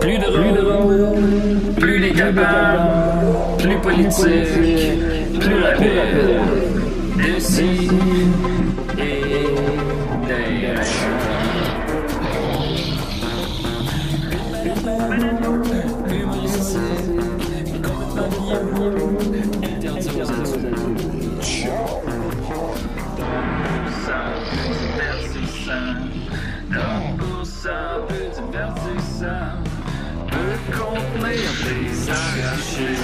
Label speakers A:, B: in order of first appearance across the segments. A: Plus de rôle, plus décapable, plus politique, plus rapide. D'ici et d'ailleurs. Humoristique, compagnie, interdit aux adultes. Sans divertissant, donc pour ça, peu divertissant, peut contenir des arrachés.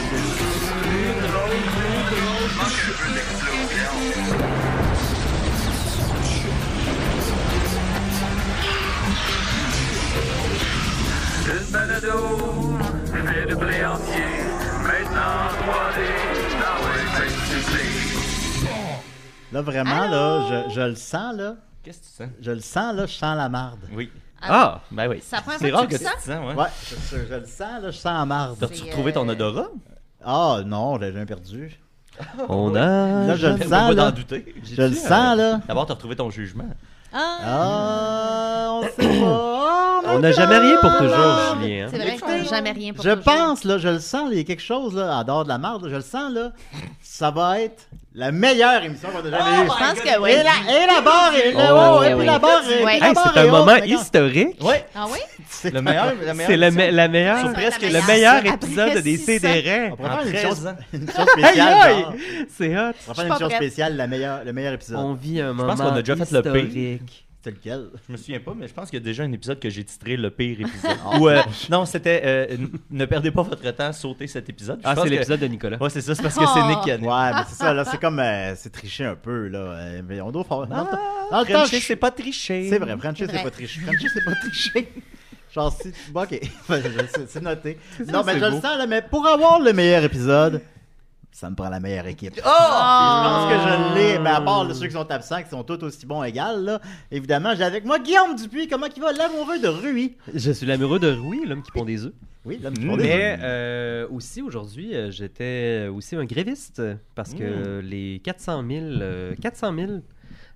A: Plus drôle, plus drôle, manque un peu d'explosion. Une balado, fait de blé entier, maintenant 3D, dans le
B: Là, vraiment, là, je, je le sens, là.
C: Qu'est-ce que tu sens?
B: Je le sens, là, je sens la marde.
C: Oui.
D: Ah!
C: Ah, ben oui.
E: C'est la première
C: C'est
E: fois
C: rare
E: que
C: que
E: tu
C: tu
E: le
C: te sens, ouais.
B: Ouais, je, je- je le sens, là, je sens la marde.
C: T'as-tu
E: C'est,
C: retrouvé ton
E: euh,
C: odorat?
B: Ah, non, j'ai rien perdu.
C: On a.
B: Oh, Là, je le
C: jamais-
B: sens,
C: on va
B: là.
C: d'en douter. J'ai-tu, euh,
B: le sens, là.
C: D'abord, t'as retrouvé ton jugement.
E: Ah,
B: Ah, on sait pas. Ah,
D: On n'a jamais rien pour toujours, Julien. hein.
E: c'est vrai qu'on
B: Écoutez,
E: n'a jamais rien pour
B: Je
E: toujours.
B: pense, là, je le sens, il y a quelque chose, là, en dehors de la marde, là, je le sens, là, ça va être la meilleure émission qu'on a jamais eue.
E: Je pense que oui.
B: Et la, et la barre est là,
D: Oh,
B: ouais, ouais,
D: oui,
B: puis
D: oui.
B: la barre est
E: Ouais.
B: puis la
D: Hey, euh,
B: barre
D: c'est un
B: est haute,
D: moment
B: d'accord.
D: historique.
B: Ouais,
E: Ah oui?
B: c'est le meilleur, la meilleure
D: C'est le me-
B: émission.
D: la meilleure.
E: C'est
D: presque
E: la
D: le meilleur
E: meilleure.
D: épisode
E: Après
D: des
E: six ans.
D: CDR.
B: On pourrait faire une
C: En
B: chose,
C: 13
D: hein.
C: ans.
B: une chose
D: Aïe,
B: spéciale,
D: aïe!
B: genre.
D: C'est
B: On
D: hot.
B: va faire
E: suis
B: une
E: pas
B: émission
E: prête.
B: spéciale, la meilleure, le meilleur épisode.
D: On vit un moment
C: pense qu'on a déjà fait le pire.
D: historique.
B: C'est lequel?
C: Je me souviens pas, mais je pense qu'il y a déjà un épisode que j'ai titré Le pire épisode. Ou, euh, non, c'était euh, n- Ne perdez pas votre temps, sautez cet épisode. Je
D: Ah,
C: pense
D: c'est
C: que-
D: l'épisode de Nicolas.
C: Ouais, c'est ça, c'est parce que
B: Ah.
C: c'est
E: Oh.
C: Nick qui a né.
B: Ouais, mais c'est ça, là, c'est comme, euh, c'est triché un peu, là. euh, Mais on doit faire... Dans le temps- dans le temps,
C: Frenchie,
B: je-
C: c'est pas triché.
B: C'est vrai, Francis,
E: Ah! C'est
B: c'est
E: vrai.
B: pas triché. Francis, c'est pas triché. Genre, si. Bon, ok. Je sais, c'est noté. Non, mais
D: c'est
B: je le
D: beau.
B: sens, là, mais pour avoir le meilleur épisode, ça me prend la meilleure équipe.
E: Ah!
B: Je pense que je l'ai, mais à part ceux qui sont absents, qui sont tous aussi bons égal, là. Évidemment, j'ai avec moi Guillaume Dupuis. Comment il va? L'amoureux de Rui.
D: Je suis l'amoureux de Rui, l'homme qui pond des œufs.
B: Oui, l'homme qui parle
D: Mais
B: des-
D: euh, aussi aujourd'hui, euh, j'étais aussi un gréviste parce que les 400 000, euh, 400 000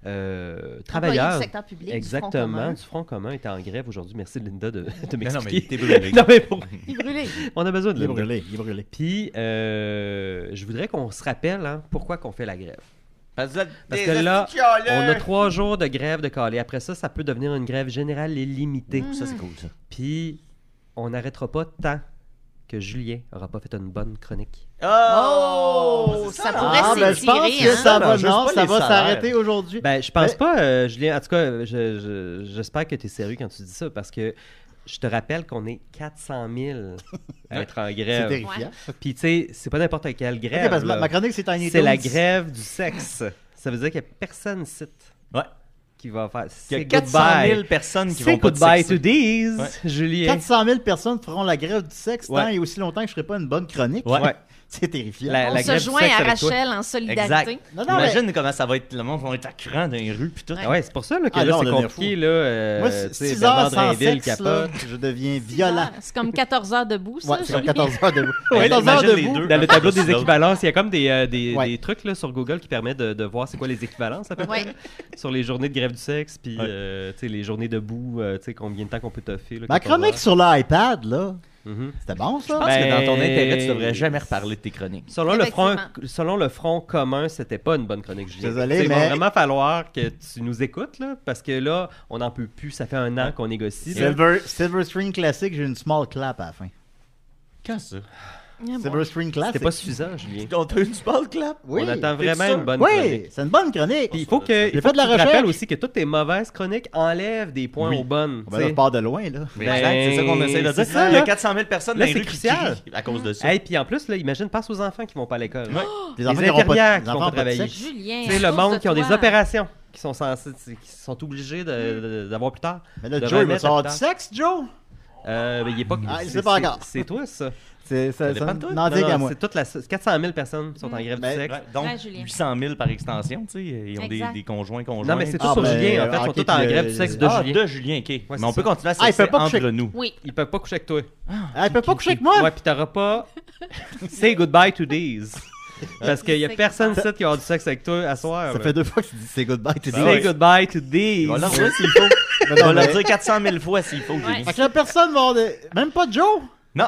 D: euh,
E: Employés
D: travailleurs.
E: du secteur public. du Front
D: Exactement,
E: commun.
D: du Front commun était en grève aujourd'hui. Merci Linda de, de
C: Non, non, mais
D: m'expliquer.
C: t'es brûlé.
D: Non, mais pour-
E: Il brûlait.
D: on a besoin de
B: Il est
D: Linda.
B: brûlé, il est brûlé.
D: Puis, euh, je voudrais qu'on se rappelle hein, pourquoi qu'on fait la grève.
C: Parce que,
D: Parce que là, on a trois jours de grève de calé. Après ça, ça peut devenir une grève générale et limitée.
C: Ça, c'est cool, ça.
D: Puis, on n'arrêtera pas tant que Julien aura pas fait une bonne chronique.
E: Oh, ça pourrait
B: Ah, ben, je pense
E: s'étirer,
B: que
E: hein.
B: ça va,
C: Non, je
B: non,
C: sais pas
B: ça
C: les
B: va
C: salaires.
B: s'arrêter aujourd'hui.
D: Ben, je pense
B: Mais-
D: pas, euh, Julien. En tout cas, euh, je- je- j'espère que tu es sérieux quand tu dis ça parce que je te rappelle qu'on est 400 000 à être en
B: C'est
D: grève.
B: terrifiant.
D: Puis, tu sais, c'est pas n'importe quelle grève.
B: Ok, parce que ma
D: euh, là.
B: ma chronique, c'est Tiny
D: C'est la
B: Toons.
D: grève du sexe. Ça veut dire qu'il n'y a personne cite
C: Ouais.
D: qui va faire.
C: Il y a
D: C'est
C: 400 000
D: goodbye.
C: personnes qui
D: C'est
C: vont pas te
D: goodbye
C: sexer.
D: to these,
C: Ouais.
D: Julien.
B: 400 000 personnes feront la grève du sexe tant
D: Ouais.
B: et aussi longtemps que je ne ferai pas une bonne chronique.
D: Ouais. Ouais.
B: C'est terrifiant.
D: La-
E: On
D: la
E: se
D: grève du
E: joint
D: sexe
E: à
D: avec toi.
E: Rachel en solidarité.
C: Exact.
B: Non, non, mais-
C: Imagine comment ça va être. Le monde va être à cran dans les rues, puis tout.
E: Ouais.
D: Ah ouais, c'est pour ça là, que
B: Ah
D: là,
B: non, on
D: c'est
B: devient
D: compliqué.
B: fou.
D: Là, euh,
B: Moi,
D: tu sais,
B: 6
D: Bernard
B: heures sans
D: Drainville
B: sexe, là,
D: capote.
B: je deviens violent.
E: Ah, C'est comme 14 heures debout, ça.
B: Ouais, c'est comme
E: Julien.
B: 14 heures debout.
D: Ouais,
B: 14
C: imagine
B: heures
C: les
B: debout.
C: deux.
D: Dans le tableau des
C: Sur l'autre.
D: équivalences, il y a comme des, euh, des,
B: Ouais.
D: des trucs là, sur Google qui permettent de, de voir c'est quoi les équivalences à peu près.
E: Ouais.
D: Sur les journées de grève du sexe, puis
C: Ouais.
D: euh, tu sais, les journées debout, euh, tu sais, combien de temps qu'on peut toffer. là,
B: Ma
D: quand on
B: chronique sur l'iPad, là,
D: va. Mhm.
B: c'était bon, ça?
C: Je pense que dans ton
D: Ben-
C: intérêt, tu devrais jamais reparler de tes chroniques.
D: Selon le, front,
E: Effectivement.
D: selon le Front commun, c'était pas une bonne chronique, Julien.
B: Désolé,
D: Tu sais, Il va
B: mais-
D: vraiment falloir que tu nous écoutes, là, parce que là, on n'en peut plus. Ça fait un an qu'on négocie. là.
B: Silver, Silver Screen Classic, j'ai une small clap à la fin.
C: Quand ça
E: Ah, bon.
B: Silver Screen Classic.
D: C'était pas suffisant, Julien.
C: On t'a eu du ball clap
B: Oui.
D: On attend
C: T'es
D: vraiment
C: sûr?
D: une bonne chronique.
B: Oui, c'est une bonne chronique.
D: Puis il faut que, il
B: J'ai
D: faut
B: fait de la
D: que tu te rappelles
B: recherche.
D: aussi que toutes tes mauvaises chroniques enlèvent des points
B: Oui.
D: aux bonnes.
B: On
D: tu
B: va
D: sais.
B: part de loin, Ah, ben là.
C: Mais
D: Ben,
C: exact, c'est ça qu'on essaie de
D: c'est
C: dire.
D: ça,
C: Il y a
D: là.
C: 400 000 personnes
D: Là,
C: dans les
D: c'est
C: rues qui
D: crucial.
C: crient à cause de ça.
D: Hey, puis en plus, là, imagine, pense aux enfants qui vont pas à l'école.
C: Ouais.
B: Les
D: Les
B: enfants qui auront pas
D: infirmières
B: les
D: qui vont
B: enfants auront
D: pas
B: pas de
D: travailler.
B: sexe.
E: Julien,
D: Tu sais, le
E: à cause
D: monde
E: de
D: qui ont des
E: toi.
D: opérations qui sont censés, qui sont obligés de- de- d'avoir plus tard.
B: Mais là,
D: De
B: Joe, il va
D: remettre
B: savoir
D: à
B: du
D: plus
B: sexe, Joe?
D: Euh, mais il est pas.
B: Ah, il
D: c'est-
B: sait pas
D: c'est-
B: encore.
D: C'est toi ça.
B: C'est ça.
C: dépend de toi.
B: Non, dis
D: Non,
B: qu'à
D: non,
B: moi.
D: C'est toute la 400 000 personnes qui sont en grève
B: Ben,
D: du sexe.
C: Ouais, donc,
E: Ouais, Julien.
C: 800 000 par extension, tu sais. Ils ont des,
E: Exact.
C: des conjoints, conjoints.
D: Non, mais c'est tout
B: Ah,
D: sur
B: ben,
D: Julien. En fait, ils sont
B: hockey,
D: tous en
B: puis,
D: grève
B: euh,
D: du sexe de
C: de ah,
D: Julien.
C: de Julien, ok. mais
D: c'est
C: on
D: ça.
C: peut continuer à
B: Ah, il
C: s'exercer
B: peut pas
C: entre
B: coucher.
C: nous.
E: Oui.
D: Ils peuvent pas coucher avec toi.
B: Ah, Elle peut pas coucher avec moi?
D: Ouais, puis t'auras pas. Say goodbye to these.
F: Parce qu'il n'y a personne ici qui aura du sexe avec toi à soir.
B: Ça
F: là.
B: fait deux fois que tu dis c'est goodbye, tu dis
F: Say
D: Ben
C: ouais.
F: goodbye to these.
C: On va leur dire s'il faut.
B: Non,
C: On va
B: non,
C: leur
B: mais-
C: dire 400 000 fois s'il faut,
E: Ouais.
C: Jenny.
B: Fait que la personne va avoir des- Même pas Joe?
C: Non,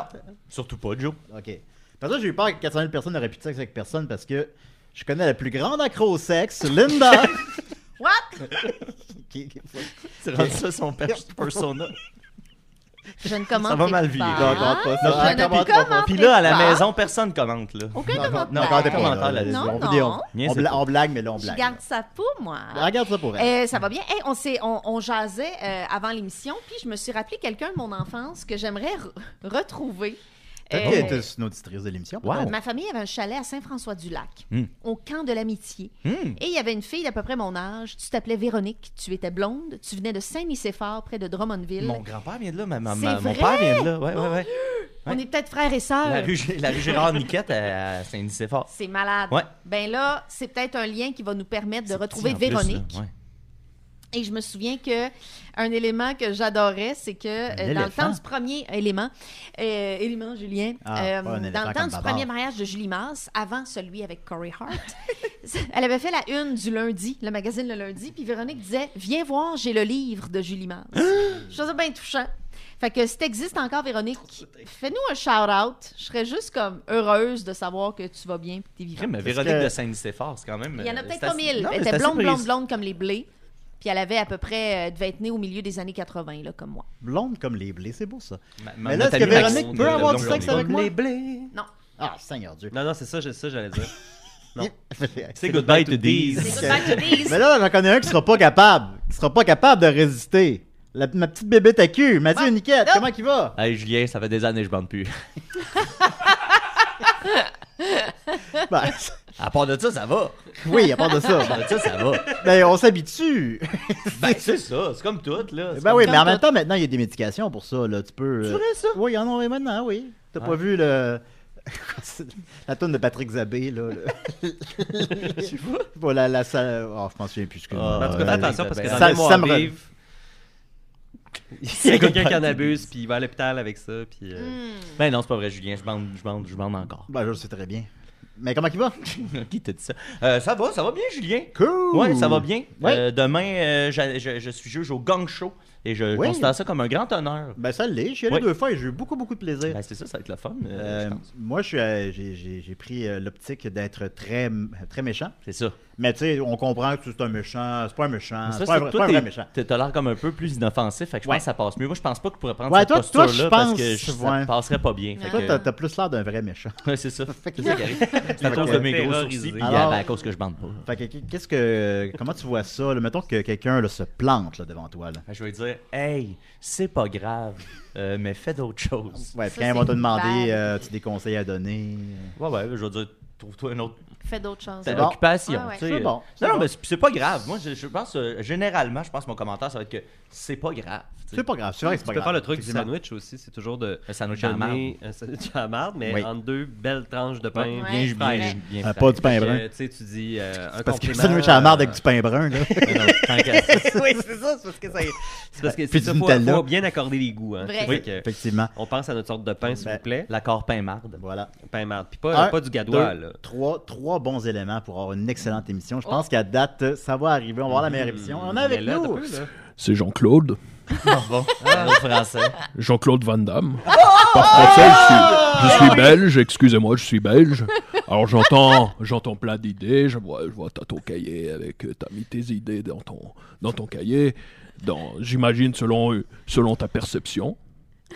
C: surtout pas, Joe.
B: Ok. Parce que j'ai eu peur que 400 000 personnes n'auraient plus de sexe avec personne parce que je connais la plus grande accro au sexe, Linda.
E: What?
B: qui- qui-
C: C'est rendu ça son pers- persona.
E: Je ne commente
C: Ça va mal
E: pas.
C: vivre.
B: Non, commente pas ça.
E: Je
B: Ah,
E: ne
B: commente
E: commente
B: pas.
E: pas.
C: Puis là, à la maison, personne commente, là.
E: Aucun
B: Non,
E: commentaire.
C: non,
B: commentez pas,
C: Commentaire,
B: là.
C: là,
E: non,
B: On-
E: non.
B: on-
C: Bien,
B: on,
C: c'est
B: bla-
C: pas-
B: on blague, mais là, on
E: Je
B: blague. Ah,
E: garde ça pour moi.
B: Regarde ça pour elle.
E: Euh, ça va bien. Hey, on, s'est- on, on jasait euh, avant l'émission, puis je me suis rappelé quelqu'un de mon enfance que j'aimerais re- retrouver.
B: Peut-être
E: Euh,
B: qu'elle était une auditrice de l'émission.
C: Wow.
B: peut-être.
E: Ma famille avait un chalet à Saint-François-du-Lac,
C: Hmm.
E: au camp de l'amitié.
C: Hmm.
E: Et il y avait une fille d'à peu près mon âge. Tu t'appelais Véronique, tu étais blonde, tu venais de Saint-Nicéphore, près de Drummondville.
C: Mon grand-père vient de là, ma, ma-
E: C'est
C: ma- mon
E: vrai? Oh,
C: père vient de là. Ouais, ouais, ouais.
E: On est peut-être frères et
C: La
E: sœurs.
C: rue, Gé- la rue Gérard-Niquette à, à Saint-Nicéphore.
E: C'est malade.
C: Ouais.
E: Ben là, c'est peut-être un lien qui va nous permettre de
C: C'est
E: retrouver
C: petit, en plus, là.
E: Véronique.
C: Ouais.
E: Et je me souviens que un élément que j'adorais, c'est que euh, dans le
B: éléphant?
E: temps du premier élément, euh, élément Julien,
B: Ah,
E: euh,
B: pas un éléphant
E: dans le temps
B: comme
E: du
B: Babar.
E: premier mariage de Julie Mars, avant celui avec Corey Hart, elle avait fait la une du lundi, le magazine le lundi, puis Véronique disait "Viens voir, j'ai le livre de Julie Mars." je trouvais ça bien touchant. Fait que si t'existes encore, Véronique, fais-nous un shout-out. Je serais juste comme heureuse de savoir que tu vas bien et que t'es vivante.
C: Ouais, mais Véronique
B: que-
C: de Saint-Nicéphore, c'est quand même.
E: Il y en a
C: euh,
E: peut-être
C: c'est
E: pas
C: assez-
E: mille.
C: Non, mais
E: elle
C: c'est
E: était
C: assez
E: blonde, blonde,
C: précis.
E: blonde comme les blés. Puis elle avait à peu près, euh, devait être née au milieu des années 80, là, comme moi.
B: Blonde comme les blés, c'est beau ça.
C: Ma- ma-
B: Mais là,
C: notre
B: est-ce que
C: ami Maxime
B: Véronique
C: de- de
B: peut avoir du
C: Blonde
B: sexe
C: Blonde.
B: avec moi?
F: Les blés.
B: Ah, Seigneur Dieu.
F: Non, non, c'est ça, je- ça j'allais dire. Non.
C: C'est goodbye to these.
E: C'est goodbye to these.
B: Mais là, j'en connais un qui sera pas capable. Qui sera pas capable de résister. La- ma petite bébé TQ, Mathieu
E: Ouais.
B: Niquette,
E: Non.
B: comment il va?
C: Hey Julien, ça fait des années que je bande plus.
B: Ben,
C: À part de ça, ça va.
B: oui, à part de
C: À part
B: ça.
C: de ça, ça va.
B: Mais on s'habitue.
C: Ben, c'est ça, c'est comme tout, là. C'est
B: Ben
C: comme-
B: oui,
E: comme
B: mais en
E: tout.
B: même temps, maintenant, il y a des médications pour ça. Là. Tu peux.
C: C'est
B: euh,
C: vrai, ça?
B: Oui, il y en a maintenant, oui. T'as
C: Ah.
B: pas vu le. la tonne de Patrick Zabé, là. le- Bon, la, la salle. Oh, je m'en souviens plus. excuse-moi.
C: Ah,
F: En tout
B: Euh,
F: cas, attention parce que dans
B: Ça-
F: le
B: ça
F: mémoire
B: me re-
F: vive, il y a quelqu'un qui en abuse, puis il va à l'hôpital avec ça, puis... euh,
B: Mm.
E: Hmm.
C: Ben non, c'est pas vrai, Julien. Je bande, je bande, je bande encore.
B: Ben, je le sais très bien. Mais comment il va?
C: Qui t'a dit ça? Euh, ça va, ça va bien, Julien.
B: Cool!
C: Ouais, ça va bien.
B: Ouais.
C: Euh, demain, euh, j'a- je, je suis juge au gang show et je
B: Oui.
C: considère ça comme un grand honneur.
B: Ben, ça l'est. Je suis allé
C: Ouais.
B: deux fois et j'ai eu beaucoup, beaucoup de plaisir.
C: Ben, c'est ça, ça va être le fun. euh,
B: Euh,
C: je pense.
B: moi, je suis, euh, j'ai- j'ai j'ai pris euh, l'optique d'être très, très méchant.
C: C'est ça.
B: Mais tu sais, on comprend que c'est un méchant. C'est pas un méchant.
C: Ça,
B: ah, C'est pas, un vrai-
C: c'est que
B: pas
C: toi,
B: un vrai
C: t'es-
B: méchant.
C: t'es- T'as l'air comme un peu plus inoffensif, fait que je
B: Ouais.
C: pense que ça passe mieux. Moi, je pense pas que je pourrais prendre
B: Ouais,
C: cette
B: toi- toi,
C: posture-là
B: je
C: parce
B: pense-
C: que je, ça
B: ouais.
C: passerait pas bien. Fait
E: Ouais.
B: Toi,
C: que- euh,
B: t'as t'as plus l'air d'un vrai méchant.
C: Ouais, c'est ça.
B: Fait que-
C: C'est ça qui arrive. C'est à cause de mes gros
F: Terrorisé.
C: sourcils, puis
B: Alors-
C: à cause que je bande pas.
B: Fait que qu'est-ce que comment tu vois ça là? Mettons que quelqu'un là, se plante là, devant toi là.
C: Fait que Je vais dire, hey, c'est pas grave, euh, mais fais d'autres choses.
B: Ouais,
E: Ça,
B: puis quand ils vont te
E: c'est
B: demander
E: bad.
B: euh, tu as des conseils à donner. euh,
C: Ouais, ouais, je vais dire, trouve-toi un autre
E: Fais d'autres choses.
C: Ta
B: C'est bon.
C: occupation.
E: Ouais,
C: tu
E: ouais.
C: sais.
B: C'est bon, c'est
C: Non, non,
B: bon.
C: mais c'est c'est pas grave. Moi, je, je pense, euh, généralement, je pense que mon commentaire, ça va être que c'est pas grave. tu sais.
B: C'est pas grave, c'est vrai que c'est
F: Tu
B: pas
F: peux
B: grave.
F: faire le truc du
B: Effectivement.
F: sandwich aussi, c'est toujours de...
C: Un sandwich à la marde.
F: donner Un sandwich à euh, la marde, mais
B: Oui.
F: entre deux belles tranches de pain.
C: Ouais,
E: Ouais,
C: bien,
E: c'est
C: bien,
E: vrai.
C: bien
B: Euh,
C: frais.
B: pas du pain
F: Fait que,
B: brun.
F: Tu sais, tu dis euh, un
B: Parce que le
F: compliment,
B: sandwich à la marde
F: euh,
B: avec du pain brun là.
C: Non, tant qu'à ça.
F: oui, c'est ça, c'est parce que ça C'est parce que
B: Puis
F: c'est ça,
B: du
F: faut,
B: Nutella.
F: faut bien accorder les goûts. Hein.
E: Vrai.
F: Fait
E: Oui.
F: que,
B: Effectivement.
F: on pense à notre sorte de pain, s'il
B: Ben,
F: vous plaît.
C: L'accord pain marde.
B: Voilà.
F: Pain marde. Puis pas,
B: Un,
F: pas du gadois,
B: deux,
F: là. Mm. Oh.
B: Trois, trois bons éléments pour avoir une excellente émission. Je pense qu'à date, euh, ça va arriver. On va avoir la meilleure émission. On est avec
F: Mais là,
B: nous.
F: t'as peu, là. Ah.
G: C'est Jean-Claude.
C: Bon, bon. Un autre français.
G: Ah. Jean-Claude Van Damme.
B: Ah!
G: Par contre, ça, je suis, je suis belge, excusez-moi, je suis belge. Alors j'entends, j'entends plein d'idées, je vois, je vois t'as ton cahier avec, euh, t'as mis tes idées dans ton, dans ton cahier, dans, j'imagine selon, euh, selon ta perception,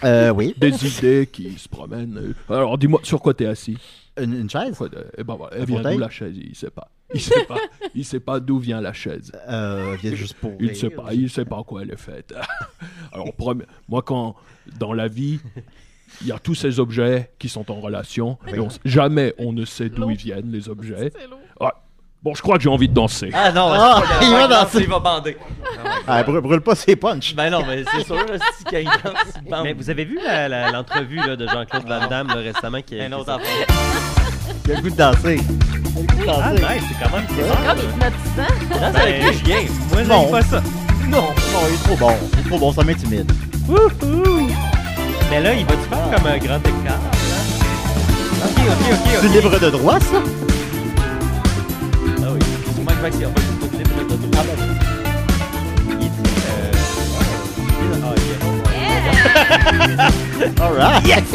B: Euh, oui.
G: des idées qui se promènent. euh. Alors dis-moi, sur quoi t'es assis
B: Une, une chaise.
G: Quoi, euh, eh ben voilà,
B: Un
G: elle vient
B: fauteuil
G: d'où la chaise Il sait pas, il sait pas, il sait pas d'où vient la chaise.
B: Euh, viens juste pour.
G: Il ne
B: rire.
G: sait pas, il sait pas en quoi elle est faite. Alors, premi- moi, quand dans la vie, il y a tous ces objets qui sont en relation, et on s- jamais on ne sait d'où ils viennent, les objets. Ah, bon, je crois que j'ai envie de danser.
C: Ah non,
B: Ah,
C: c'est pas grave.
B: il va
C: Non,
B: danser.
C: Il va bander.
B: Ah, brûle, brûle pas ses punchs.
C: Ben non, mais c'est sûr, si quand il danse, il bande.
F: Mais vous avez vu la- la- l'entrevue là, de Jean-Claude Van Damme là, récemment qui
C: Un
F: qui-
C: autre enfant.
B: Il a le goût de danser. Il a le goût de
F: Ah,
B: danser.
F: nice, c'est quand même bizarre.
E: Comme hypnotisant.
C: Danse avec
D: Ben,
C: les chiens.
F: Moi,
B: Non.
F: j'aime pas ça.
B: Non, non, il est trop bon. Il est trop bon, ça m'intimide.
F: Wouhou! Mais là, il va-tu faire comme un grand écart? là? Ok, ok, ok.
B: C'est libre de droit, ça?
D: Ah
C: flashback, c'est en fait tout au clip, là, de- Ah
D: ben,
C: bon. Il dit, euh, ah, il est mort.
B: Alright.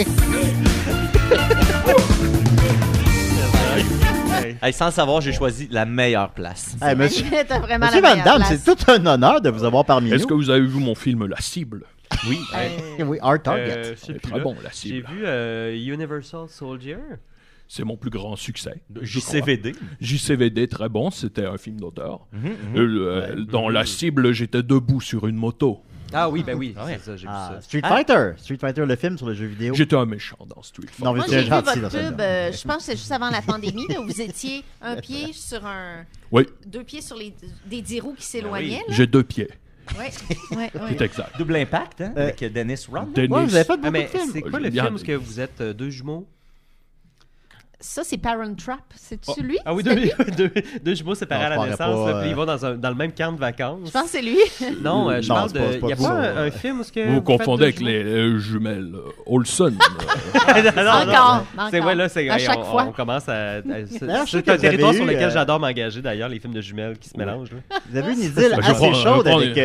C: Hey, sans le savoir, j'ai choisi la meilleure place.
B: Hey, monsieur,
E: T'as vraiment
B: monsieur
E: la
B: Van
E: meilleure
B: Damme,
E: place.
B: c'est tout un honneur de vous avoir parmi
G: Est-ce que
B: nous.
G: vous avez vu mon film La Cible
C: Oui.
B: Eh Oui, Our Target.
D: Euh, je sais
G: C'est
D: plus,
G: très
D: là.
G: bon, La
D: J'ai
G: Cible.
D: vu euh, Universal Soldier.
G: C'est mon plus grand succès. je crois.
C: JCVD.
G: JCVD, très bon, c'était un film d'auteur. Euh, euh, Dans La Cible, j'étais debout sur une moto.
D: Ah oui, ben oui,
C: Ah ouais.
D: c'est ça, j'ai
B: Ah,
D: vu ça.
B: Street
F: Hein?
B: Fighter. Street Fighter, le film sur le jeu vidéo.
G: J'étais un méchant dans Street Fighter.
B: Non, mais
E: Moi,
B: c'est
E: j'ai vu
B: gentil,
E: votre
B: là, ça,
E: pub,
B: là.
E: euh, je pense que c'est juste avant la pandémie, là, où vous étiez un pied sur un...
G: Oui,
E: Deux pieds sur les, des dix roues qui s'éloignaient. là.
G: j'ai deux pieds.
E: Ouais, ouais, ouais.
G: C'est exact.
C: Double impact, hein,
B: Euh,
C: avec Dennis Rodman.
G: Dennis,
B: Ouais, vous avez fait
D: Ah,
B: beaucoup de
D: mais
B: films.
D: c'est quoi
G: Euh,
D: le
G: bien-
D: film parce que vous êtes euh, deux jumeaux
E: Ça, c'est Parent Trap. C'est-tu lui?
D: Ah oui,
E: C'est
D: deux,
E: lui?
D: deux, deux jumeaux séparés
B: Non,
D: à la
B: je parlerai
D: naissance,
B: pas,
D: là, puis
B: euh,
D: ils vont dans, un- dans le même camp de vacances.
E: Je pense que c'est lui.
D: Non, euh, je
B: Non,
D: parle
B: c'est pas-
D: de.
B: c'est
D: Il
B: pas
D: n'y a
B: pour
D: pas
B: ça.
D: un, un film où ce que
G: Vous vous
D: faites
G: confondez
D: deux
G: avec
D: jumeaux?
G: les euh, jumelles euh, Olson. euh,
D: non, non, non.
E: encore.
D: C'est
E: encore.
D: ouais, là, c'est
E: À
D: hey,
E: chaque
D: on,
E: fois.
D: on commence à. à-
B: D'ailleurs,
D: c'est
B: je sais
D: c'est
B: que vous
D: un
B: avez
D: territoire
B: eu,
D: sur lequel
B: euh,
D: j'adore m'engager d'ailleurs, les films de jumelles qui se mélangent. là.
B: Vous avez une idylle
G: Je vais
B: assez
G: prendre-
B: chaude
G: je vais
B: avec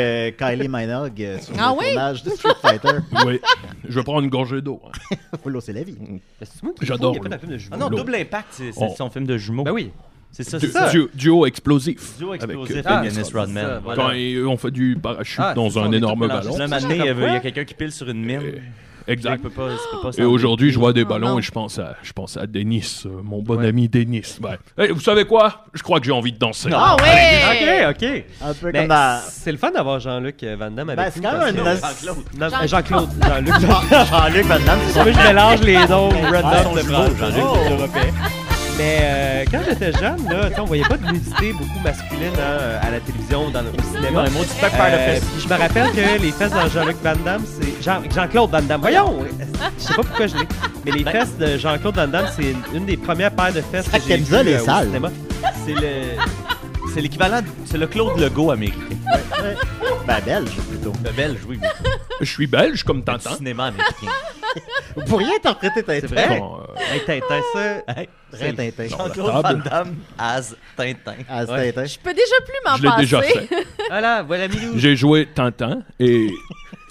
B: euh, Kylie Minogue euh, sur
E: Ah
B: le
E: oui?
B: tournage de Street Fighter.
G: oui, je vais prendre une gorgée d'eau. hein.
B: Oh, l'eau, c'est la vie.
D: Mais c'est moi qui
G: J'adore,
D: Il n'y a pas
G: là.
D: d'un film de jumeaux.
C: Ah non,
G: L'autre.
C: Double Impact, c'est c'est
G: Oh.
C: son film de jumeaux.
D: Ben oui.
C: C'est ça,
G: Du-
C: c'est ça.
G: du- duo explosif.
C: Duo explosif avec
G: Avec, euh,
D: Ah,
C: Dennis
D: c'est ça,
C: Rodman.
D: voilà.
G: Quand ils- on fait du parachute
D: Ah, c'est
G: dans
D: ça, on
G: un
D: est
G: énorme
D: tout mélangé.
G: ballon.
C: Là, maintenant, il y avait- il y a quelqu'un qui pile sur une
G: Euh,
C: mine. Là, Il
G: Exact.
C: peut pas, il peut pas
G: Et
C: s'en-
G: aujourd'hui, je vois des
E: Oh,
G: ballons
E: non.
G: et je pense à, je pense à Denis, euh, mon bon
D: Ouais.
G: ami Denis. Ouais. Hey, vous savez quoi Je crois que j'ai envie de danser.
E: Ah ouais!
D: Ok, ok.
B: Un peu
D: Mais
B: comme dans.
D: Ben, c'est le fun d'avoir Jean-Luc euh, Van Damme avec
B: Ben, c'est
D: nous,
B: quand
D: parce
B: même
D: que-
B: un
C: Jean-Claude.
D: Non,
E: Jean-
D: euh, Jean-Claude. Jean-Luc.
B: Jean-Luc Van Damme, c'est son-
D: Moi, je mélange les noms random de
C: jumeaux,
D: France.
C: Jean-Luc.
D: Oh! Mais euh, quand j'étais jeune, là, tu sais, on voyait pas de nudité beaucoup masculine hein, à la télévision, dans le, au cinéma.
C: Dans les mots du pack par le
D: Euh,
C: fesse.
D: puis je me rappelle que les fesses de Jean-Luc Van Damme, c'est Jean- Jean-Claude Van Damme. Voyons, je sais pas pourquoi je l'ai. Mais les fesses de Jean-Claude Van Damme, c'est une, une des premières paires de fesses
B: Ça
D: que j'ai
B: t'aimes
D: vues
B: ça, les
D: euh, au
B: sales.
D: cinéma. C'est le
C: C'est l'équivalent, de- c'est le Claude Legault américain.
B: Ben, belge, plutôt.
C: Le belge, oui, mais
G: Je suis belge comme
C: du
G: Tintin.
C: cinéma américain.
B: Vous pourriez interpréter Tintin.
D: vrai?
G: Bon, euh,
D: Hey, Tintin, ça.
C: Hey,
B: Très Tintin.
C: Jean-Claude Van Damme as Tintin.
B: Ah, c'est
D: Ouais.
B: Tintin.
E: Je peux déjà plus m'en
G: je l'ai
E: passer.
G: déjà fait.
D: Voilà, voilà Milou.
G: J'ai joué Tintin et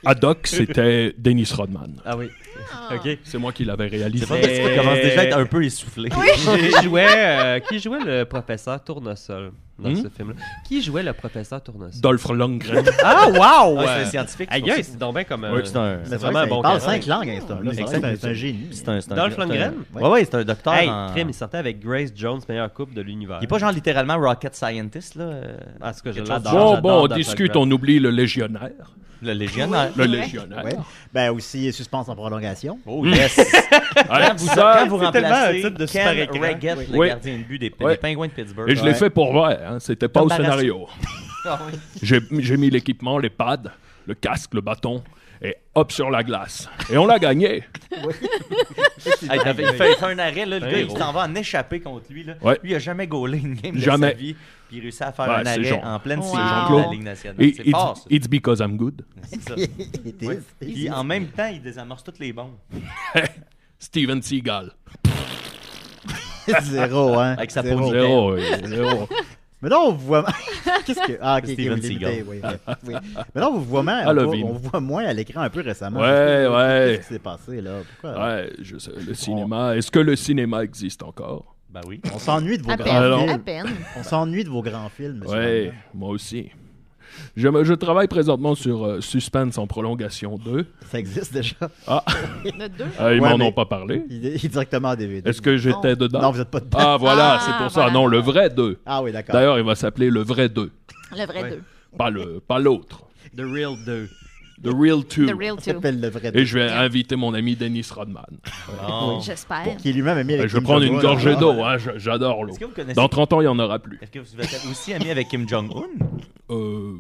G: Haddock, c'était Dennis Rodman.
D: Ah oui.
E: Ah.
D: OK.
G: C'est moi qui l'avais
C: C'est
G: réalisé.
C: pas parce que tu commences déjà à être un peu essoufflé.
D: qui jouait, euh, qui jouait le professeur Tournesol dans
G: Hmm?
D: ce film-là? Qui jouait le professeur Tournesol?
G: Dolph Lundgren.
D: Ah, wow!
C: Ouais, c'est un scientifique.
D: Aïe, aïe, c'est donc bien comme...
C: Ah,
D: euh,
C: Oui, c'est un-
B: Mais
D: c'est
B: c'est vrai
D: vraiment un
B: que ça,
D: bon
B: il parle
D: cadre.
B: cinq langues, hein, c'est un- là, c'est vrai que c'est un génie.
C: C'est un, c'est un-
D: Dolph
C: c'est un-
D: Lundgren?
C: Ouais, ouais, c'est un docteur.
D: Hey,
C: en-
D: crime, il sortait avec Grace Jones, meilleure couple de l'univers.
C: Il est pas genre littéralement rocket scientist, là. euh,
D: Ah, ce que je
C: Quelque
D: l'adore.
C: chose
G: Bon,
D: j'adore
G: bon, on
D: Dolph
G: discute,
D: Lundgren.
G: on oublie le légionnaire.
C: Le légionnaire.
G: Le
E: Ouais.
G: légionnaire.
B: Ouais. Ben, aussi, suspense en prolongation.
C: Oh, yes.
G: Ouais,
C: quand vous,
G: Hein? ça,
C: quand vous
D: c'est tellement un
C: remplacez
D: titre de super
C: Ken
D: écran.
C: Reggett, le
G: Oui.
C: gardien de but des, des
G: Ouais.
C: Pingouins de Pittsburgh.
G: Et je l'ai fait pour vrai, hein, c'était pas au
C: Embarrassant.
G: scénario.
C: Ah oui.
G: J'ai j'ai mis l'équipement, les pads, le casque, le bâton, et hop sur la glace. Et on l'a gagné.
C: Hey, t'as fait- il, fait, il fait un arrêt, là, le
D: Un
C: gars, il
D: héros.
C: s'en va en échapper contre lui. Là.
G: Ouais.
C: Lui, il a jamais gaulé une game de
G: Jamais.
C: sa vie. Puis il réussit à faire
G: Ouais,
C: un
G: c'est
C: arrêt
G: Jean-
C: en pleine
E: Wow.
C: saison de la
E: Jean-Claude.
C: Ligue nationale.
G: Et
C: C'est
G: it's,
C: fort, ça.
G: it's because I'm good.
C: C'est ça.
B: It
C: Ouais.
B: is.
C: Puis
B: hein.
C: en même temps, il désamorce toutes les bombes.
G: Steven Seagal.
B: Zéro, hein.
C: Avec sa
B: Zéro.
C: peau de-
G: Zéro, oui, zéro.
B: Mais non, on vous voit. Qu'est-ce que. Ah, ok, ok,
C: Steven
B: oui, limité,
C: Seagal.
B: oui, oui, oui. Mais non, on vous voit moins.
G: Ah,
B: On,
G: le
B: voit-
G: film.
B: on voit moins à l'écran un peu récemment.
G: Ouais, ouais.
B: Qu'est-ce qui s'est passé, là? Pourquoi?
G: Ouais, je sais, le cinéma. Est-ce que le cinéma existe encore?
C: Ben oui.
B: On s'ennuie de vos
E: À
B: grands
E: peine,
G: Alors-
E: à
B: films.
E: peine.
B: On s'ennuie de vos grands films. monsieur
G: Ben. Ouais, moi aussi. Je, me- je travaille présentement sur euh, Suspense en prolongation 2.
B: Van Damme. Ça existe déjà.
E: Notre deux.
G: Ah, ils
B: Ouais,
G: m'en
B: mais-
G: ont pas parlé.
B: Il est, il est directement en DVD.
G: Est-ce que j'étais dedans?
B: Non, vous n'êtes pas dedans.
G: Ah, voilà,
E: Ah,
G: c'est pour ça.
E: voilà.
G: Non, le vrai 2.
B: Ah oui, d'accord.
G: D'ailleurs, il va s'appeler le vrai 2,
E: Le vrai
D: Ouais.
E: deux.
G: pas le, pas l'autre.
D: The Real 2.
G: The Real 2.
E: The
B: Ça
E: real two.
B: s'appelle le vrai
G: Et je vais inviter mon ami Dennis Rodman.
C: Bon.
E: J'espère.
B: Qui lui-même a mis
G: Euh,
B: les
G: Je vais
B: Kim
G: prendre une
B: Jong-un,
G: gorgée
B: là.
G: d'eau, hein, je- j'adore l'eau.
C: Est-ce que vous connaissez.
G: Dans 30 ans, il n'y en aura plus.
C: Est-ce que vous êtes aussi ami avec Kim Jong-un
G: Euh,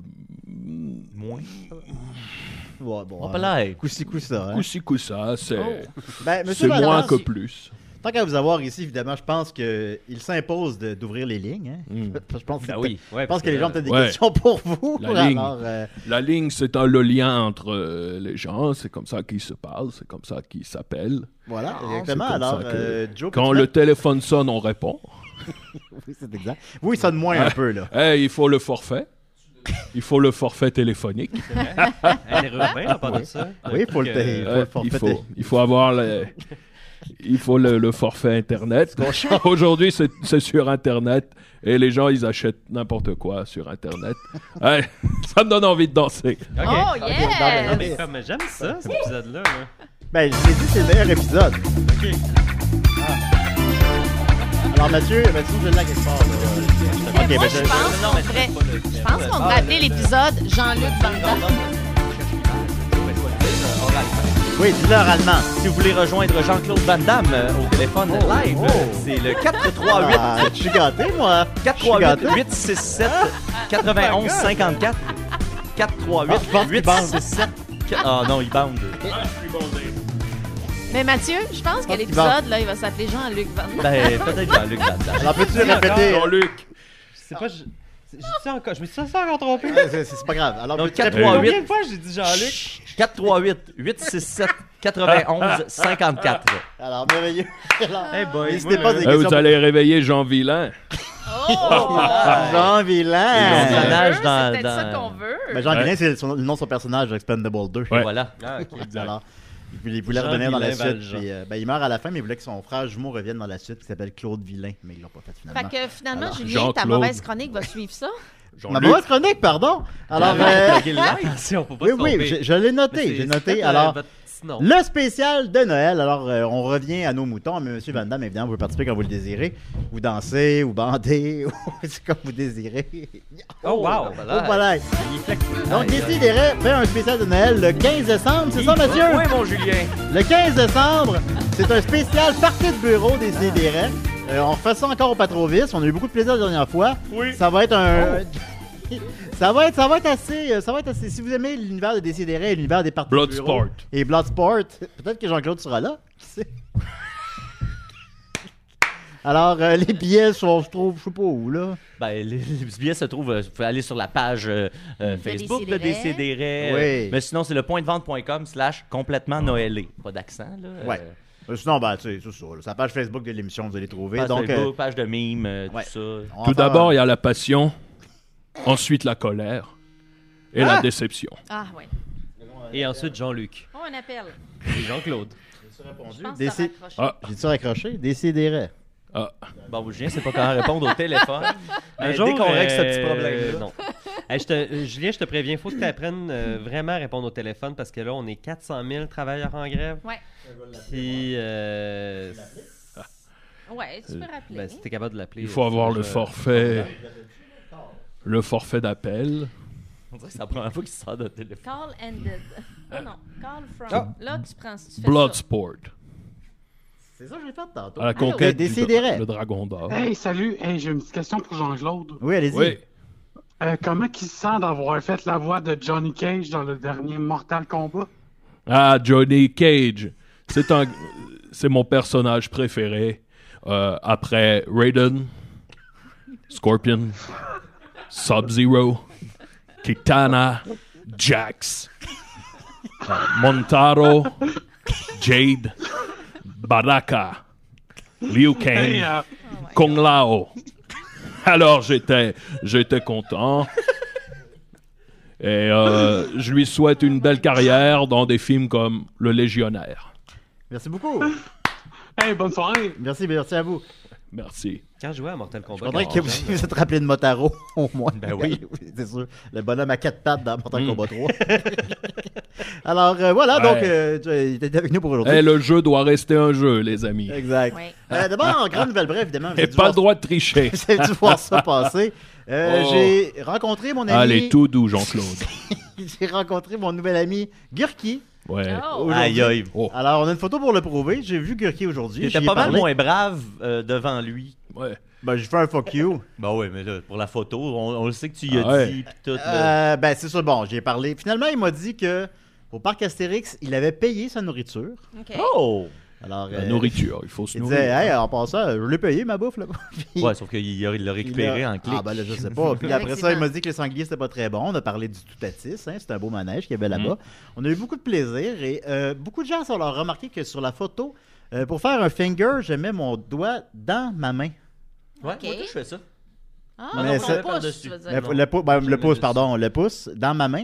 C: Moins.
B: Ouais, bon,
C: On
B: hein.
C: peut l'aider.
B: Coup-ci, coup-ça. hein.
G: coussi coussa, c'est
B: Ben,
G: c'est
B: monsieur Van
G: moins
B: Damme,
G: que plus.
B: Tant qu'à vous avoir ici, évidemment, je pense qu'il s'impose de- d'ouvrir les lignes. hein.
G: Mm.
B: Je pense que,
D: Ben oui. Ouais,
B: je pense que les gens ont peut-être des
G: Ouais.
B: questions pour vous.
G: La ligne.
B: Alors, euh,
G: La ligne, c'est un le lien entre euh, les gens, c'est comme ça qu'ils se parlent, c'est comme ça qu'ils s'appellent.
B: voilà,
E: Non,
B: exactement.
G: Ah, C'est comme
B: Alors,
G: ça que-
B: euh, Joe,
G: Quand
B: peux-tu
G: le téléphone sonne, on répond.
B: mettre- Oui, c'est exact. Oui, il sonne moins un peu, là.
G: Eh, il faut le forfait. Il faut le forfait téléphonique.
F: Elle est revenue
E: Hein?
F: en parlant de ça.
B: Oui, il faut le payer.
G: Euh, il, faut, il faut avoir le, il faut le, le forfait Internet. Aujourd'hui, c'est c'est sur Internet et les gens, ils achètent n'importe quoi sur Internet. Ouais, ça me donne envie de danser.
F: Ok.
E: Oh,
F: Non,
E: yes!
F: mais comme j'aime ça, cet épisode-là. là.
B: Ben, je vous ai dit, c'est le meilleur épisode.
F: Ok.
B: Ah. Alors, Mathieu, Mathieu, je l'ai à quelque part, là.
E: Mais moi,
B: ben,
E: je pense qu'on devrait- je pense qu'on devrait appeler l'épisode Jean-Luc Ah, Van Damme.
B: Oui, dis-le en allemand.
C: Si vous voulez rejoindre Jean-Claude Van Damme euh, au téléphone live, euh, c'est le 438
B: Ah, je suis gâté, moi. Je suis
C: 438
B: gâté.
C: 867 91 54 438 867 Ah non, il bande.
E: Mais Mathieu, je pense que
B: qu'il
E: l'épisode, là, il va s'appeler Jean-Luc Van Damme.
C: Ben peut-être Jean-Luc Van Damme.
B: Alors, peux-tu le répéter?
G: Jean-Luc,
F: Je sais pas, je. j'ai-tu encore- Je me suis encore trompé.
B: Ouais, C'est c'est pas grave. Alors,
C: Donc,
B: peux-tu le
C: Trois,
F: Combien
C: Ah, huit.
F: de fois j'ai dit Jean-Luc
C: 438 867 91 54.
B: répéter? Alors, merveilleux. Alors,
F: Hey boy.
B: N'hésitez pas à des
G: eh, vous
B: questions.
G: allez réveiller Jean Vilain.
E: Oh!
B: Jean Villain.
C: Jean- personnage
E: C'est
C: dans-
E: peut-être ça
C: dans-
E: qu'on veut.
B: Ben, Jean
G: Ouais.
B: Villain, c'est son- le nom de son personnage dans Expendable 2.
G: Ouais.
C: Voilà.
F: Ah,
B: Alors, il voulait, il voulait
C: Jean
B: revenir dans la
C: Villain
B: suite.
C: Valjean.
B: puis, euh, ben, il meurt à la fin, mais il voulait que son frère jumeau revienne dans la suite, qui s'appelle Claude Villain. Mais ils l'ont pas fait finalement.
E: Fait que finalement,
B: Alors,
E: Julien, ta
G: Jean-Claude.
E: mauvaise chronique va suivre ça.
B: Ma mauvaise chronique, pardon. Alors, euh,
F: Attention, faut pas
B: oui,
F: se
B: oui,
F: tromper.
B: je, je l'ai
F: Mais c'est-
B: noté. J'ai
F: c'est
B: noté.
F: peut-être,
B: Alors,
F: euh, votre petit nom.
B: le spécial de Noël. Alors, euh, on revient à nos moutons. Mais Monsieur Van Damme, évidemment, vous pouvez participer quand vous le désirez. Vous dansez, ou bandez, ou c'est comme vous désirez.
F: Oh, wow.
B: Oh, voilà. Donc, Décidérez fait un spécial de Noël le 15 décembre, c'est ça, Mathieu?
C: Oui, mon Julien.
B: Le 15 décembre, c'est un spécial partie de bureau des Sidérés. on fait ça encore au Patrovis. On a eu beaucoup de plaisir la dernière fois.
F: Oui.
B: Ça va être un.
G: Oh.
B: ça, va être, ça va être assez. euh, Ça va être assez. Si vous aimez l'univers de Décidérés et l'univers des parties de bureau
G: Bloodsport.
B: et Bloodsport, peut-être que Jean-Claude sera là. Qui sait? Alors, euh, les billets sont, je trouve, je sais pas où, là.
C: Ben, les, les billets se trouvent, euh, faut aller sur la page euh, euh, Facebook de
E: Décideret.
C: Décideret.
B: Oui.
C: Mais sinon, c'est le pointdevente.com slash complètement noëlé. Pas d'accent, là. euh,
B: Ouais. Euh, Sinon, ben, tu sais, c'est ça. là. C'est la page Facebook de l'émission, vous allez trouver.
C: page
B: Donc,
C: Facebook,
B: euh,
C: page de mime, euh,
B: ouais.
C: tout ça.
B: on va
G: Tout
B: faire un-
G: d'abord, il y a la passion, ensuite la colère et la déception.
E: Ah, ouais.
F: Et ensuite, Jean-Luc.
E: On appelle.
F: Et Jean-Claude.
E: Je pense que ça
B: Décid-
E: raccroche.
G: Ah,
B: J'ai-tu raccroché? Décidérez.
G: ah.
C: Bon, Julien, c'est pas comment répondre au téléphone. Mais dès
B: euh,
C: qu'on règle ce petit problème-là.
F: Non. Hey, je te- euh, Julien, je te préviens, faut que tu apprennes euh, vraiment à répondre au téléphone parce que là, on est 400 000 travailleurs en grève.
E: Ouais.
F: Puis, euh,
E: Ouais, tu peux rappeler.
F: ben, si t'es capable de l'appeler.
G: Il faut avoir
F: je-
B: euh,
G: le forfait. Le forfait d'appel.
C: On dirait que c'est la première fois qu'il sort de téléphone.
E: Call ended. Oh non, call from. Là, tu prends si tu fais ça.
G: Bloodsport.
B: C'est ça que j'ai fait tantôt.
G: À la
E: Allô?
G: conquête du
B: Ah, Décidérez.
G: dra- le dragon d'or.
H: Hey, salut. Hey, j'ai une petite question pour Jean-Claude.
B: Oui, allez-y.
G: Oui.
H: Euh, comment il se sent d'avoir fait la voix de Johnny Cage dans le dernier Mortal Kombat?
G: Ah, Johnny Cage. C'est un, c'est mon personnage préféré. Euh, après Raiden, Scorpion, Sub-Zero, Kitana, Jax, euh, Montaro, Jade, Baraka, Liu Kang.
H: Hey, euh,
G: Kung Lao. Alors j'étais, j'étais content. Et euh, je lui souhaite une belle carrière dans des films comme Le Légionnaire.
B: Merci beaucoup.
H: hey, bonne soirée.
B: Merci, merci à vous.
G: Merci.
F: Quand je jouais à Mortal
B: Je
F: Kombat.
B: voudrais
F: quand
B: que
F: j'étais
B: vous vous êtes rappelé de Motaro, au moins.
C: Ben oui.
B: c'est sûr. Le bonhomme à quatre pattes dans Mortal
G: Mm.
B: Kombat 3. Alors, euh, voilà, donc,
G: Ouais.
B: euh, tu- il était avec nous pour aujourd'hui.
G: Et Eh, le jeu doit rester un jeu, les amis.
B: Exact.
E: Ouais.
B: Euh, D'abord, en grande nouvelle brève, évidemment. vous
G: Et
B: avez dû
G: pas le
B: voir-
G: droit de tricher.
B: Vous avez dû voir ça passer. Euh,
G: Oh.
B: J'ai rencontré mon ami.
G: Allez, tout doux, Jean-Claude.
B: J'ai rencontré mon nouvel ami Gurki.
G: Ouais.
E: Oh.
B: Aujourd'hui.
C: Aïe, aïe.
G: Oh.
B: Alors, on a une photo pour le prouver. J'ai vu Gurki aujourd'hui.
C: Il était
B: J'y ai
C: pas mal
B: parlé.
C: moins brave euh, devant lui.
G: ouais.
B: Ben, j'ai fait un fuck you.
C: Ben oui, mais là, pour la photo, on, on le sait que tu y as
G: Ah ouais.
C: dit, pis tout. là.
B: Euh, ben, c'est sûr, bon, j'ai parlé. Finalement, il m'a dit que au parc Astérix, il avait payé sa nourriture.
E: OK.
C: Oh!
B: Alors,
G: La
B: euh,
G: nourriture, il faut se
B: Il
G: nourrir.
B: disait, hey, en passant, je l'ai payé ma bouffe, là. Puis,
C: Ouais, sauf qu'il a- il
B: il
C: l'a récupéré
B: a-
C: en clic.
B: Ah, ben là, je sais pas. Puis après ça, il
E: Effectivement.
B: m'a dit que les sangliers, c'était pas très bon. On a parlé du Toutatis, hein. C'était un beau manège qu'il y avait
G: Mhm.
B: là-bas. On a eu beaucoup de plaisir et euh, beaucoup de gens ont leur remarqué que sur la photo, euh, pour faire un finger, je mets mon doigt dans ma main.
C: Ouais,
E: Ok.
C: moi, tout, je fais ça.
E: Ah,
C: Mais
E: mais
B: ça-
E: ton pouce,
C: par-dessus.
E: tu veux dire.
B: Le,
C: non.
B: le pou- ben,
C: J'ai
B: le
C: le
B: pouce,
C: dessus.
B: pardon, le pouce dans ma main.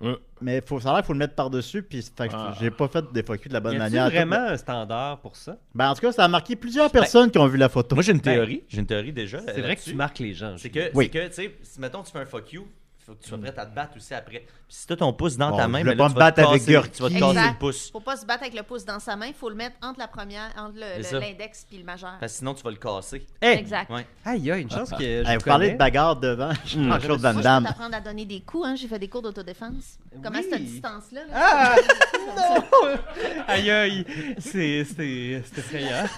G: Ouais.
B: Mais faut, ça a l'air qu'il faut le mettre par-dessus, puis fait que
G: Ah.
B: j'ai pas fait des fuck you de la bonne
D: y a
B: manière.
D: vraiment un standard pour ça?
B: Ben, en tout cas, ça a marqué plusieurs personnes qui ont vu la photo. Ben,
C: Moi, j'ai une théorie. J'ai une théorie déjà. euh,
D: C'est vrai que
C: là-dessus.
D: tu marques les gens.
C: C'est que,
B: Oui.
C: c'est que, tu sais, si mettons tu fais un fuck you, faut que tu sois prêt à te battre aussi après. Puis si t'as ton pouce dans
B: Bon,
C: ta
B: je
C: main,
B: voulais
C: mais là,
B: pas
C: tu
B: me
C: vas te
B: battre avec
C: casser-
B: Gorky.
C: tu vas te casser
E: Exact.
C: le pouce.
E: Faut pas se battre avec le pouce dans sa main, il faut le mettre entre la première, entre le-
C: C'est ça.
E: le- l'index puis le majeur.
C: Parce que sinon, tu vas le casser.
D: Hey!
E: Exact.
C: Ouais.
D: Aïe, il y a une chance que
B: Ah.
D: je
B: Hey,
D: vous
B: eh, vous parlez de
D: connais.
B: bagarre devant
C: Hmm.
B: Jean-Claude Van
E: Moi, je peux
B: Damme.
E: t'apprendre à donner des coups, hein. J'ai fait des cours d'autodéfense. Comment
D: Oui.
E: cette distance-là? là?
D: Ah! Non! Aïe, aïe! C'est c'est- c'est effrayant.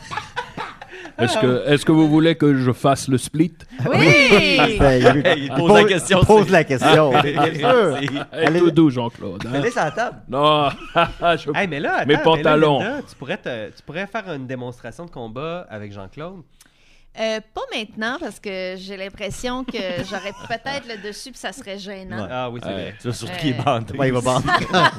B: ah,
G: Est-ce que, est-ce que vous voulez que je fasse le split
E: Oui!
B: Ben, il-
C: Hey, il pose la question,
B: il pose
C: c'est- Ah,
B: la question. bien sûr.
C: C'est-
G: Elle
B: Allez-
G: est Eh, doux, Jean-Claude. hein?
C: Allez sur la table.
G: Non, je...
D: Hey, mais là, attends,
G: Mes
D: mais là,
G: pantalons.
D: Linda, tu, pourrais te- tu pourrais faire une démonstration de combat avec Jean-Claude.
E: Euh, pas maintenant, parce que j'ai l'impression que j'aurais peut-être le dessus puis ça serait gênant.
D: Ah oui, c'est
G: Ouais.
D: vrai.
C: C'est surtout qu'il est
E: Euh,
C: bandé.
B: Ouais, il va bander.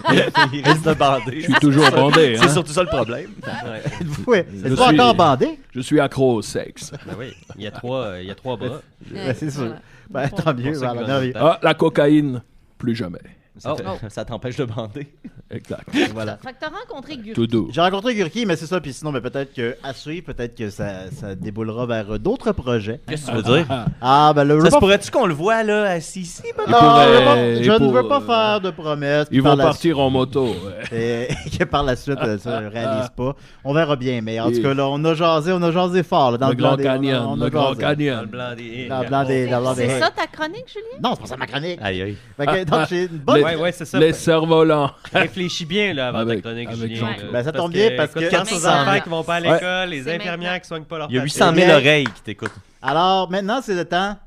C: il reste bandé.
G: je suis
B: Ah,
G: toujours bandé.
C: C'est
G: hein.
C: surtout ça le problème.
D: Ouais.
B: Ouais,
G: Je
B: C'est pas
G: suis-
B: euh, encore bandé?
G: Je suis accro au sexe.
D: Ben oui, il y a trois, euh, il y a trois bras.
E: Ouais,
B: c'est sûr.
E: voilà.
B: Ben, tant mieux.
D: Pour ceux qui
B: voilà,
D: veulent
B: non,
D: le
B: mais-
D: faire.
G: Ah, la cocaïne, plus jamais.
C: Ça,
D: Oh.
C: fait- ça t'empêche de bander.
G: Exact.
B: voilà.
E: Fait que t'as rencontré Guru.
G: Tout doux.
B: J'ai rencontré Gurki, mais c'est ça. Puis sinon, ben, peut-être que à suivre, peut-être que ça, ça déboulera vers euh, d'autres projets.
C: Qu'est-ce que tu veux dire?
B: Ah, ben le
C: Ça se
B: repas-
C: pourrait-tu qu'on le voit là, assis ici? peut-être?
G: Il
B: Non,
G: pourrait-
B: le repas-
G: il
B: je ne
G: pour-
B: veux pas faire de promesses. puis
G: Ils
B: par
G: vont
B: la suite-
G: partir en moto. ouais.
B: et que par la suite, euh, ça ne réalise pas. On verra bien, mais en tout cas, là, on a jasé, on a jasé fort. là, dans
G: Le Grand
B: blanc des- on a-
G: Canyon.
B: on a
G: Le Grand
B: jasé.
D: Dans le
G: Canyon.
D: blanc des...
B: Dans le blanc des- dans le blanc des-
E: C'est ça ta chronique, Julien?
B: Non, c'est pas ça ma chronique.
C: Aïe, aïe.
B: Fait que, donc, j'ai une bonne-
G: Les-
D: Ouais, ouais, c'est ça.
G: Les cerfs-volants.
D: Réfléchis bien là, avant
G: Avec-
D: ta chronique,
G: avec
D: Julien.
G: Jean-Claude.
D: là.
B: Ben, ça tombe
D: Parce
B: bien, parce
D: écoute,
B: que-
D: Quand ces
E: Maintenant.
D: enfants qui vont pas à
B: Ouais.
D: l'école, les
E: C'est
D: infirmières
E: maintenant.
D: qui soignent pas leur
C: Il y a
D: patrie.
C: 800 000
B: Mais-
C: oreilles qui t'écoutent.
B: Alors, maintenant, c'est le temps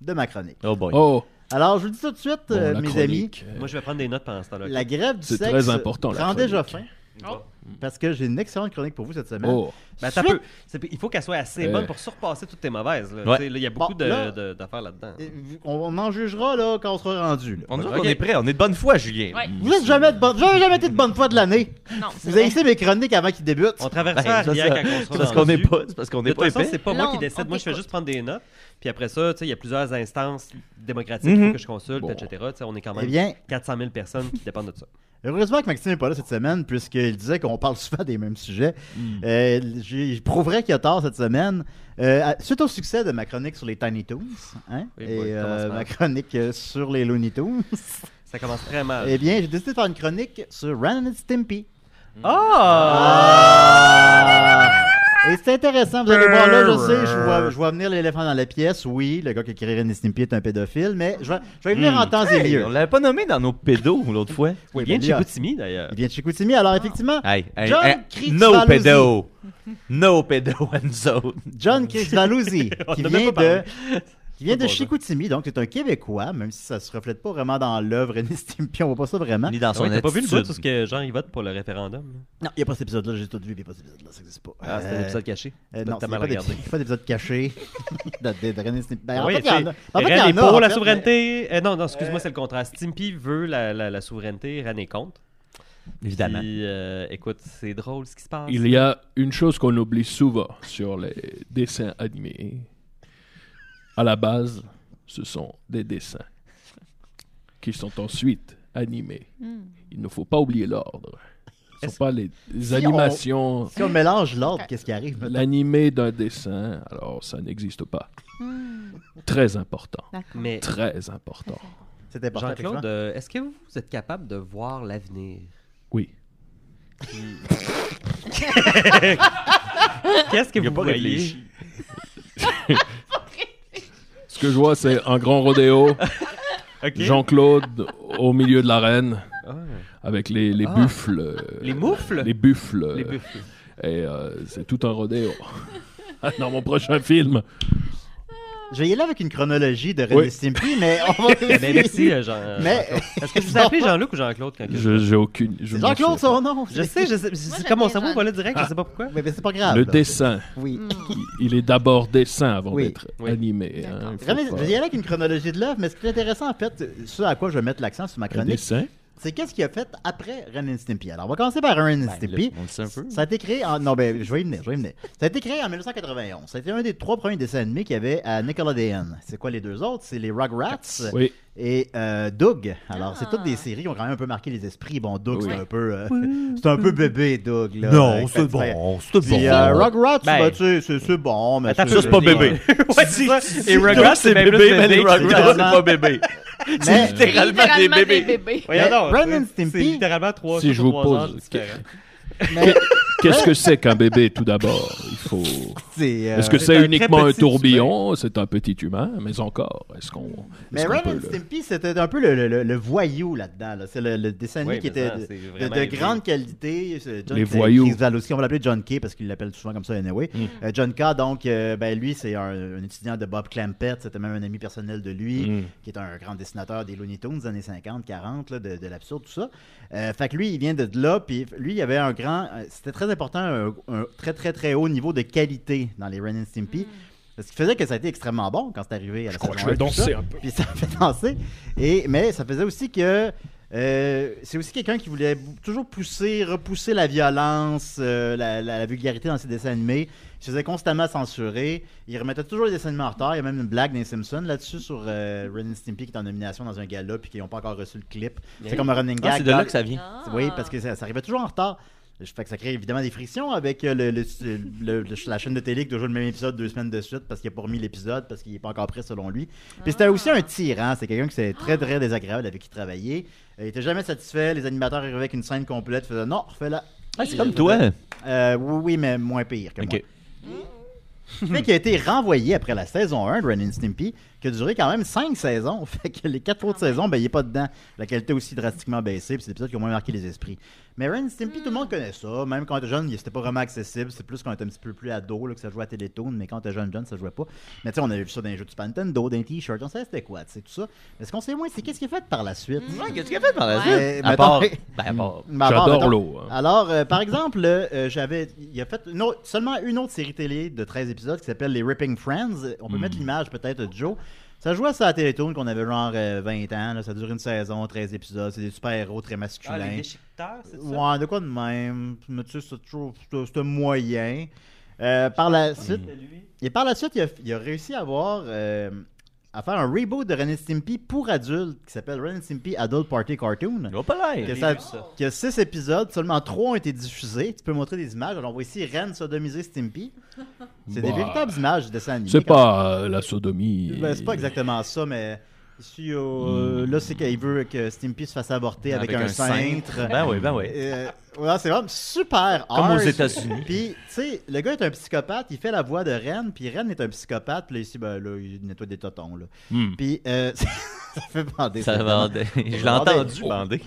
B: de ma chronique.
C: Oh boy.
G: Oh,
B: Alors, je vous dis tout de suite,
G: bon,
B: euh,
G: la
B: mes amis,
G: chronique.
D: Moi, je vais prendre des notes pendant ce temps-là.
B: la grève du
G: C'est
B: sexe
G: très important, la
B: prend déjà fin.
G: chronique.
E: Oh.
B: Parce que j'ai une excellente chronique pour vous cette semaine.
G: Oh,
D: Ben, attends un peu. C'est- Il faut qu'elle soit assez
G: Euh.
D: bonne pour surpasser toutes tes mauvaises. Là.
C: Ouais.
D: Tu sais, là, il y a beaucoup
B: Bon,
D: de-
B: là-
D: de- d'affaires là-dedans.
B: Et vu- On, on en jugera là, quand on sera rendu. là.
C: On dirait
D: Ok.
C: qu'on est prêt, on est de bonne foi, Julien.
E: Ouais.
B: Vous n'êtes jamais de bonne, vous avez jamais été de bonne foi de l'année.
E: Non,
B: Vous avez essayé mes chroniques avant qu'ils débutent.
D: On traverse
C: Ben,
D: ça
C: ça,
D: hier
C: ça-
D: quand on sera
C: c'est parce qu'on n'est
D: rendu.
C: pas, c'est parce qu'on
D: De
C: n'est
D: toute
C: pas
D: façon,
C: épais.
D: c'est pas
E: Là,
D: moi qui
E: on-
D: décide.
E: on
D: Moi, je fais
E: t'écoute.
D: juste prendre des notes. Puis après ça, tu sais, il y a plusieurs instances démocratiques qu'il
C: Mhm.
D: faut que je consulte,
G: Bon.
D: etc. Tu sais, on est quand
B: Eh
D: même
B: bien,
D: 400 000 personnes qui dépendent de ça.
B: Heureusement que Maxime n'est pas là cette semaine, puisqu'il disait qu'on parle souvent des mêmes sujets. Euh, j'ai- je prouverai qu'il a tort cette semaine. Euh, à- suite au succès de ma chronique sur les Tiny Toons, hein,
D: Oui,
B: et
D: oui,
B: euh,
D: commence mal.
B: ma chronique euh, sur les Looney Tunes,
D: Ça commence très mal.
B: eh bien, j'ai décidé de faire une chronique sur Ren and Stimpy.
D: Ah!
B: Et c'est intéressant, vous allez voir là, je sais, je vois, je vois venir l'éléphant dans la pièce. Oui, le gars qui a créé Ren and Stimpy est un pédophile, mais je vais, je vais y venir en temps et
C: Hey,
B: lieu.
C: on l'avait pas nommé dans nos pédos l'autre fois.
D: Il
B: Oui,
D: vient
B: ben,
D: de
B: lui,
D: Chicoutimi, d'ailleurs.
B: Il vient de Chicoutimi, alors effectivement,
C: Hey, hey,
B: John
C: hey,
B: Critz
C: no
B: Valozzi.
C: pédo. No pédo and zone.
B: John Krisvaluzzi,
D: On
B: qui
D: en a même
B: vient
D: pas parlé.
B: de. Qui vient de
D: Pas bon,
B: Chicoutimi, donc c'est un Québécois, même si ça se reflète pas vraiment dans l'œuvre René Stimpy, on voit pas ça vraiment.
C: Ni dans
D: Ah
C: son
D: ouais, T'as pas vu le bout
C: attitude.
D: sur ce que Jean, il vote pour le référendum? là?
B: Non, il n'y a pas cet épisode-là, j'ai tout vu, il n'y a pas cet épisode-là, ça n'existe pas.
D: Ah, c'était
B: Euh,
D: un épisode caché.
B: euh,
D: T'as
B: non, il n'y a pas
D: mal regardé.
B: d'épisode- il y a pas d'épisode caché de, de- de René Stimpy. Ben, en
D: Oui,
B: fait, il y en a. En fait, il y en
D: Ren est
B: a,
D: pour
B: en
D: la
B: fait, euh,
D: souveraineté. Eh non, non, excuse-moi, c'est le contraire. Stimpy veut la, la, la souveraineté, Ren est contre.
C: Évidemment.
D: Puis, euh, écoute, c'est drôle ce qui se passe.
G: il y a une chose qu'on oublie souvent sur les dessins animés. À la base, ce sont des dessins qui sont ensuite animés. Il ne faut pas oublier l'ordre. Ce ne sont pas les, les animations.
B: mais Si on mélange l'ordre, qu'est-ce qui arrive?
G: Mm.
B: mettons?
G: L'animé d'un dessin, alors ça n'existe pas. Très important.
E: D'accord.
D: Mais
G: Très important.
B: C'est important.
D: Jean-Claude,
B: effectivement.
D: euh, est-ce que vous vous êtes capable de voir l'avenir?
G: Oui.
D: Qu'est-ce que
C: Il a
D: vous
C: pas
D: voyez?
C: réfléchi.
G: Ce que je vois, c'est un grand rodéo. Jean-Claude au milieu de l'arène
D: Ah,
G: avec les, les
D: Ah.
G: buffles. euh,
D: Les moufles?
G: Les buffles.
D: Les buffles.
G: Et euh, c'est tout un rodéo. Dans mon prochain film.
B: Je vais y aller avec une chronologie de René
G: Oui.
B: Stimpy, mais on va.
D: Eh ben, merci, euh, Jean.
B: Mais-
D: Jean-Claude. Est-ce que je vous ai appelé Jean-Luc ou Jean-Claude quand que-
G: Je- J'ai aucune. je
B: C'est
G: m'en
B: Jean-Claude,
G: sais pas.
B: son nom.
D: Je sais, je sais. C'est
E: j'appelais
D: comme mon cerveau
E: Jean.
D: va là direct, je sais pas pourquoi.
B: Mais mais c'est pas grave.
G: Le
B: là.
G: dessin.
B: Oui.
G: Il- Il est d'abord dessin avant
B: Oui.
G: d'être
D: Oui.
G: animé. hein.
E: D'accord.
G: Il faut
B: René- Je
G: pas-
B: vais y aller avec une chronologie de l'œuvre, mais ce qui est intéressant, en fait, ce à quoi je vais mettre l'accent sur ma
G: Un
B: chronique,
G: dessin.
B: c'est qu'est-ce qu'il a fait après Ren and Stimpy. Alors, on va commencer par Ren and Stimpy.
C: on le sait Ben, un peu.
B: Ça a été créé en. Non, ben, je vais y venir, je vais y venir. Ça a été créé en 1991. C'était un des trois premiers dessins animés qu'il y avait à Nickelodeon. C'est quoi les deux autres C'est les Rugrats
G: Oui.
B: et euh, Doug. Alors,
E: Ah.
B: c'est toutes des séries qui ont quand même un peu marqué les esprits. Bon, Doug,
G: Oui.
B: c'est un peu. euh, c'est un peu bébé, Doug. Là,
C: Non,
B: Avec
C: c'est
B: Petit Frère.
C: bon, c'est
B: Puis
C: bon.
B: euh, Rugrats,
F: Ben.
B: ben, tu sais, c'est- c'est bon, mais
F: Attends,
C: Ça, c'est pas bébé.
F: Ouais, c'est ça. Et
C: Doug,
F: Rugrats, c'est bien plus
C: mais les
F: bébé. que-
C: Rugrats, c'est pas bébé.
B: Mais-
C: Littéralement des bébés.
F: Voyons
B: Mais
F: donc,
B: Ren and
F: c'est- c'est
B: Stimpy-
F: littéralement trois
G: Si je vous
F: trois heures
G: pose-
F: différentes.
B: mais
G: Qu'est-ce que c'est qu'un bébé, tout d'abord Il faut...
B: c'est, euh,
G: Est-ce que
F: c'est
G: c'est
F: un très
G: uniquement un
F: petit
G: tourbillon C'est un petit humain, mais encore, est-ce qu'on... est-ce
B: Mais
G: qu'on
B: Ren
G: peut
B: and
G: le-
B: Stimpy, c'était un peu le, le- le- le voyou là-dedans. là. C'est le, le dessin animé
F: Oui,
B: qui
F: mais
B: était
F: ça,
B: de,
F: c'est
B: de-
F: vraiment
B: de
F: élevé.
B: grande qualité. C'est John
G: Les
B: Kay-
G: voyous.
B: Keith Zalowski, on va l'appeler John K parce qu'il l'appelle souvent comme ça anyway.
F: Mm.
B: Euh, John K, donc, euh, ben, lui, c'est un, un étudiant de Bob Clampett. C'était même un ami personnel de lui,
C: Mm.
B: qui est un grand dessinateur des Looney Tunes des années 50, 40, là, de, de l'absurde, tout ça. Euh, fait que lui, il vient de là. Puis lui, il avait un grand. euh, C'était très important, un, un très, très, très haut niveau de qualité dans les Ren and Stimpy.
F: Mm.
B: Ce qui faisait que ça a été extrêmement bon quand c'est arrivé à la
G: Je crois que je
B: saison
G: vais
B: un, tout ça
G: danser un peu.
B: puis ça fait danser. Et, mais ça faisait aussi que euh, c'est aussi quelqu'un qui voulait bou- toujours pousser, repousser la violence, euh, la, la- la vulgarité dans ses dessins animés. Il se faisait constamment censurer. Il remettait toujours les dessins animés en retard. Il y a même une blague des Simpsons là-dessus sur euh, Ren and Stimpy qui est en nomination dans un gala puis qui n'ont pas encore reçu le clip. C'est comme un running
C: Ah,
B: gag.
C: c'est de là
B: dans-
C: que ça vient.
B: Oui, parce que ça, ça arrivait toujours en retard. Je- Fait que ça crée évidemment des frictions avec euh, le, le- le- le- la chaîne de télé qui a toujours le même épisode deux semaines de suite parce qu'il a pas remis l'épisode, parce qu'il n'est pas encore prêt selon lui. Puis c'était aussi un tyran, c'est quelqu'un qui c'est très très désagréable avec qui travailler. Euh, Il était jamais satisfait, les animateurs arrivaient avec une scène complète, faisaient non, refais-la.
C: Ah, c'est comme toi.
B: Euh, oui, oui, mais moins pire que
C: Ok.
B: moi. Fait qu'il a été renvoyé après la saison 1 de Ren and Stimpy, qui a duré quand même 5 saisons. Fait que les 4 autres saisons, ben, il n'est pas dedans. La qualité a aussi drastiquement baissé, puis c'est des épisodes qui ont moins marqué les esprits. Mais Ren and Stimpy, tout le monde connaît ça. Même quand on était jeune, c'était pas vraiment accessible. C'est plus quand on était un petit peu plus ado là, que ça jouait à Télétoon, mais quand on était jeune, jeune, ça jouait pas. Mais tu sais, on avait vu ça dans les jeux du Super Nintendo, dans les t-shirts, on savait c'était quoi, tu sais, tout ça. Mais ce qu'on sait moins, c'est qu'est-ce qui est fait par la suite.
C: Qu'est-ce qu'il a fait par la
E: Ouais.
B: Mais
C: suite? À part.
B: mettons-
C: Ben, à part.
B: Mais à part,
G: J'adore
B: mettons-
G: l'eau, hein.
B: Alors, euh, par exemple, euh, j'avais, il a fait une autre- seulement une autre série télé de 13 épisodes qui s'appelle Les Ripping Friends. On peut mettre
F: Hmm.
B: l'image peut-être de Joe. Ça jouait ça à Télétoon qu'on avait genre euh, 20 ans. là. Ça dure une saison, 13 épisodes. C'est des super-héros très masculins.
F: Ah, les déchiqueteurs, c'est ça?
B: ouais, de quoi de même. Mais tu sais, c'est toujours c'est- c'est un moyen. Euh, par
F: Hmm.
B: la suite, et par la suite, il a, il a réussi à avoir euh, à faire un reboot de Ren and Stimpy pour adultes qui s'appelle Ren and Stimpy Adult Party Cartoon
C: Il va pas
B: que
C: l'air.
B: ça, qu'il y a six épisodes, seulement trois ont été diffusés. Tu peux montrer des images. Alors, on voit ici Ren sodomiser Stimpy. C'est des
G: Bah,
B: véritables images du dessin animé.
G: C'est
B: Quand-
G: pas euh, la sodomie.
B: Ben, c'est pas exactement ça, mais ici, euh, là, c'est qu'il veut que Stimpy se fasse avorter avec, un, cintre.
C: Ben oui, ben oui.
B: Euh, ouais, c'est vraiment super
C: Comme
B: hard.
C: aux États-Unis.
B: Puis, tu sais, le gars est un psychopathe, il fait la voix de Ren, puis Ren est un psychopathe, puis là, ici, ben, là, il nettoie des totons, là.
G: Hmm.
B: Puis, euh, ça fait bander.
C: Ça
B: ça.
C: va. Je l'ai entendu bander.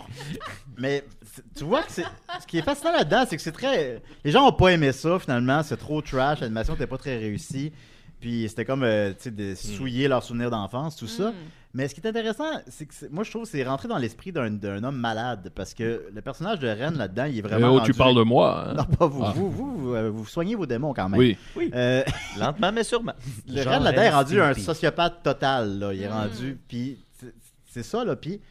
B: Mais c'est- tu vois que c'est. Ce qui est fascinant là-dedans, c'est que c'est très. Les gens ont pas aimé ça finalement. C'est trop trash. L'animation n'était pas très réussie. Puis c'était comme euh, tu sais, de souiller leurs souvenirs d'enfance, tout
E: Hmm.
B: ça. Mais ce qui est intéressant, c'est que c'est- moi je trouve que c'est rentré dans l'esprit d'un d'un homme malade. Parce que le personnage de Ren là-dedans, il est
G: Eh
B: vraiment.
G: oh, tu
B: rendu-
G: parles de moi. hein?
B: Non, pas vous.
G: Ah.
B: Vous, vous, vous, euh, vous soignez vos démons quand même.
G: Oui.
B: Euh,
C: Lentement, mais sûrement.
B: le
C: Genre
B: Ren là-dedans est
C: Ren
B: rendu un
C: Stimpy.
B: sociopathe total. Là. Il est rendu. Puis c'est- c'est ça, là. Puis.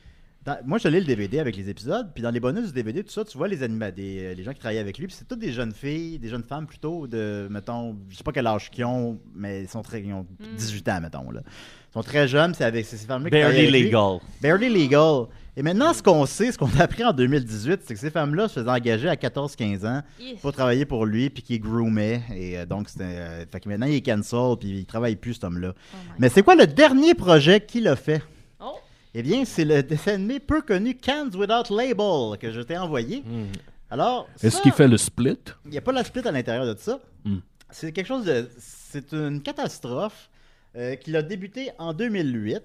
B: dans- moi, je lis le DVD avec les épisodes, puis dans les bonus du DVD, tout ça, tu vois les, anima- des, euh, les gens qui travaillent avec lui, puis c'est toutes des jeunes filles, des jeunes femmes plutôt, de, mettons, je sais pas quel âge qu'ils ont, mais ils, sont très, ils ont 18 ans, mettons. Là. Ils sont très jeunes, c'est avec c'est ces femmes-là qui travaillent
C: Barely
B: avec lui.
C: legal.
B: Barely legal. Et maintenant, ce qu'on sait, ce qu'on a appris en 2018, c'est que ces femmes-là se faisaient engager à 14-15 ans pour travailler pour lui, puis qu'il groomait. Et euh, donc, c'était, euh, fait que maintenant, il est cancel, puis il travaille plus, cet homme-là. Mais c'est quoi le dernier projet qu'il a fait?
E: Oh.
B: Eh bien, c'est le dessin animé peu connu Cans Without Label que je t'ai envoyé.
C: Hmm.
B: Alors,
G: Est-ce
B: ça,
G: qu'il fait le split
B: il n'y a pas la split à l'intérieur de ça.
G: Mm.
B: C'est quelque chose de. C'est une catastrophe euh, qu'il a débuté en 2008.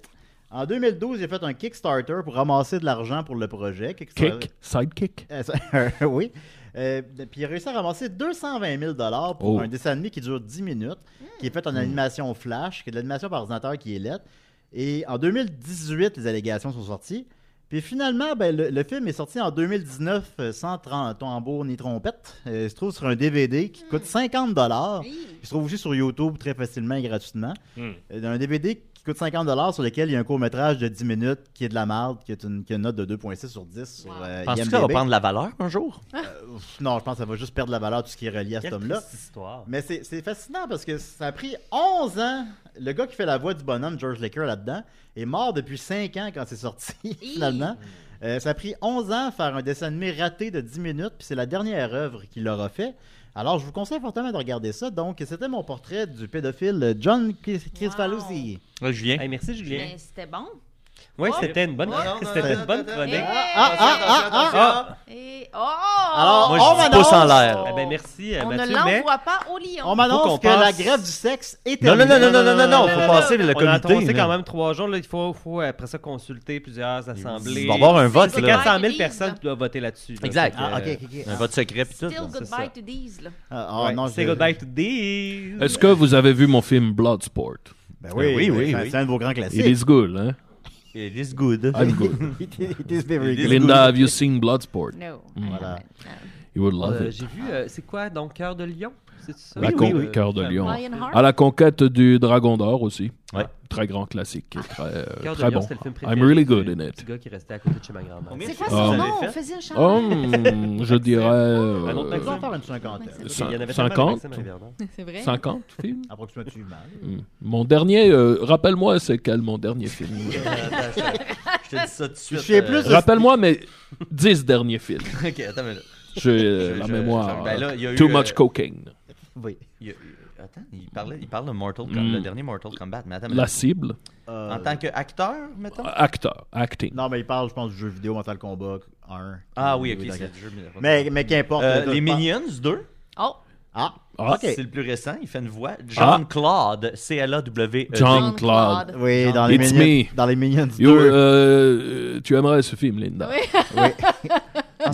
B: En 2012, il a fait un Kickstarter pour ramasser de l'argent pour le projet. Kickstarter-
G: Kick Sidekick
B: euh, ça- oui. Euh, puis il a réussi à ramasser 220 000 pour
G: Oh.
B: un dessin animé qui dure 10 minutes, qui est fait en
C: Hmm.
B: animation flash, qui est de l'animation par ordinateur qui est lettre. Et en 2018, les allégations sont sorties. Puis finalement, ben, le, le film est sorti en 2019 euh, sans tran- tambour ni trompette. Euh, il se trouve sur un DVD qui
C: Hmm.
B: coûte 50 Il se trouve aussi sur YouTube très facilement et gratuitement. Euh, un DVD qui coûte 50 sur lequel il y a un court-métrage de 10 minutes qui est de la merde, qui, est une, qui a une note de 2.6 sur 10 sur
E: Wow.
B: euh,
C: Penses-tu qu'elle va
B: IMDb.
C: prendre la valeur un jour?
B: Pff, Non, je pense que ça va juste perdre la valeur tout ce qui est relié à cet homme-là.
F: triste histoire.
B: Mais c'est c'est fascinant parce que ça a pris 11 ans. Le gars qui fait la voix du bonhomme, George Laker, là-dedans, est mort depuis 5 ans quand c'est sorti,
E: Hi.
B: finalement. Euh, ça a pris 11 ans à faire un dessin animé raté de 10 minutes, puis c'est la dernière œuvre qu'il l'aura fait. Alors, je vous conseille fortement de regarder ça. Donc, c'était mon portrait du pédophile John Chris- Crisfaluzzi.
C: Ouais, Julien.
F: Hey, merci Julien.
E: Mais c'était bon.
F: Oui,
E: Oh.
F: c'était une bonne,
C: Non, non, non,
F: c'était
C: non,
F: une bonne
C: non,
F: chronique.
E: non,
B: Ah, ah, ah, ah,
F: Ah,
E: Et... Oh!
B: Alors,
E: Alors,
C: Moi,
B: on
C: je dis pouce en
B: m'annonce-
C: l'air.
F: eh ben merci euh,
E: on ne
F: Mathieu. mais
E: l'envoie pas au lion.
B: On
F: Faut qu'on
B: m'annonce que la
F: passe-
B: grève du sexe est
C: Non, non,
B: terminée.
C: non, non, non, non, non, non, faut passer le
F: on a
C: comité.
F: annoncé
C: là.
F: quand même trois jours. Là, il faut, faut euh, après ça consulter plusieurs assemblées.
C: Il va y avoir un vote,
F: C'est
C: là.
F: 400 000
E: Divise,
F: personnes
E: là.
F: qui doivent voter là-dessus. là.
C: Exact.
B: Ah, ok,
C: Euh,
B: ok, ok.
C: Un vote secret, puis tout.
E: Still
C: là.
F: c'est
E: goodbye
F: ça.
E: to these, là.
B: Ah, ah,
F: Ouais.
B: non,
F: Say
B: je-
F: goodbye to these.
G: Est-ce que vous avez vu mon film Bloodsport?
B: Ben oui,
C: Oui,
B: oui,
C: oui,
B: oui.
C: oui.
B: C'est un de vos grands classiques.
G: It is good, hein?
C: It is good.
B: Ah,
G: I'm good.
B: It is- it is very
C: It
B: good.
C: is
G: Linda, have you seen Bloodsport?
E: No.
B: Voilà.
G: You would
F: Euh,
G: love it.
F: J'ai vu, euh, c'est quoi, donc, Cœur de Lion? C'est ça?
G: La Bah, con- Cœur de
F: Euh,
G: lion.
E: Lionheart.
G: À la conquête du Dragon d'Or aussi.
C: Ouais.
G: Très grand classique. Très, euh,
F: Cœur de
G: très
F: Lion,
G: bon.
F: c'était le film préféré
G: I'm really
F: du-
G: good in
F: Du
G: it.
F: gars qui restait à côté de chez ma grand-mère.
C: Combien?
E: C'est quoi
G: Ah.
E: son nom?
C: Vous
E: On
C: avez
E: faisait un
G: Oh,
E: chanteur.
G: hmm, je dirais
F: Un
G: euh,
F: autre
B: Ils vont
F: exemple.
B: faire une cinquantaine.
F: Il y en
G: cin-
F: avait tellement avec
G: 50,
F: Maxime Réverdant.
E: C'est vrai?
G: 50 films.
B: Approximativement.
G: Hmm. Mon dernier, euh, rappelle-moi, c'est quel mon dernier film?
C: Je te dis ça tout de suite. euh,
B: Je sais plus-
G: rappelle-moi mes 10 derniers films.
C: Ok, attends une minute.
G: J'ai euh,
C: Je-
G: la
C: je-
G: mémoire.
C: je- ben là, il y a eu,
G: Too
C: euh,
G: much cocaine.
B: Oui.
C: Il y a- il- Attends, il, parlait, il parle de Mortal
G: Mm.
C: le dernier Mortal Kombat, mais attends,
G: La Ah, cible.
B: Euh,
C: mais- en tant qu'acteur, mettons?
G: Acteur. Acting.
B: Non, mais il parle, je pense, du jeu vidéo Mental Combat 1.
C: Ah oui, ok, c'est
B: d'accord.
C: le jeu. mais-
B: Mais, mais qu'importe.
C: Euh,
B: là, je
C: les
B: pense-
C: Minions 2,
E: Oh!
B: Ah,
G: Ah,
B: ok.
C: c'est le plus récent, il fait une voix. Jean-Claude, C-L-A-W.
G: John Claude.
B: Oui, dans les,
G: It's
B: Minions,
G: me. uh,
B: dans les Minions
G: You,
B: 2.
G: euh, tu aimerais ce film, Linda.
E: Oui.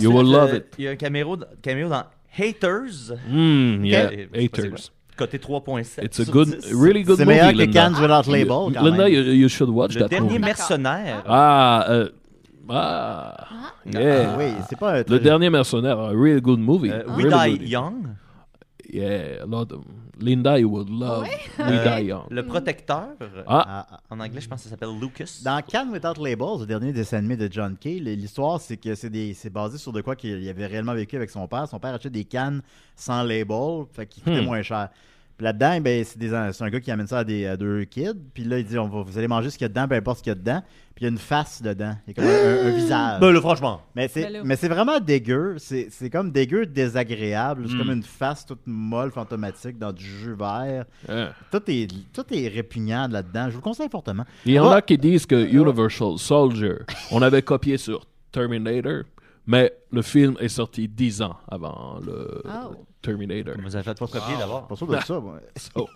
G: You will love it.
C: Ah, Il y a un caméo, caméo dans Haters.
G: Hmm, yeah.
C: Et- je sais pas c'est
G: Haters.
C: quoi. Côté 3.7.
G: It's a
C: sur
G: good,
C: 10.
G: really good
B: C'est
G: movie,
B: meilleur que
G: Linda.
B: Cans Without
G: You-
B: Label, quand
G: Linda,
B: même.
G: you, you should watch
C: Le
G: that
C: dernier
G: movie.
E: D'accord.
C: mercenaire.
G: Ah, euh, ah, yeah.
B: Oui, c'est pas un
G: Le
B: très-
G: dernier mercenaire, a really good movie.
C: euh, We
G: really
C: Die
G: good.
C: Young.
G: Yeah, a lot of- Linda, you would love We
C: Euh,
G: Die Young.
C: Le protecteur.
G: Ah,
B: Ah, ah.
C: En anglais, je pense que ça s'appelle Lucas.
B: Dans Can Without Labels, le dernier dessin animé de John Kay, l- l'histoire, c'est que c'est des- c'est basé sur de quoi qu'il avait réellement vécu avec son père. Son père achetait des cannes sans label, fait qui coûtaient
G: Hmm.
B: moins cher. Puis là-dedans, ben, c'est des- c'est un gars qui amène ça à, des, à deux kids. Puis là, il dit on va, Vous allez manger ce qu'il y a dedans, peu importe ce qu'il y a dedans. Puis il y a une face dedans. Il y a comme un, un- un visage.
C: Ben là, franchement.
B: Mais c'est,
E: Ben là.
B: mais c'est vraiment dégueu. C'est, c'est comme dégueu désagréable. C'est
G: Hmm.
B: comme une face toute molle, fantomatique, dans du jus vert.
G: hein.
B: Tout est, tout est répugnant là-dedans. Je vous le conseille fortement.
G: Il y en
B: Ah.
G: a qui disent que Universal Soldier, on avait copié sur Terminator, mais le film est sorti dix ans avant le
E: Oh.
G: Terminator.
C: Vous avez fait pas copier d'abord.
B: Pas sûr de ça, moi.
G: Oh.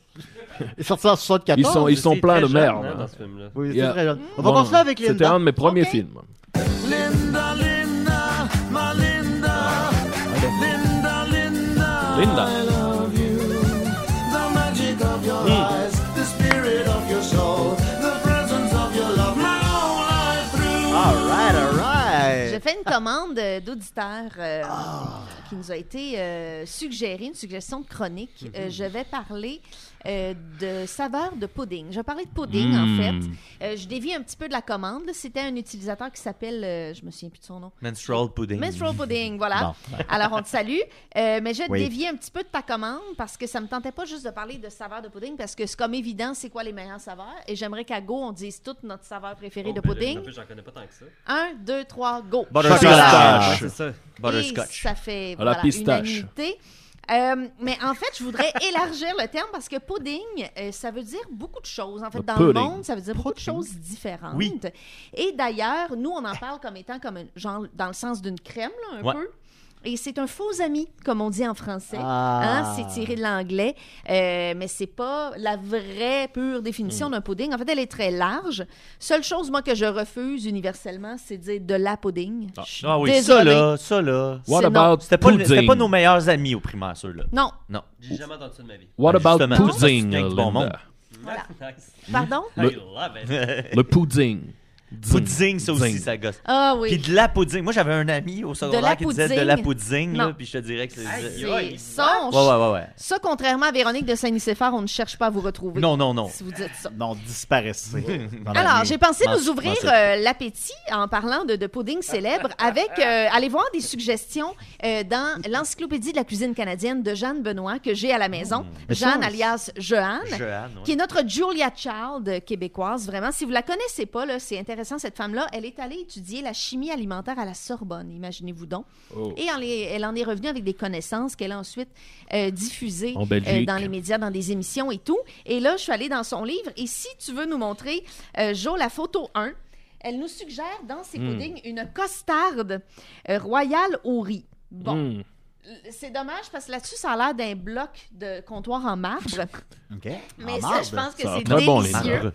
B: Il est sorti en 74.
G: Ils sont, ils sont
F: C'est
G: pleins
F: très
G: de
F: jeune,
G: merde.
F: hein,
G: hein.
F: dans ce film-là.
B: Oui, c'est
G: Yeah.
B: très jeune. On va
G: Bon,
B: continuer avec Linda.
G: C'était un de mes premiers
E: Ok.
G: films. Linda,
B: All right, all
E: J'ai
B: right.
E: fait une commande euh, d'auditeur euh, qui nous a été euh, suggérée, une suggestion de chronique. Euh, je vais parler euh, de saveur de pudding. Je vais parler de pudding, en
G: Mm.
E: fait. Euh, je dévie un petit peu de la commande. là. C'était un utilisateur qui s'appelle, euh, je me souviens plus de son nom,
C: Menstrual Pudding.
E: Menstrual Pudding, voilà.
B: Bon.
E: Alors, on te salue. Euh, mais je vais te
B: Oui.
E: dévier un petit peu de ta commande parce que ça me tentait pas juste de parler de saveur de pudding parce que c'est comme évident, c'est quoi les meilleures saveurs. Et j'aimerais qu'à Go, on dise toute notre saveur préférée
D: Oh, ben,
E: de pudding.
F: J'en connais pas tant que ça.
E: Un, deux, trois, go.
C: Butterscotch.
B: Chocolat.
F: c'est ça.
C: Butterscotch.
E: Et ça fait
G: À la
E: voilà,
G: pistache.
E: unanimité. Euh, mais en fait, je voudrais élargir le terme parce que pudding, euh, ça veut dire beaucoup de choses. En fait,
G: Le
E: dans le
G: pudding.
E: monde, ça veut dire beaucoup de choses différentes.
C: Oui.
E: Et d'ailleurs, nous, on en parle comme étant comme un- genre dans le sens d'une crème, là, un
C: Ouais.
E: peu. Et c'est un faux ami, comme on dit en français. Hein,
B: Ah.
E: c'est tiré de l'anglais, euh, mais c'est pas la vraie pure
C: Hmm.
E: définition d'un pudding. En fait, elle est très large. Seule chose, moi, que je refuse universellement, c'est de dire de la pudding. Je suis
C: Ah oui, ça
E: désolée.
C: là, ça là.
G: what
E: Sinon-
G: about
C: C'était pas,
G: pudding?
C: c'était pas nos meilleurs amis au primaire, ceux-là.
E: Non,
C: Non.
F: J'ai jamais entendu ça de ma vie.
G: What about
C: Justement, tout ça,
G: pudding,
C: c'est du bon
G: Linda?
C: monde.
E: Voilà.
F: Nice.
E: pardon?
F: I love it.
G: Le pudding.
C: Pudding, ça aussi,
G: Zing.
C: ça gosse.
E: Ah
C: Puis
E: oui.
C: de la pudding. Moi, j'avais un ami au
E: De la
C: secondaire qui disait de
E: pudding.
C: la pudding, là,
E: Non. Ah,
C: puis je te dirais que c'est.
E: C'est
C: Ouais, ouais,
E: songe.
C: ouais, ouais.
E: Ça, contrairement à Véronique de Saint-Nicéphore, on ne cherche pas à vous retrouver.
C: Non, non, non.
E: Si vous dites ça.
B: Non, disparaissez.
C: Hmm.
B: dans la
E: Alors,
B: nuit.
E: j'ai pensé
C: Dans-
E: nous ouvrir
C: dans cette-
E: euh, l'appétit en parlant de, de pudding célèbre avec, euh, allez voir des suggestions euh, dans l'Encyclopédie de la cuisine canadienne de Jeanne Benoît que j'ai à la maison.
C: Hmm.
B: Mais ça,
E: Jeanne alias Jeanne.
C: Joanne, ouais.
E: qui est notre Julia Child québécoise, vraiment. Si vous la connaissez pas, là, c'est intéressant, cette femme-là. Elle est allée étudier la chimie alimentaire à la Sorbonne, imaginez-vous donc.
G: Oh.
E: Et elle, est- elle en est revenue avec des connaissances qu'elle a ensuite euh, diffusées euh,
G: En Belgique.
E: dans les médias, dans des émissions et tout. Et là, je suis allée dans son livre. Et si tu veux nous montrer, euh, Jo, la photo 1, elle nous suggère dans ses
G: Hmm.
E: puddings une costarde euh, royale au riz. Bon.
G: Hmm.
F: Mm.
E: L- C'est dommage parce que là-dessus, ça a l'air d'un bloc de comptoir en marbre.
B: OK.
E: euh, Mais
B: En
E: ça,
B: marde.
E: je pense que
G: Ça
E: c'est
G: va très bon, les
E: délicieux.
C: mardes.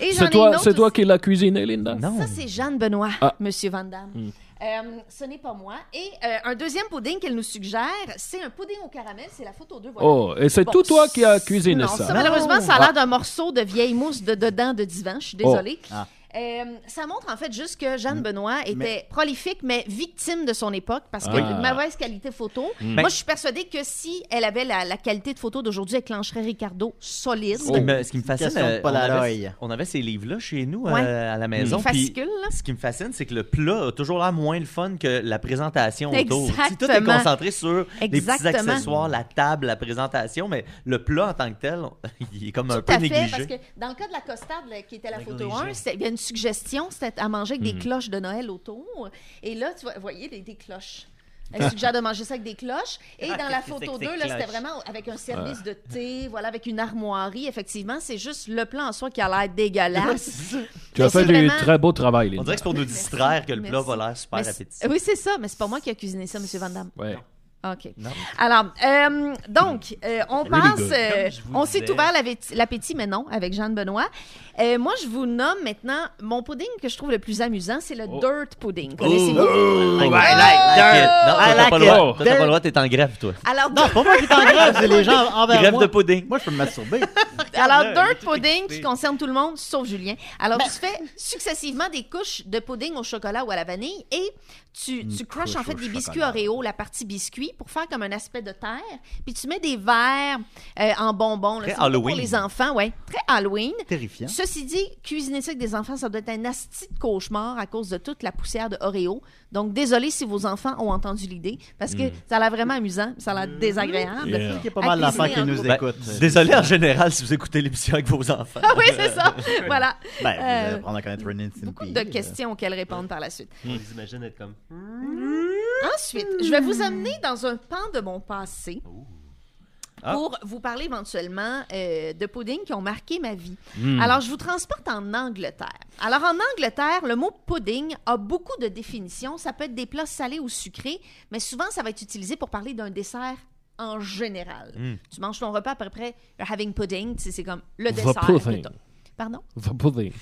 E: Et j'en ai
G: C'est toi,
E: une autre
G: c'est toi
E: aussi.
G: qui l'as cuisiné, Linda?
C: Non.
E: Ça, c'est Jeanne Benoît,
G: Ah.
E: Monsieur Van Damme. Euh, ce n'est pas moi. Et euh, un deuxième pudding qu'elle nous suggère, c'est un pudding au caramel. C'est la photo 2. Voilà.
G: Oh, et c'est
E: Bon,
G: tout toi qui as cuisiné
E: non,
G: ça. Ah.
E: Malheureusement, ça a l'air d'un morceau de vieille mousse de dedans de divan. Je suis
G: Oh.
E: désolée.
B: Ah.
E: Euh, ça montre en fait juste que
G: Hmm.
E: Jeanne Benoît était
B: Mais-
E: prolifique, mais victime de son époque parce que
G: Ah. Hmm.
E: mauvaise qualité photo. Moi, je suis persuadée que si elle avait la, la qualité de photo d'aujourd'hui, elle clencherait Ricardo solide.
C: Ce qui
G: Oh.
C: me, ce qui me fascine,
B: Question de
C: euh, on,
B: Polaroid.
C: avait, on avait ces livres-là chez nous
E: Ouais.
C: euh, à la maison.
E: Une
C: puis
E: fascicule, là.
C: Ce qui me fascine, c'est que le plat a toujours l'air moins le fun que la présentation autour. Tu sais, Tout est
E: Exactement.
C: concentré sur les petits
E: Exactement.
C: accessoires, la table, la présentation, mais le plat en tant que tel, il est comme un
E: Tout
C: peu
E: à fait, parce
C: négligé.
E: que dans le cas de la costarde là, qui était la photo
C: Négligé.
E: 1, c'était- il y a une suggestion, c'était à manger avec
C: Mm-hmm.
E: des cloches de Noël autour. Et là, tu vois, voyez, des, des cloches. Elle suggère de manger ça avec des cloches. Et
C: Ah,
E: dans la
C: qu'est-ce que
E: photo
C: c'est que
E: 2,
C: ces
E: là, c'était
C: cloches? Ah.
E: vraiment avec un service de thé, voilà, avec une armoirie. Effectivement, c'est juste le plan en soi qui a l'air dégueulasse.
G: Tu as
E: Mais
G: fait
E: c'est
G: du
E: vraiment-
G: très beau travail, Linda.
C: On dirait que c'est pour nous
E: Merci.
C: distraire que le plat
E: Merci.
C: va l'air super
E: Mais c'est-
C: appétissant.
E: oui, c'est ça, mais c'est pas moi qui a cuisiné ça, M. Van Damme.
G: Ouais.
E: OK.
C: Non.
E: Alors, euh, donc, euh, on
G: Really
E: passe.
G: good.
E: euh,
C: Comme je vous
E: on s'est
C: disais.
E: ouvert l'appétit- l'appétit, mais non, avec Jeanne Benoît. Euh, moi, je vous nomme maintenant mon pudding que je trouve le plus amusant, c'est le dirt pudding. Connaissez-vous?
C: Oh.
E: Euh,
C: I like
B: it.
C: it. Non,
B: I
C: toi, t'as
B: like
C: pas le
B: it.
C: droit. Toi, t'as pas
B: There-
C: le droit, t'es en grève, toi.
E: Alors,
B: Non, pas moi qui t'en grève, c'est les gens envers
C: Grève
B: moi.
C: de pudding.
B: Moi, je peux me masturber.
E: Alors,
F: Regarde-le,
E: dirt
F: il est tout
E: pudding
F: excité.
E: qui concerne tout le monde, sauf Julien. Alors,
B: Ben.
E: tu fais successivement des couches de pudding au chocolat ou à la vanille et tu, tu crushes
B: couche
E: en fait
B: au
E: des biscuits
B: chocolat.
E: Oreo, la partie biscuit, pour faire comme un aspect de terre. Puis tu mets des verres euh, en bonbons. là.
C: Très
E: C'est beaucoup Pour
C: Halloween.
E: les enfants, oui. Très Halloween.
B: Terrifiant.
E: Ceci dit, cuisiner ça avec des enfants, ça doit être un asti de cauchemar à cause de toute la poussière de Oreo. Donc, désolé si vos enfants ont entendu l'idée, parce que ça a l'air vraiment amusant, ça a l'air désagréable.
G: Yeah.
B: Il y a pas mal d'enfants Hmm. qui
E: Accuser,
B: nous
E: en
C: Ben,
B: écoutent.
C: désolé en général si vous écoutez l'émission avec vos enfants.
E: Ah oui, c'est ça. voilà.
B: Ben, vous allez
E: Euh,
B: apprendre à connaître Euh, Renin Tintin.
E: Beaucoup de questions auxquelles répondre par la suite.
F: On les imagine être comme.
E: Ensuite, je vais vous amener dans un pan de mon passé.
C: Ah.
E: Pour vous parler éventuellement euh, de pudding qui ont marqué ma vie. Alors, je vous transporte en Angleterre. Alors, en Angleterre, le mot pudding a beaucoup de définitions. Ça peut être des plats salés ou sucrés, mais souvent, ça va être utilisé pour parler d'un dessert en général.
C: Mm.
E: Tu manges ton repas à peu près, le having pudding, tu sais, c'est comme le
G: The
E: dessert.
G: pudding.
E: que t'as. Pardon?
G: The pudding.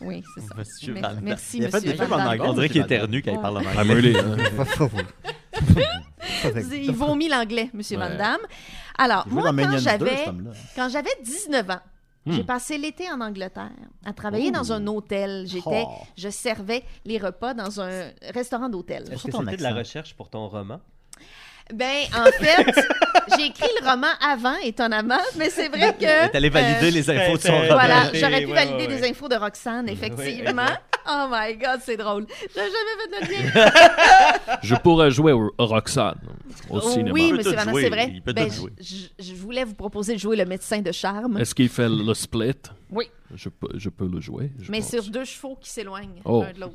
E: Oui, c'est ça.
C: Monsieur
E: Mer-
C: Van Damme.
E: Merci,
B: Il a fait
E: monsieur
B: des films
E: Van
B: en
E: Damme.
B: anglais.
C: On dirait qu'il éternue quand il parle en anglais.
G: I'm really, hein.
E: Il vomit l'anglais, M. Van Damme. Alors,
B: Il joue
E: moi,
B: dans
E: quand
B: Minions 2,
E: j'avais,
B: cet homme-là.
E: quand j'avais 19 ans,
C: Hmm.
E: j'ai passé l'été en Angleterre à travailler dans un hôtel. J'étais,
B: Oh.
E: je servais les repas dans un restaurant d'hôtel.
F: Est-ce
B: Sur
F: que
B: ton
F: c'était de la
B: accent.
F: recherche pour ton roman?
E: Ben, en fait, j'ai écrit le roman avant, étonnamment, mais c'est vrai que.
C: Il est allé valider
E: euh,
C: les infos de son
F: euh,
C: roman.
E: Voilà,
F: valider,
E: j'aurais pu
F: ouais,
E: valider
F: ouais, ouais.
E: des infos de Roxane, effectivement.
F: exact.
E: oh my God, c'est drôle. J'ai jamais fait de lien.
G: Je pourrais jouer au Roxane au
E: Oh,
G: cinéma.
E: oui,
C: peut
E: monsieur
C: tout
E: Van Damme,
C: jouer,
E: c'est vrai.
C: il peut
E: Ben,
C: tout jouer.
E: je, je- je voulais vous proposer de jouer le médecin de charme.
G: Est-ce qu'il fait le split?
E: Hein? Oui.
G: Je peux, je peux le jouer. je
E: Mais
G: pense.
E: sur deux chevaux qui s'éloignent
G: Oh.
E: l'un de l'autre.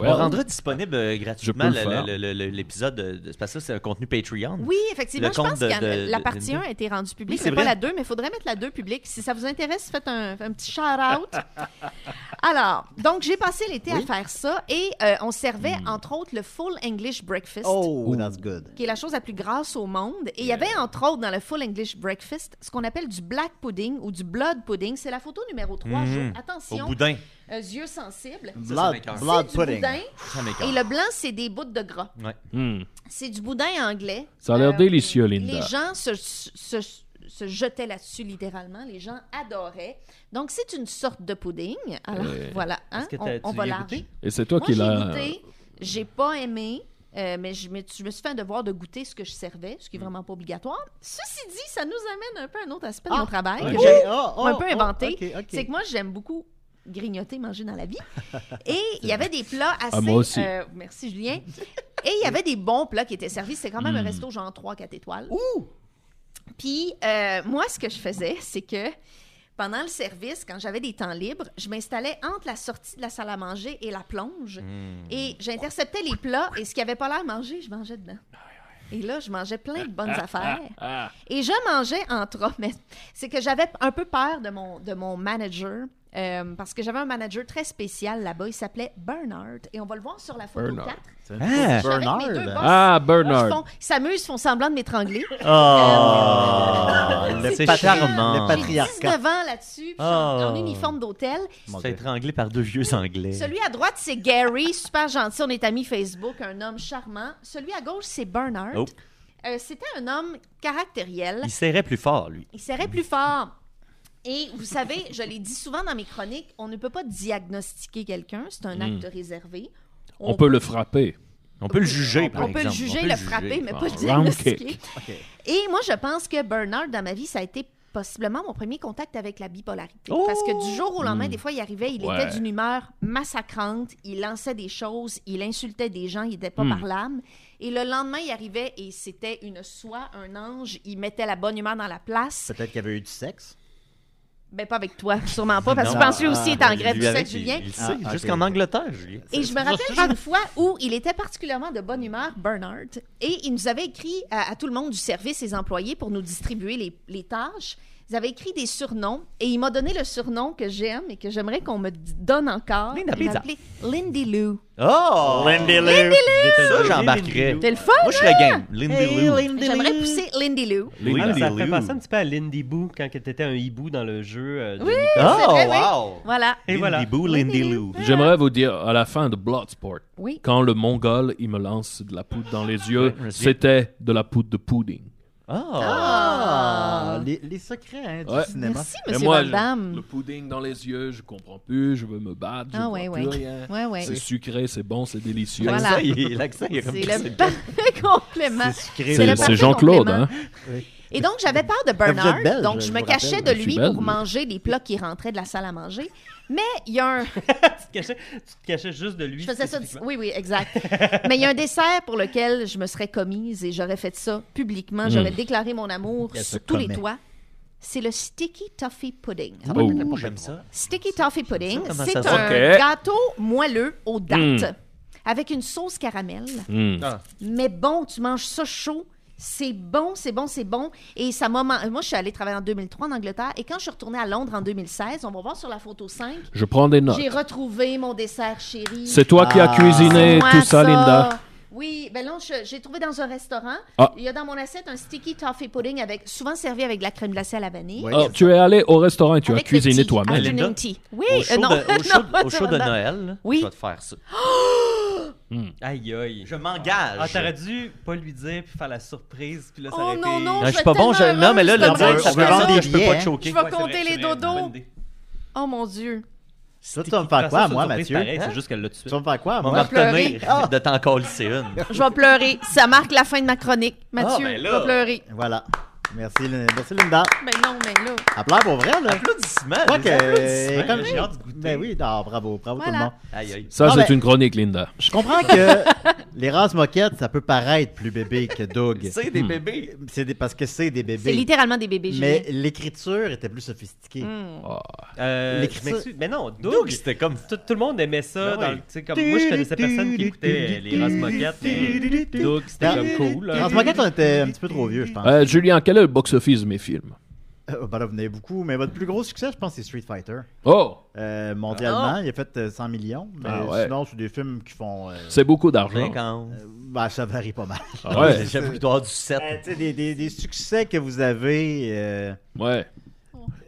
G: Well,
C: On rendra disponible euh, gratuitement
G: Je peux le
C: le-
G: faire.
C: le- le- le- l'épisode de, de- c'est parce que ça, c'est un contenu Patreon.
E: Oui, effectivement,
C: Le
E: je pense
C: compte de-
E: que
C: de-
E: la
C: de-
E: partie
C: de-
E: 1 a été rendue publique,
C: Oui,
E: mais
C: c'est
E: pas
C: vrai.
E: la 2, mais il faudrait mettre la 2 publique. Si ça vous intéresse, faites un, un petit shout-out. Alors, donc j'ai passé l'été à faire ça et euh, on servait
C: Hmm.
E: entre autres le Full English Breakfast.
B: Oh, that's good.
E: qui est la chose la plus grasse au monde. Et il y avait, entre autres, dans le Full English Breakfast, ce qu'on appelle du black pudding ou du blood pudding. C'est la photo numéro 3.
C: Mhm.
E: Jo.
C: Au
E: Attention,
C: boudin.
E: euh, yeux sensibles.
B: Blood,
C: m'écoeure.
B: blood
E: C'est du
B: pudding.
E: boudin.
C: Ça m'écoeure.
E: Et le blanc, c'est des bouts de gras.
C: Ouais.
G: hmm.
E: C'est du boudin anglais.
G: Ça a l'air
E: Euh,
G: délicieux, Linda.
E: Les gens se, se- se jetaient là-dessus littéralement. Les gens adoraient. Donc, c'est une sorte de pudding. Alors,
G: Euh,
E: voilà. hein,
C: que
E: on,
C: t'as-
E: on
C: tu
E: va
C: l'as
E: large.
C: goûté?
G: Et c'est toi
E: Moi,
G: qui
E: j'ai
G: l'as.
E: goûté. J'ai pas aimé. euh, mais je, me- je me suis fait un devoir de goûter ce que je servais, ce qui est
G: Mm.
E: vraiment pas obligatoire. Ceci dit, ça nous amène un peu à un autre aspect de
B: Ah,
E: mon travail.
B: Ok.
E: que j'aime
B: Oh, oh,
E: un peu
B: oh,
E: inventé.
B: ok, ok.
E: C'est que moi, j'aime beaucoup grignoter, manger dans la vie. Et il y avait des plats assez.
G: Ah, moi aussi.
E: euh, merci, Julien. Et il y avait des bons plats qui étaient servis. C'était quand même
G: Mm.
E: un resto genre 3-4 étoiles. Ouh! Puis, euh, moi, ce que je faisais, c'est que pendant le service, quand j'avais des temps libres, je m'installais entre la sortie de la salle à manger et la plonge. Et j'interceptais les plats et ce qui avait pas l'air manger, je mangeais dedans. Et là, je mangeais plein de bonnes affaires.
G: Ah.
E: Et je mangeais entre autres, mais c'est que j'avais un peu peur de mon, de mon manager. euh, parce que j'avais un manager très spécial là-bas, il s'appelait Bernard, et on va le voir sur la photo
G: Bernard.
E: 4.
B: C'est une
C: Ah!
B: petite
E: Mes deux
B: Bernard.
E: boss.
G: Ah,
E: Ils
G: Bernard.
E: font- ils s'amusent, font semblant de m'étrangler.
C: Ah,
E: Euh,
C: le
E: c'est
C: patri-
E: chiant.
C: charmant.
B: Le
E: J'ai
B: patriarcat.
E: 19 ans là-dessus, puis je suis en en
C: Oh.
E: uniforme d'hôtel.
B: Mon
C: C'est
B: Dieu.
C: étranglé par deux vieux anglais.
E: Celui à droite, c'est Gary, super gentil, on est amis Facebook, un homme charmant. Celui à gauche, c'est Bernard.
C: Oh.
E: Euh, C'était un homme caractériel.
C: Il serrait plus fort, lui.
E: Il serrait plus fort. Et vous savez, je l'ai dit souvent dans mes chroniques, on ne peut pas diagnostiquer quelqu'un, c'est un acte réservé.
G: On peut le frapper.
C: On peut le juger,
E: on
C: par
E: peut
C: exemple.
E: le juger, le, frapper, mais
G: Bon,
E: pas le
G: round
E: diagnostiquer.
B: Ok.
E: Et moi, je pense que Bernard, dans ma vie, ça a été possiblement mon premier contact avec la bipolarité. Parce que du jour au lendemain, des fois, il arrivait, il
G: Ouais.
E: était d'une humeur massacrante, il lançait des choses, il insultait des gens, il n'était pas parlable. Et le lendemain, il arrivait et c'était une soie, un ange, il mettait la bonne humeur dans la place.
B: Peut-être qu'il y avait eu du sexe.
E: Ben, pas avec toi, sûrement pas, parce que je
B: Non.
E: pense que lui aussi il est en
B: Ah,
E: grève du
C: ben, Lui avec,
E: sexe,
C: il-
E: Julien.
C: Il
B: Ah,
C: sait,
B: ok.
C: jusqu'en Angleterre, Julien.
E: Et je me rappelle une fois où il était particulièrement de bonne humeur, Bernard, et il nous avait écrit à, à tout le monde du service, ses employés, pour nous distribuer les, les tâches. Ils avaient écrit des surnoms, et il m'a donné le surnom que j'aime et que j'aimerais qu'on me d- donne encore.
C: Linda
E: Il m'a
C: Pizza.
E: appelé Lindy Lou.
C: Oh! Lindy Lou! Ça, j'embarquerais.
E: T'es le fun?
C: Moi, je serais game. Lindy Lou.
E: J'aimerais pousser Lindy Lou.
C: Lindy
F: Ah, mais ça
C: Lou.
F: fait penser un petit peu à Lindy Boo quand t'étais un hibou dans le jeu. euh, de-
E: C'est vrai, oui.
C: Oh, wow!
E: Voilà.
F: Et voilà.
C: Lindy Boo, Lindy Lou.
G: J'aimerais vous dire, à la fin de Bloodsport,
E: Oui.
G: quand le Mongol, il me lance de la poudre dans les yeux,
C: je me souviens.
G: c'était de la poudre de pudding.
E: Ah,
C: Oh!
B: Ah, les, les secrets hein, du
G: Ouais.
B: cinéma.
E: Merci,
G: Et
E: monsieur
G: moi,
E: Van
G: je-
E: Damme.
G: le pudding dans les yeux, je comprends plus, je veux me battre, je
E: Ah,
G: vois
E: ouais,
G: plus
E: ouais.
G: rien.
E: Ouais, ouais.
G: C'est sucré, c'est bon, c'est délicieux.
E: Voilà.
C: L'accent, il- L'accent, il est comme
E: C'est le parfait complément.
C: sucré.
E: C'est le
G: C'est
E: parfait
G: c'est Jean-Claude,
E: complément.
G: hein?
E: Et donc, j'avais peur de
B: êtes
E: Bernard.
B: belle,
E: donc,
B: je-
E: je
B: je
E: me
B: vous
E: cachais
B: rappelle.
E: de
G: Je
E: lui
G: suis belle,
E: pour
G: moi.
E: manger les plats qui rentraient de la salle à manger. Mais il y a un.
F: Tu, te cachais, tu te cachais juste de lui.
E: Je faisais ça.
F: spécifiquement.
E: Oui, oui, exact. Mais il y a un dessert pour lequel je me serais commise et j'aurais fait ça publiquement. J'aurais déclaré mon amour
B: Hmm. Elle se
E: sur tous les
B: commet.
E: toits. C'est le Sticky Toffee Pudding.
G: Oh.
C: J'aime ça.
E: Sticky Toffee Pudding,
C: ça, comment
E: c'est
C: ça se
E: un
G: fait? Ok.
E: gâteau moelleux aux dattes
G: Mm.
E: avec une sauce caramel.
G: Hmm.
E: Mais bon, tu manges ça chaud. C'est bon, c'est bon, c'est bon. Et ça m'a. man- Moi, je suis allée travailler en 2003 en Angleterre. Et quand je suis retournée à Londres en 2016, on va voir sur la photo 5,
G: Je prends des notes.
E: j'ai retrouvé mon dessert chéri.
G: C'est toi qui as
B: Ah.
G: cuisiné
E: C'est moi,
G: tout ça, Linda.
E: Oui, ben non, je- j'ai trouvé dans un restaurant.
G: Ah.
E: Il y a dans mon assiette un sticky toffee pudding avec souvent servi avec de la crème glacée à la vanille.
B: Ouais.
G: Oh, tu es allé au restaurant et tu
E: Avec
G: as
E: le
G: cuisiné
E: tea,
G: toi-même.
E: afternoon
C: Linda,
E: tea. Oui,
C: Au
E: euh,
C: show
E: non.
C: de- au show-
E: Non,
C: au show de
E: vraiment.
C: Noël,
E: Oui.
C: je vais te faire ça. Hmm.
F: Aïe, aïe.
C: Je m'engage.
F: Ah, t'aurais dû pas lui dire, puis faire la surprise, puis là, ça
E: Oh
F: aurait
E: non,
F: été...
C: Ah,
E: non.
C: je
E: vais
C: suis pas bon. je-
E: tellement
C: Non, mais là,
E: heureuse
C: le
E: de
C: dire,
E: voir
C: ça
E: ce
C: veut
E: que
C: vendre
E: ça.
C: des billets. hein. Je peux pas te
E: Je
C: choquer.
E: vais
F: Ouais, c'est
E: compter
F: vrai,
E: les
F: c'est vrai, bonne
E: dodos.
F: idée.
E: Oh mon Dieu.
B: Ça, tu vas me faire quoi,
F: Ça, c'est
B: moi,
F: une surprise
B: Mathieu?
F: pareille, C'est juste qu'elle l'a
B: Tu
F: tué.
B: vas me faire quoi,
C: On va
B: moi?
C: retenir
B: Ah.
C: de t'en colisser une.
E: Je vais pleurer. Ça marque la fin de ma chronique. Mathieu,
C: ben
E: je
C: là.
E: vais pleurer.
B: Voilà. Merci, Lin- merci Linda.
E: Ben non, mais là.
B: Applaudissements pour vrai, là.
C: Applaudissements.
B: Quoi que-
C: des applaudissements,
B: comme-
C: J'ai hâte de goûter.
B: Ben oui, non, bravo, bravo tout
E: Voilà.
B: le monde.
C: Aïe, aïe.
G: Ça,
B: Ah,
G: c'est
B: ben-
G: une chronique, Linda.
B: Je comprends que les rases moquettes, ça peut paraître plus bébé que Doug.
C: C'est des bébés.
B: C'est des- parce que c'est des bébés.
E: C'est littéralement des bébés
B: Mais
E: Julien.
B: l'écriture était plus sophistiquée.
E: Mm.
F: Euh,
B: L'écriture-
F: je m'excuse. Mais non,
C: Donc,
F: Doug,
C: c'était comme.
F: tout, tout le monde aimait ça.
C: Ben
F: dans
C: oui.
F: le- tu sais, comme moi, je connaissais personne qui écoutait euh, les Ross Moquettes. mais Doug, c'était comme cool. là.
B: Rases moquettes, Ben, on était un petit peu trop vieux, je pense.
G: Euh, Julien, quel est le box-office de mes films?
B: Euh, ben là, vous en avez beaucoup, mais votre plus gros succès, je pense, c'est Street Fighter.
G: Oh,
C: Ah
B: Euh, mondialement, il a fait euh, 100 millions. Mais
G: Ah ouais.
B: sinon, c'est des films qui font. euh,
G: c'est beaucoup d'argent.
F: Euh,
B: ben, ça varie pas mal.
G: Ah ouais,
C: J'ai plutôt du
B: Euh,
C: 7.
B: tu sais, des, des- des succès que vous avez. euh,
G: ouais.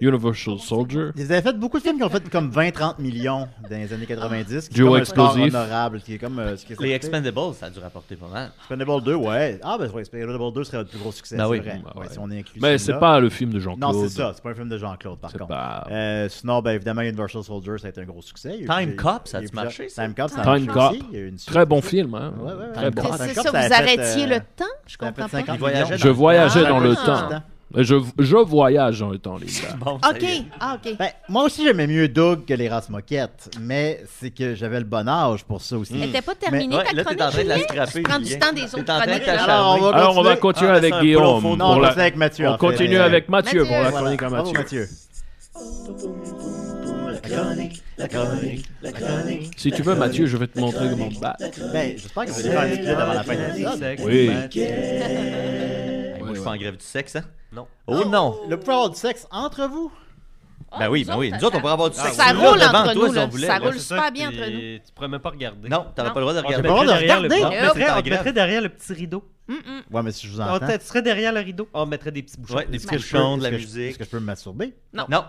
G: Universal Soldier.
B: Ils avaient fait beaucoup de films qui ont fait comme 20-30 millions dans les années 90. qui est
G: Duo
B: comme un score
G: explosif.
B: honorable, qui est comme euh, ce qui est sorti.
C: Les Expendables, ça a dû rapporter pas mal.
B: Expendable 2, ouais. Ah, ben oui, Expendable 2 serait le plus gros succès.
C: Ben
B: c'est
C: oui.
B: vrai.
G: Ben
B: Ouais,
G: ouais.
B: Si on inclut celui-là.
G: Mais c'est pas le film de Jean-Claude.
B: Non, c'est ça. C'est pas un film de Jean-Claude, par
G: C'est
B: contre.
G: pas-
B: Euh, sinon, ben, évidemment, Universal Soldier, ça a été un gros succès. Il y a eu
C: Time
B: plusieurs-
C: Cop, ça a-tu
B: il y plusieurs-
C: marché, ça?
B: Time Cop, ça a
G: Time
B: marché
G: Cop.
B: aussi. Il y a eu une suite.
G: Très bon film, hein.
B: Ouais, ouais, ouais.
G: Très bon.
B: Time Cop,
E: C'est
B: Cop,
E: ça,
B: a
E: vous
B: fait,
E: arrêtiez
B: euh,
E: le temps? Je
B: ça a fait
E: comprends
B: 50
E: pas.
C: Il voyageait
G: Je voyageais
B: Ah,
G: dans le
E: ah.
G: temps. Je, je voyage dans le temps, les gars.
C: Bon, ça y est.
E: OK, ah, OK.
B: Ben, moi aussi, j'aimais mieux Doug que les races moquettes, mais c'est que j'avais le bon âge pour ça aussi.
E: Elle n'était pas terminée,
C: Ouais,
E: ta
C: là, t'es en train de
E: chronique,
C: la
E: Julien?
C: scraper.
E: Tu prends du
C: Julien.
E: temps des
C: T'es
E: autres
C: en train de
E: chroniques,
C: t'acharner.
B: Alors, on va
G: Alors, on
B: continuer.
G: va continuer
C: Ah,
G: avec
C: c'est un
G: Guillaume.
C: profond.
B: Non,
G: pour
B: on
G: la-
B: continue avec Mathieu.
G: on
B: en fait.
G: continue avec Mathieu,
E: Mathieu.
G: pour la
E: Voilà.
G: chronique à
B: Bravo,
G: Mathieu.
B: Mathieu.
G: Si tu veux, Mathieu, je vais te montrer comment te battre.
B: Ben, j'espère que vous allez faire un petit peu avant la fin de l'épisode.
G: Oui.
C: Hey, Moi, je suis en grève du sexe, hein?
F: Non.
C: Oh non!
B: Le pro du sexe entre vous.
C: Ben oui, ben oui. Nous autres, on pourrait avoir du sexe.
E: Ça
C: là,
E: roule
C: devant
E: entre
C: toi,
E: nous,
C: si
E: là.
C: on voulait,
E: Ça
F: Ben,
C: là.
E: roule super bien entre
F: puis Tu pourrais même pas regarder.
C: Non, t'avais
E: Non.
C: pas le droit de
F: On te
C: regarder.
B: pas le droit de
F: mettrait derrière le-
B: regarder.
F: on te mettrait-
E: Eh, Hop.
F: on te mettrait derrière le petit rideau.
E: Mm-mm.
B: Ouais, mais si je vous
F: On
B: entends.
F: te- Tu serais derrière le rideau. On mettrait des petits bouchons.
C: Ouais, des petits
B: est-ce que je peux-
C: cochons, de la
B: est-ce que je- Est-ce
C: musique.
B: que je peux me masturber?
E: Non.
C: Non.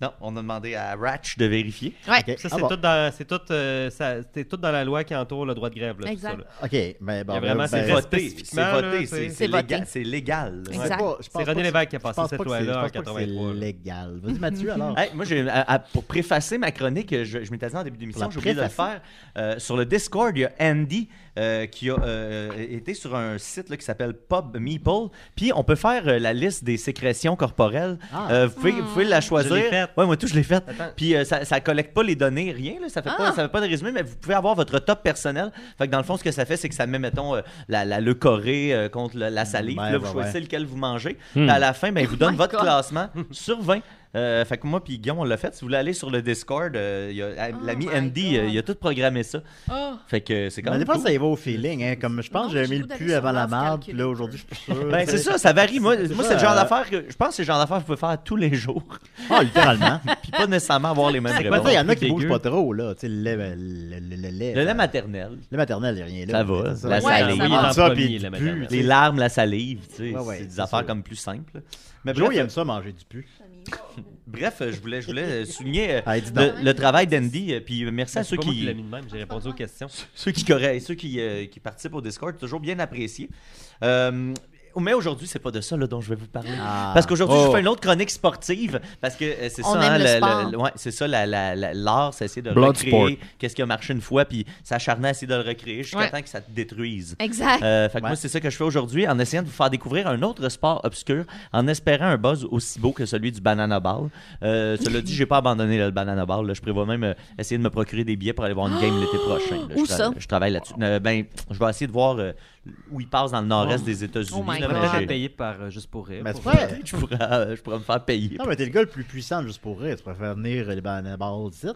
C: Non, on a demandé à Ratch de vérifier.
E: Ouais.
B: Ok.
F: Ça,
B: Ah
F: c'est
B: bon.
F: tout, dans, c'est tout, euh, ça- c'est tout dans la loi qui entoure le droit de grève. Là,
E: Exact.
F: tout ça, là.
B: Ok, mais bon.
F: Il y a vraiment
B: ben,
F: ces
C: C'est
B: ben,
F: restes-
C: voté,
F: spécifiquement,
C: c'est
F: là,
C: voté,
F: c'est-
C: c'est-
E: C'est
C: c'est
E: voté.
C: légal. C'est légal. là.
B: je sais
E: Exact.
B: pas, je pense
F: C'est
B: pas
F: René
B: que-
F: Lévesque qui a
B: je pense
F: passé cette
B: pas que c'est-
F: loi-là en
B: je pense pas que
F: 83.
B: C'est légal. Vas-y, Mathieu, alors.
C: Hey, moi, j'ai, à- à- pour préfacer ma chronique, je, je m'étais dit en début d'émission,
B: Pour la
C: j'ai oublié de le
B: préfacer.
C: faire. Euh, sur le Discord, il y a Andy euh, qui a euh, été sur un site là, qui s'appelle Pub Meeple. Puis on peut faire euh, la liste des sécrétions corporelles.
B: Ah.
C: Euh, vous, pouvez, vous pouvez la choisir.
F: Je l'ai faite.
C: Ouais, moi tout, je l'ai faite.
F: Attends.
C: Puis euh, ça, ça collecte pas les données, rien. Là, ça fait pas,
E: Ah.
C: ça fait pas de résumé, mais vous pouvez avoir votre top personnel. Fait que dans le fond, ce que ça fait, c'est que ça met, mettons, euh, la, la leucorée euh, contre la, la salive.
B: Ouais,
C: Puis là, vous
B: ouais,
C: choisissez
B: ouais.
C: lequel vous mangez.
G: Hmm.
C: Puis à la fin, ben, il vous donne
E: Oh my
C: votre
E: God.
C: classement sur 20. Euh, fait que moi puis Guillaume, on l'a fait. Si vous voulez aller sur le Discord, euh, il y a-
E: Oh
C: l'ami
E: my
C: Andy,
E: God.
C: euh, il a tout programmé ça.
E: Oh.
C: Fait que c'est quand
B: Mais des
C: même
B: fois,
C: cool.
B: ça y va au feeling. Hein. Comme je pense,
E: Non,
B: que j'avais
E: j'ai
B: mis
E: le
B: le
E: goût
B: plus
E: d'aller
B: avant
E: sur
B: la
E: Mars
B: marde, puis
E: calculer.
B: là, aujourd'hui, je suis plus sûr.
C: Ben, c'est ça, ça varie. Moi,
B: C'est
C: moi
B: ça,
C: c'est le genre
B: euh,
C: d'affaire que je pense que c'est le genre d'affaire que vous pouvez faire tous les jours.
B: Ah, littéralement.
C: Puis pas nécessairement avoir les mêmes
B: Ben,
C: réponses.
B: il y en a
F: c'est
B: qui bougent
F: dégueu.
B: pas trop, là. Tu sais, le lait, ben, le le- le lait.
C: Le lait
B: ça-
C: maternel,
B: Le maternel, il y a rien là.
C: Ça va,
B: C'est
C: la
B: Ouais, ça
C: salive.
B: va.
C: Oui, il est en
B: Ça,
F: premier,
B: puis
F: le
B: du
F: maternel.
B: pu, tu sais.
C: les larmes, la salive, tu sais,
B: Ouais, ouais,
C: c'est des
B: c'est
C: affaires
B: sûr.
C: comme plus simples. Mais
B: Joe,
C: bref,
B: il aime ça manger du pu.
C: bref, euh, je voulais, je voulais souligner euh,
B: Hey, dis donc.
C: le, le travail d'Andy. euh, Puis merci à
B: Ben,
F: C'est
C: ceux
F: pas moi qui
C: qui,
F: l'ai mis de même. J'ai répondu aux questions.
C: ceux qui correct- ceux qui, euh, qui participent au Discord, toujours bien apprécié. Euh, mais aujourd'hui, c'est pas de ça là, dont je vais vous parler.
B: Ah.
C: Parce qu'aujourd'hui,
G: Oh.
C: je fais une autre chronique sportive. Parce que euh, c'est
E: On
C: ça,
E: aime le
C: la-
E: sport.
C: ouais, c'est ça, la- la- la- l'art, c'est essayer de
G: Bloodsport.
C: recréer qu'est-ce qui a marché une fois, puis s'acharner à essayer de le recréer jusqu'à
E: Ouais.
C: temps que ça te détruise.
E: Exact.
C: Euh, fait que
B: Ouais.
C: moi, c'est ça que je fais aujourd'hui, en essayant de vous faire découvrir un autre sport obscur, en espérant un buzz aussi beau que celui du banana ball. Euh, cela dit, j'ai pas abandonné là, le banana ball. là. Je prévois même euh, essayer de me procurer des billets pour aller voir une game l'été prochain. là.
E: Où
C: je,
E: ça?
C: je travaille là-dessus. Euh, ben, je vais essayer de voir euh, où il passe dans le nord-est des États-Unis.
E: Oh my
C: là,
E: God.
C: mais
F: Peut-être
C: j'ai-
F: payé par euh, Juste pour rire.
B: Mais c'est
F: Pour
B: vrai.
F: vrai.
C: je, pourrais, euh, je pourrais me faire payer.
B: Non, mais t'es le gars le plus puissant juste pour rire. Tu préfères venir euh, les bananes balles ici.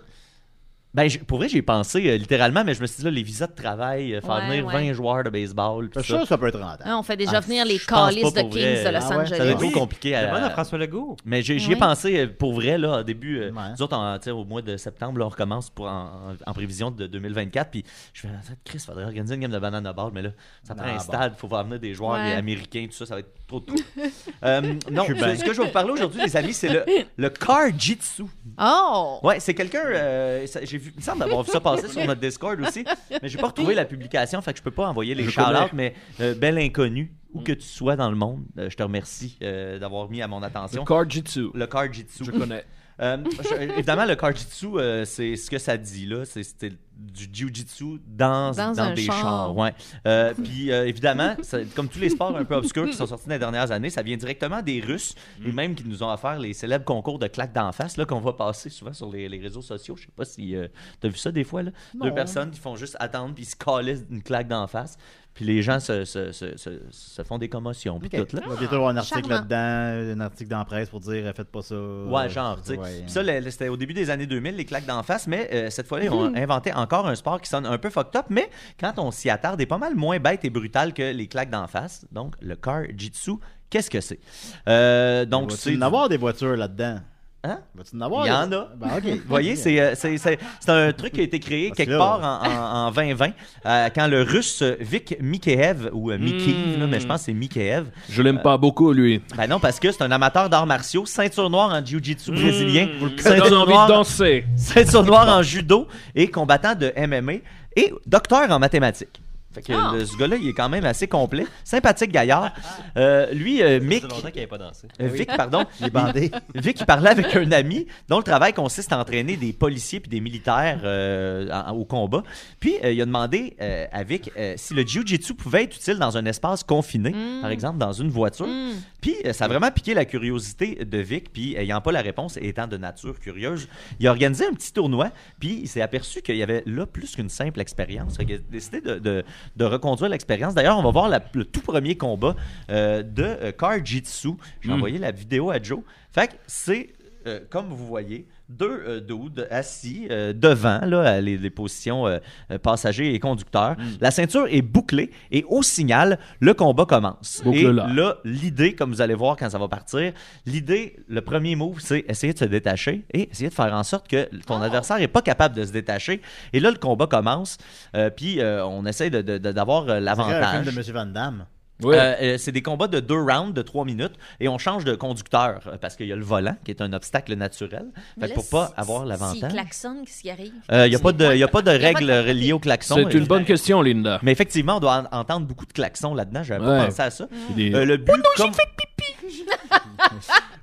C: Ben, j'ai- pour vrai, j'ai pensé euh, littéralement, mais je me suis dit, là, les visas de travail, euh, faire
E: Ouais,
C: venir
E: ouais.
C: 20 joueurs de baseball, tout
B: Parce
C: ça.
B: que Ben, ça, ça peut être rentant.
E: Hein, on fait déjà
C: Ah,
E: venir les
C: je pense
E: calices
C: pas
E: de
C: pour vrai.
E: Kings de Los
B: Ah ouais?
E: Angeles.
C: Ça doit être
F: Oui.
C: trop compliqué à,
D: Euh,
F: Demande à François Legault.
C: Mais j'ai- j'y ai
E: Ouais.
C: pensé euh, pour vrai, là, au début. euh,
B: Ouais.
C: Nous autres, en, tu sais, au mois de septembre, là, on recommence pour en, en- en prévision de 2024. Puis je fais, en fait, Chris, faudrait organiser une game de banana ball, mais là, ça prend
B: Ah,
C: un
B: bon.
C: stade, faut amener des joueurs
E: Ouais.
C: des américains, tout ça, ça va être trop de trous. Euh, non,
B: Je suis bien.
C: ce que je vais vous parler aujourd'hui, les amis, c'est le, le car jitsu.
E: Oh!
C: Ouais, c'est quelqu'un. euh, ça- j'ai vu, il me semble d'avoir vu ça passer sur notre Discord aussi, mais j'ai pas retrouvé la publication, fait que je peux pas envoyer les
G: Je
C: shout-outs, mais euh, bel inconnu, où que tu sois dans le monde, euh, je te remercie euh, d'avoir mis à mon attention.
G: Karjitsu.
C: Le car jitsu.
G: Je connais.
C: Euh, je- évidemment, le Karjitsu, euh, c'est ce que ça dit là, c'est c'était du jiu-jitsu dans,
E: Dans
C: dans,
E: un
C: des
E: char.
C: chars. Ouais. Euh, Puis euh, évidemment, ça- comme tous les sports un peu obscurs qui sont sortis dans les dernières années, ça vient directement des Russes, les mêmes qui nous ont offert les célèbres concours de claques d'en face là, qu'on voit passer souvent sur les, les réseaux sociaux. Je sais pas si tu as vu ça des fois. Là. Deux
B: Non.
C: personnes qui font juste attendre puis ils se calissent une claque d'en face. Puis les gens se, se, se, se, se font des commotions. Puis
B: Ok.
C: tout, là.
B: Il va bientôt avoir un article
E: charmant.
B: là-dedans, un article dans la presse pour dire euh, faites pas ça.
C: Ouais, genre, tu sais.
B: Ouais.
C: Puis ça, le- le- c'était au début des années 2000, les claques d'en face, mais euh, cette fois-là, ils
G: Hmm.
C: ont inventé encore un sport qui sonne un peu fucked up, mais quand on s'y attarde, est pas mal moins bête et brutal que les claques d'en face. Donc, le car jitsu, qu'est-ce que c'est? Euh, donc,
B: Il va-tu
C: c'est.
B: en avoir des voitures là-dedans.
C: Hein?
B: Vas-tu en avoir?
C: Il y
B: là?
C: en a.
B: Ben, ok.
C: Vous voyez, c'est, euh, c'est, c'est, c'est un truc qui a été créé
B: Parce
C: quelque
B: que là,
C: part en, en- en 2020, euh, quand le russe Vic Mikheyev, ou euh,
G: Hmm.
C: Mikheyev, là, mais je pense que c'est Mikheyev,
G: Je
B: Euh,
G: l'aime pas beaucoup, lui.
C: ben non, parce que c'est un amateur d'arts martiaux, ceinture noire en jiu-jitsu brésilien,
G: Ça Hmm. donne
C: ceinture
G: envie de
C: noire,
G: danser.
C: ceinture noire en judo et combattant de MMA et docteur en mathématiques. Fait que
E: Ah.
C: le- ce gars-là, il est quand même assez complet. Sympathique gaillard. Euh, lui, euh, Mick,
D: Ça fait longtemps qu'il n'avait pas dansé.
C: euh, Vic, pardon,
B: Ah Il est bandé.
C: Vic, il parlait avec un ami dont le travail consiste à entraîner des policiers puis des militaires euh, en- au combat. Puis, euh, il a demandé euh, à Vic euh, si le jiu-jitsu pouvait être utile dans un espace confiné,
E: Mm.
C: par exemple dans une voiture.
E: Hmm.
C: Puis, euh, ça a vraiment piqué la curiosité de Vic. Puis, euh, ayant pas la réponse et étant de nature curieuse, il a organisé un petit tournoi. Puis, il s'est aperçu qu'il y avait là plus qu'une simple expérience. Fait qu'il a décidé de, de- de reconduire l'expérience. D'ailleurs, on va voir la- le tout premier combat euh, de euh, Car Jitsu. J'ai
G: Mm.
C: envoyé la vidéo à Joe. Fait que c'est, euh, comme vous voyez, deux euh, dudes assis euh, devant, là, à les, les positions euh, euh, passagers et conducteurs.
G: Mm.
C: La ceinture est bouclée et au signal, le combat commence.
G: Boucle
C: et
G: là.
C: là, l'idée, comme vous allez voir quand ça va partir, l'idée, le premier move, c'est essayer de se détacher et essayer de faire en sorte que ton
G: Oh!
C: adversaire n'est pas capable de se détacher. Et là, le combat commence. euh, Puis euh, on essaie de- de- de- d'avoir euh,
B: C'est un film
C: l'avantage.
B: de Monsieur Van Damme.
G: Ouais.
C: Euh, euh, c'est des combats de deux rounds de trois minutes et on change de conducteur euh, parce qu'il y a le volant qui est un obstacle naturel
E: Mais
C: fait,
E: là,
C: que pour pas
E: si-
C: avoir
E: si-
C: l'avantage.
E: S'il klaxonne, qu'est-ce qui arrive?
C: Il n'y a pas de, y a pas de règles
E: pénalité.
C: liées au klaxon.
G: C'est une
C: Euh,
G: bonne question, Linda.
C: Mais effectivement, on doit en- entendre beaucoup de klaxons là-dedans. J'avais pas
G: Ouais.
C: pensé à ça.
G: Des-
C: Euh, le but, comme-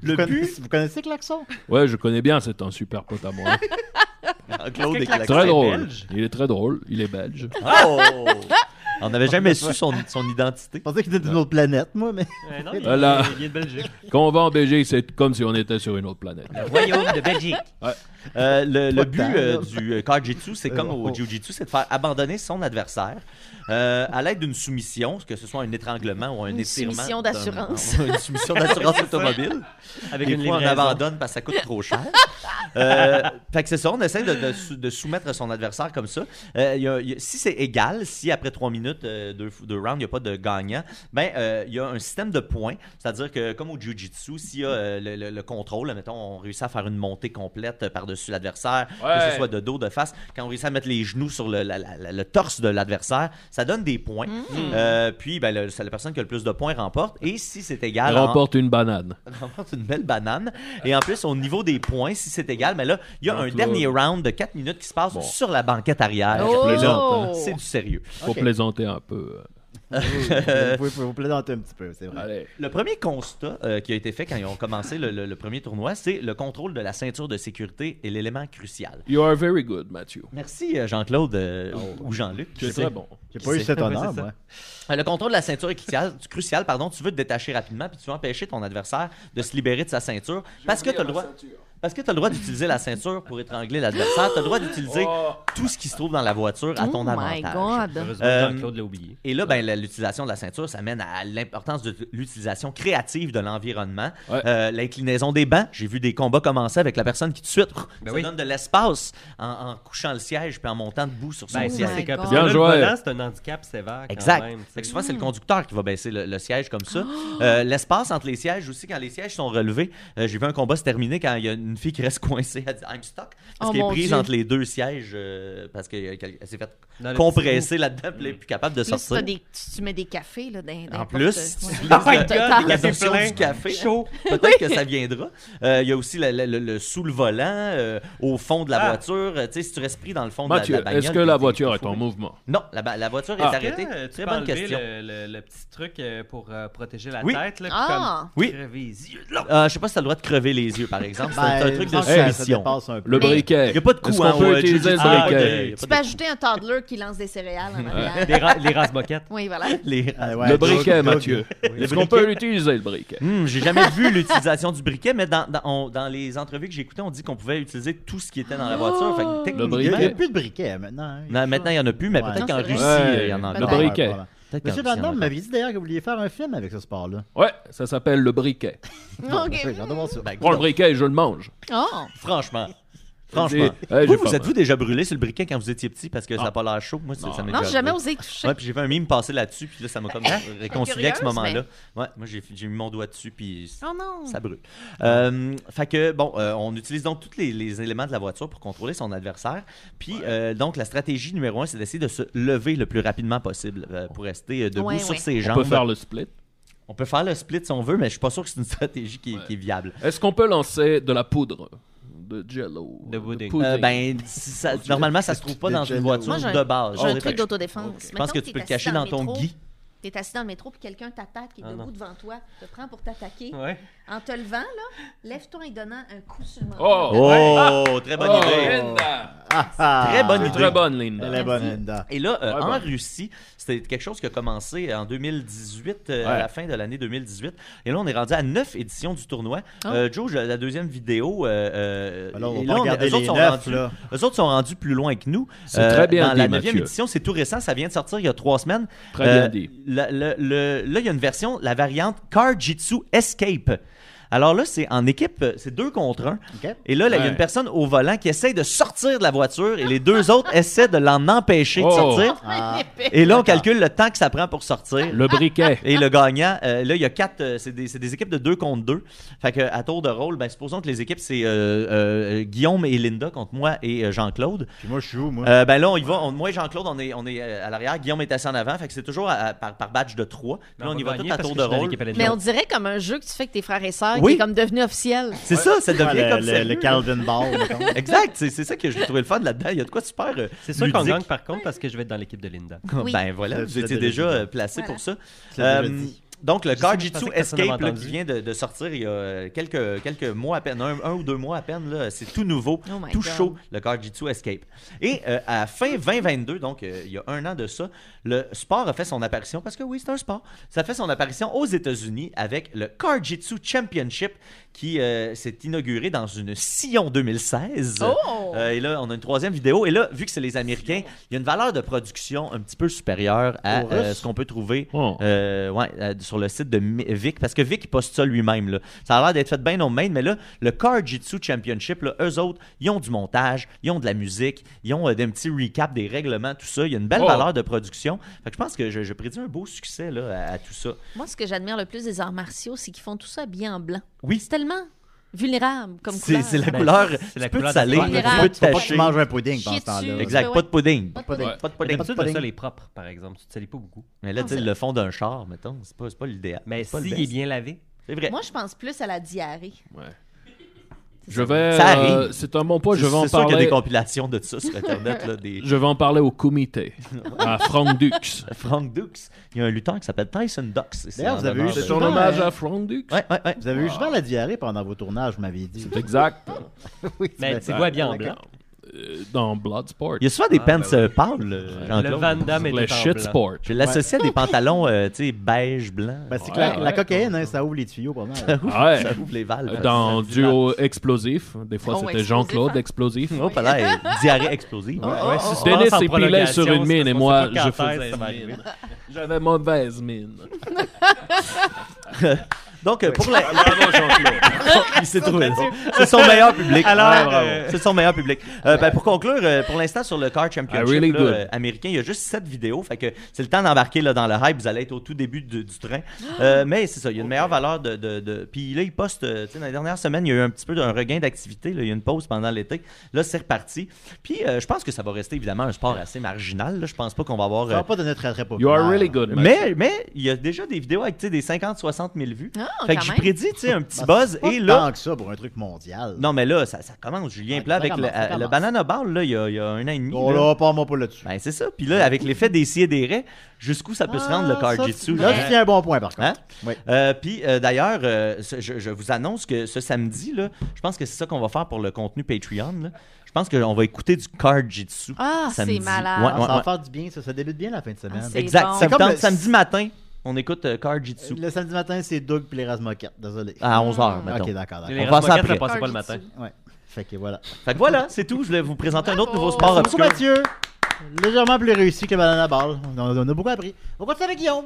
B: Vous,
C: le but,
B: connaissez, vous connaissez Klaxon?
G: Ouais, je connais bien, c'est un super pote à moi.
C: Claude est klaxon
G: Très drôle.
C: belge.
G: Il est très drôle, il est belge.
C: Oh! on n'avait jamais su son, son identité.
B: Je pensais qu'il était d'une autre planète, moi, mais.
D: Euh, non, il,
G: Voilà.
D: il vient de Belgique.
G: Quand on va en Belgique, c'est comme si on était sur une autre planète.
D: Royaume de Belgique.
C: Euh, le, le
B: de
C: but
B: temps,
C: euh,
B: là.
C: du euh, Kajitsu, c'est
B: Euh,
C: comme au
B: oh.
C: Jiu-Jitsu, c'est de faire abandonner son adversaire euh, à l'aide d'une soumission, que ce soit un étranglement ou un
E: Une
C: étirement.
E: soumission
C: d'un-
E: d'assurance.
C: Une soumission d'assurance automobile.
D: Avec
C: Des
D: une
C: fois, on
D: livraison.
C: abandonne parce que ça coûte trop cher. Euh, fait que c'est ça, on essaie de, de sou- de soumettre son adversaire comme ça. Euh, il y a- il y a- si c'est égal, si après trois minutes, euh, deux, f- deux rounds, il n'y a pas de gagnant, ben euh, il y a un système de points. C'est-à-dire que, comme au Jiu-Jitsu, s'il y a euh, le, le- le contrôle, mettons, on réussit à faire une montée complète euh, par-dessus l'adversaire, que
G: Ouais.
C: ce soit de dos, de face, quand on réussit à mettre les genoux sur le, la- la- la- le torse de l'adversaire, ça donne des points. Euh, puis, ben, le- c'est la personne qui a le plus de points remporte. Et si c'est égal,
G: Il
C: en-
G: remporte une banane.
C: remporte une belle banane. Et en plus, au niveau des points, si c'est égal, mais là, il y a un
G: Jean-Claude.
C: dernier round de 4 minutes qui se passe
G: Bon.
C: sur la banquette arrière.
E: Oh!
C: Et là,
E: plaisante, hein.
C: C'est du sérieux.
G: Faut
B: Ok.
G: plaisanter un peu.
B: vous pouvez vous plaisanter un petit peu, c'est vrai.
G: Allez.
C: Le premier constat euh, qui a été fait quand ils ont commencé le, le- le premier tournoi, c'est le contrôle de la ceinture de sécurité est l'élément crucial.
G: You are very good, Mathieu.
C: Merci euh, Jean-Claude euh,
B: Oh.
C: ou- ou Jean-Luc.
G: Tu es très bon.
B: J'ai
C: Qui
B: pas eu
C: sait?
B: cet
C: Ouais,
B: honneur,
C: c'est ça.
B: moi.
C: Euh, Le contrôle de la ceinture est crucial, tu- crucial, pardon. Tu veux te détacher rapidement puis tu veux empêcher ton adversaire de se libérer de sa ceinture parce que tu as le droit. Parce que tu as le droit d'utiliser la ceinture pour étrangler l'adversaire. Tu as le droit d'utiliser
D: Oh.
C: tout ce qui se trouve dans la voiture à ton
E: oh my
C: avantage.
E: God!
D: Heureusement,
C: Euh,
D: Jean-Claude l'a oublié.
C: Et là, ben, la- l'utilisation de la ceinture, ça mène à l'importance de l'utilisation créative de l'environnement.
G: Ouais.
C: Euh, L'inclinaison des bancs. J'ai vu des combats commencer avec la personne qui, tout de suite, ça
D: Ben oui.
C: donne de l'espace en, en couchant le siège puis en montant debout sur son
D: Ben, c'est
C: siège.
D: assez
E: Oh God.
D: parce que
G: Bien
D: là, le
G: joué.
D: volant, c'est un handicap sévère. Quand
C: Exact.
D: Même, tu
C: Fait que
D: sais.
C: souvent, c'est le conducteur qui va baisser le, le siège comme ça. Euh, L'espace entre les sièges aussi, quand les sièges sont relevés, euh, j'ai vu un combat se terminer quand il y a une fille qui reste coincée. Elle dit I'm stuck. Parce
E: Oh,
C: qu'elle est
E: mon
C: prise
E: Dieu.
C: entre les deux sièges euh, parce qu'elle qu'elle- elle s'est fait
D: Dans le
C: compresser là-dedans puis elle est plus capable de
E: Là, si
C: sortir.
E: t'as des- tu, tu mets des cafés, là, dans, dans
C: En
E: la
C: plus,
E: porte, euh,
C: si
E: ouais.
C: tu
D: Oh my
C: laisses
D: God,
C: la-
D: des
C: la
D: cafés
C: version
D: pleins.
C: du café,
D: Chaud.
C: peut-être que ça viendra. Euh, Il y a aussi le, le- le- le sous le volant, euh, au fond de la
D: Ah.
C: voiture. Euh, Tu sais, si tu restes pris dans le fond de la,
G: Mathieu,
C: la bagnole,
G: est-ce que
C: puis
G: la
C: t'es-
G: voiture
C: t'es
G: est en
C: fourré.
G: mouvement
C: Non, la, ba- la voiture est
G: Ah.
C: arrêtée.
D: Euh, tu
C: Très
D: peux
C: bonne
D: enlever
C: question.
D: Le, le- le petit truc euh, pour euh, protéger la
C: Oui.
D: tête. Là, puis
E: Ah!
D: comme
C: Oui.
D: crever les yeux.
C: Euh, je sais pas si t'as le droit de crever les yeux, par exemple. C'est un
B: Ben,
C: truc
B: je
C: de
B: pense que ça- Ça
C: soumission.
B: dépasse un peu.
G: Le briquet.
C: Y a pas de coup,
G: Est-ce
C: hein,
G: qu'on peut
C: ouais, Ah,
G: utiliser le
C: Jiu-Jitsu, y a pas de- y a
G: briquet
C: pas
E: Tu
C: de
E: peux
C: coup.
E: ajouter un toddler qui lance des céréales en
D: Les,
E: arrière.
D: ra- les rasse-boquettes.
E: oui, voilà.
C: Les-
B: Ah, ouais.
G: Le briquet,
B: Donc,
G: Mathieu. Est-ce qu'on peut l'utiliser, le briquet
C: Hmm, j'ai jamais vu l'utilisation du briquet, mais dans, dans, on- dans les entrevues que j'ai écoutées, on dit qu'on pouvait utiliser tout ce qui était dans la voiture. Fait que techniquement-
B: Il n'y a
G: briquet.
B: plus de briquet maintenant. hein.
C: Non, maintenant, il n'y en a plus, mais
B: Ouais.
C: peut-être
E: Non,
C: qu'en
E: c'est vrai.
C: Russie,
G: Ouais.
C: euh, il y en a
B: Ouais,
G: Le
C: encore.
B: ouais,
G: briquet.
B: voilà.
C: Peut-être qu'en
B: Monsieur
C: Russie,
B: Van
C: il y en a
B: Damme m'avait dit d'ailleurs que vous vouliez faire un film avec ce sport-là.
G: Ouais, ça s'appelle le briquet.
E: OK.
B: J'adore ça.
C: encore. Ben,
G: Prends le briquet et je le mange.
E: Oh!
C: Franchement. Franchement.
G: J'ai- Hey, j'ai
C: vous,
G: pas
C: vous êtes-vous déjà brûlé sur le briquet quand vous étiez petit parce que ça n'a pas l'air chaud? Moi, c'est- ça m'est
E: Non, j'ai
C: déjà
E: jamais
C: arrivé.
E: osé toucher.
C: Ouais, puis j'ai fait un mime passer là-dessus, puis là, ça m'a comme réconcilié avec ce
E: Curieuse,
C: moment-là. Ouais, moi, j'ai j'ai mis mon doigt dessus, puis
E: Oh non!
C: ça brûle. Euh, fait que, bon, euh, on utilise donc tous les, les éléments de la voiture pour contrôler son adversaire. Puis, euh, donc, la stratégie numéro un, c'est d'essayer de se lever le plus rapidement possible euh, pour rester euh, debout
E: Ouais,
C: sur
E: ouais.
C: ses
G: On
C: jambes.
G: peut faire le split.
C: On peut faire le split si on veut, mais je suis pas sûr que c'est une stratégie qui, qui est viable.
G: Est-ce qu'on peut lancer de la poudre De jello
D: De pudding.
C: Euh, ben, si ça- normalement, ça se trouve pas dans une voiture
E: Moi, j'ai un-
C: de base.
E: J'ai un
C: Fait
E: truc
C: que
E: d'autodéfense.
C: Je pense que tu peux le cacher dans ton gui.
E: T'es assis dans le métro, puis quelqu'un t'attaque, et
D: Ah,
E: debout
D: non.
E: devant toi, te prend pour t'attaquer.
D: Ouais.
E: En te levant, là, lève-toi en donnant un coup sur le menton.
G: Oh!
C: Oh, très bonne
G: Oh,
C: idée. Euh,
G: Linda!
B: Ah, ah.
C: Très bonne
G: C'est
C: idée.
G: très bonne,
B: Elle
G: Linda.
B: est bonne,
E: Merci.
B: Linda.
C: Et là, euh,
G: Ouais,
C: en
G: bon.
C: Russie, c'était quelque chose qui a commencé en 2018, euh, à
G: Ouais.
C: la fin de l'année 2018. Et là, on est rendu à neuf éditions du tournoi.
G: Ah.
C: Euh, Joe, je- la deuxième vidéo. euh, euh,
G: Ben
B: Alors, on
C: et
B: va
C: là, on-
B: regarder
C: eux autres
B: les
C: sont
B: neuf,
C: rendus-
B: là.
C: eux autres sont rendus plus loin que nous. Euh,
G: C'est très bien
C: Dans la
G: dit,
C: neuvième
G: Mathieu.
C: édition, c'est tout récent. Ça vient de sortir il y a trois semaines.
G: Très bien
C: Euh,
G: dit.
C: la- le- le- là, il y a une version, la variante Karjitsu Escape. Alors là, c'est en équipe, euh, c'est deux contre un.
B: OK.
C: Et là, là, il y a
G: Ouais.
C: une personne au volant qui essaie de sortir de la voiture et les deux autres essaient de l'en empêcher de
G: Oh.
C: sortir.
B: Ah.
C: Et là, on calcule le temps que ça prend pour sortir.
G: Le briquet.
C: Et le gagnant, euh, là, il y a quatre. euh, c'est, des, c'est des équipes de deux contre deux. Fait que, à tour de rôle, ben, supposons que les équipes, c'est euh, euh, Guillaume et Linda contre moi et euh, Jean-Claude.
B: Puis moi, je suis où, moi?
C: Euh, ben là, on y va. On- moi et Jean-Claude, on est, on est euh, à l'arrière. Guillaume est assis en avant. Fait que c'est toujours à- à- par, par batch de trois.
D: Ben,
C: Puis là, on y va tout à tour de rôle.
E: Mais on dirait comme un jeu que tu fais avec tes frères et sœurs,
C: Oui.
E: qui est comme devenu officiel.
C: C'est ça, ça devient
B: Ouais, le,
C: comme
B: le-
C: sérieux,
B: le
C: là.
B: Calvin Ball, mettons.
C: Exact, c'est, c'est ça que j'ai trouvé le fun là-dedans. Il y a de quoi super. euh,
D: C'est sûr qu'on
C: ludique.
D: gagne par contre parce que je vais être dans l'équipe de Linda.
E: Oui.
C: Ben voilà,
B: Ça,
C: vous
B: tu l'as
C: étiez
B: déjà
C: déjà
B: dit.
C: euh, placé
E: Voilà.
C: pour ça.
B: Tu l'as déjà
C: Euh,
B: dit.
C: donc, le
D: Je sais pas, je
C: Karjitsu
D: pensais que
C: Escape
D: personne n'avait
C: là, qui
D: entendu.
C: vient de, de sortir il y a euh, quelques, quelques mois à peine, un, un ou deux mois à peine, là, c'est tout nouveau,
E: Oh my
C: tout
E: God.
C: chaud, le Karjitsu Escape. Et euh, à fin 2022, donc euh, il y a un an de ça, le sport a fait son apparition, parce que oui, c'est un sport, ça fait son apparition aux États-Unis avec le Karjitsu Championship qui euh, s'est inauguré dans une Sillon 2016.
E: Oh!
C: Euh, et là, on a une troisième vidéo. Et là, vu que c'est les Américains, il y a une valeur de production un petit peu supérieure à
B: Aux Russes.
C: euh, ce qu'on peut trouver
G: Oh.
C: euh, ouais, euh, sur le site de Mi- Vic. Parce que Vic, il poste ça lui-même. là. Ça a l'air d'être fait bien au main, mais là, le Karjitsu Championship, là, eux autres, ils ont du montage, ils ont de la musique, ils ont euh, des petits recaps, des règlements, tout ça. Il y a une belle
G: Oh.
C: valeur de production. Fait que je pense que je, je prédis un beau succès là, à, à tout ça.
E: Moi, ce que j'admire le plus des arts martiaux, c'est qu'ils font tout ça bien en blanc.
C: Oui.
E: C'est tellement vulnérable comme
C: C'est
E: couleur.
C: c'est la
D: Ben,
C: couleur.
D: c'est
C: tu
D: la
C: peux
D: couleur
C: te saler,
E: de la
C: tu
E: couleur.
C: peux te
B: Faut pas que tu
C: tacher.
B: manges un pudding pendant
E: Chier
B: ce temps-là.
E: dessus.
C: Exact,
E: Ouais,
C: pas de pudding.
E: Pas de pudding.
G: Ouais.
C: Pas de pudding.
D: D'habitude, le sol est propre, par exemple. Tu te salis pas beaucoup.
C: Mais là, tu sais, le fond d'un char, mettons, c'est pas, c'est pas l'idéal.
D: Mais
C: C'est pas le
D: s'il
C: best.
D: est bien lavé,
C: C'est vrai.
E: Moi, je pense plus à la diarrhée.
G: Je vais.
C: Ça
G: euh,
C: arrive.
G: c'est un bon point. Je
C: C'est-
G: vais en
C: C'est sûr qu'il y a des
G: parler.
C: compilations de ça sur Internet, là, des
G: Je vais en parler au comité. À Frank Dux.
C: Frank Dux. Il y a un lutteur qui s'appelle Tyson Dux. et c'est
B: D'ailleurs,
C: en
B: vous avez
C: honneur
B: eu
C: de-
G: C'est ton
B: Ouais.
G: hommage à Frank Dux.
C: Ouais, ouais, ouais.
B: Vous avez eu souvent la diarrhée pendant vos tournages, vous m'aviez dit.
G: Exact.
B: Oui,
D: mais
B: c'est
D: tu
B: vrai.
D: vois bien en blanc.
G: Euh, Dans Bloodsport.
C: Il y a souvent des
D: Ah,
C: pants
D: ben oui.
C: euh, pâles, euh,
D: Le
C: Jean-Claude.
D: Van Damme est
G: Le
D: tout en
G: shit
D: blanc.
G: sport.
C: Je l'associe à des pantalons, euh, tu sais, beige, blanc.
B: Ben, c'est que
G: Ouais,
B: la,
G: ouais.
B: la cocaïne, hein, ça ouvre les tuyaux pas mal.
G: Ah Ouais. Euh,
C: Ça ouvre les valves.
G: Dans
C: Ça dilate.
G: duo explosif. Des fois,
E: Oh,
G: c'était
E: explosif,
G: Jean-Claude
E: hein.
G: explosif.
C: Oh, pas là, euh, diarrhée explosive.
G: Dennis
D: On passe en
G: épilait
D: Oh, prolongation,
G: sur une mine
D: c'est-
G: et
D: on
G: moi,
D: sait pas
G: je
D: quand est-ce
G: faisais
D: que ça va
G: mine. J'avais mauvaise mine.
C: Donc, euh, pour la...
G: Bravo, Jean-Claude.
C: Il s'est trouvé. C'est son meilleur public.
D: Alors,
C: Ouais, bravo.
D: euh,
C: c'est son meilleur public. Euh, ben, pour conclure, euh, pour l'instant sur le Car Championship
G: Ah, really
C: là,
G: good.
C: euh, américain, il y a juste sept vidéos. Fait que c'est le temps d'embarquer là, dans le hype. Vous allez être au tout début du, du train. Euh, mais c'est ça, il y a une meilleure valeur de. de, de- Puis là, il poste. euh, tu sais, dans les dernières semaines, il y a eu un petit peu d'un regain d'activité. là. Il y a eu une pause pendant l'été. Là, c'est reparti. Puis euh, je pense que ça va rester évidemment un sport assez marginal. là. Je pense pas qu'on va avoir.
B: Ça
C: euh,
B: va pas donner très très populaire.
G: You are really good, man.
C: mais, mais il y a déjà des vidéos avec tu sais, des 50-60 000 vues.
E: Ah,
C: fait
E: quand
C: que j'ai
E: même.
C: prédit tu sais, un petit buzz.
B: Ah, Bah, Pas
C: Et là,
B: tant que ça pour un truc mondial.
C: non, mais là, ça, ça commence, Julien.
B: Ouais,
C: Puis là,
B: ça
C: avec le,
B: commence, ça
C: euh, le
B: commence.
C: Banana Ball, là, il y a, il y a un an et demi.
B: Oh
C: là.
B: là, pas moi pas là-dessus.
C: Ben, c'est ça. Puis là, avec l'effet des si et des raies, jusqu'où ça peut se rendre, le
B: Ah, ça,
C: Karjitsu.
B: Là,
C: là?
B: tu tiens un bon point, par contre.
C: Hein?
B: Oui.
C: Euh, puis euh, d'ailleurs, euh, ce- je, je vous annonce que ce samedi, là, je pense que c'est ça qu'on va faire pour le contenu Patreon. là. Je pense qu'on va écouter du Karjitsu.
E: Ah,
C: samedi.
E: c'est malade.
C: Ouais,
B: Ah,
C: ouais,
B: ça
C: ouais.
B: va faire du bien, ça. Ça débute bien la fin de semaine.
E: Ah, c'est-
C: Exact.
E: bon.
C: Ça
E: C'est
C: me
B: comme
C: tente
B: le-
C: samedi matin, on écoute euh, Karjitsu
B: le samedi matin, c'est Doug puis les Razmoquettes. Désolé.
C: à 11h, Ah, mettons.
B: ok, d'accord, d'accord.
D: Les
C: On passe
D: Rasmoquettes,
C: après.
D: ça passait pas le matin.
B: Ouais. Fait que voilà.
C: Fait que voilà, c'est tout. Je voulais vous présenter un autre nouveau sport
B: Merci beaucoup,
C: obscur.
B: Mathieu. Légèrement plus réussi que Banana Ball. On, on a beaucoup appris. On continue avec Guillaume.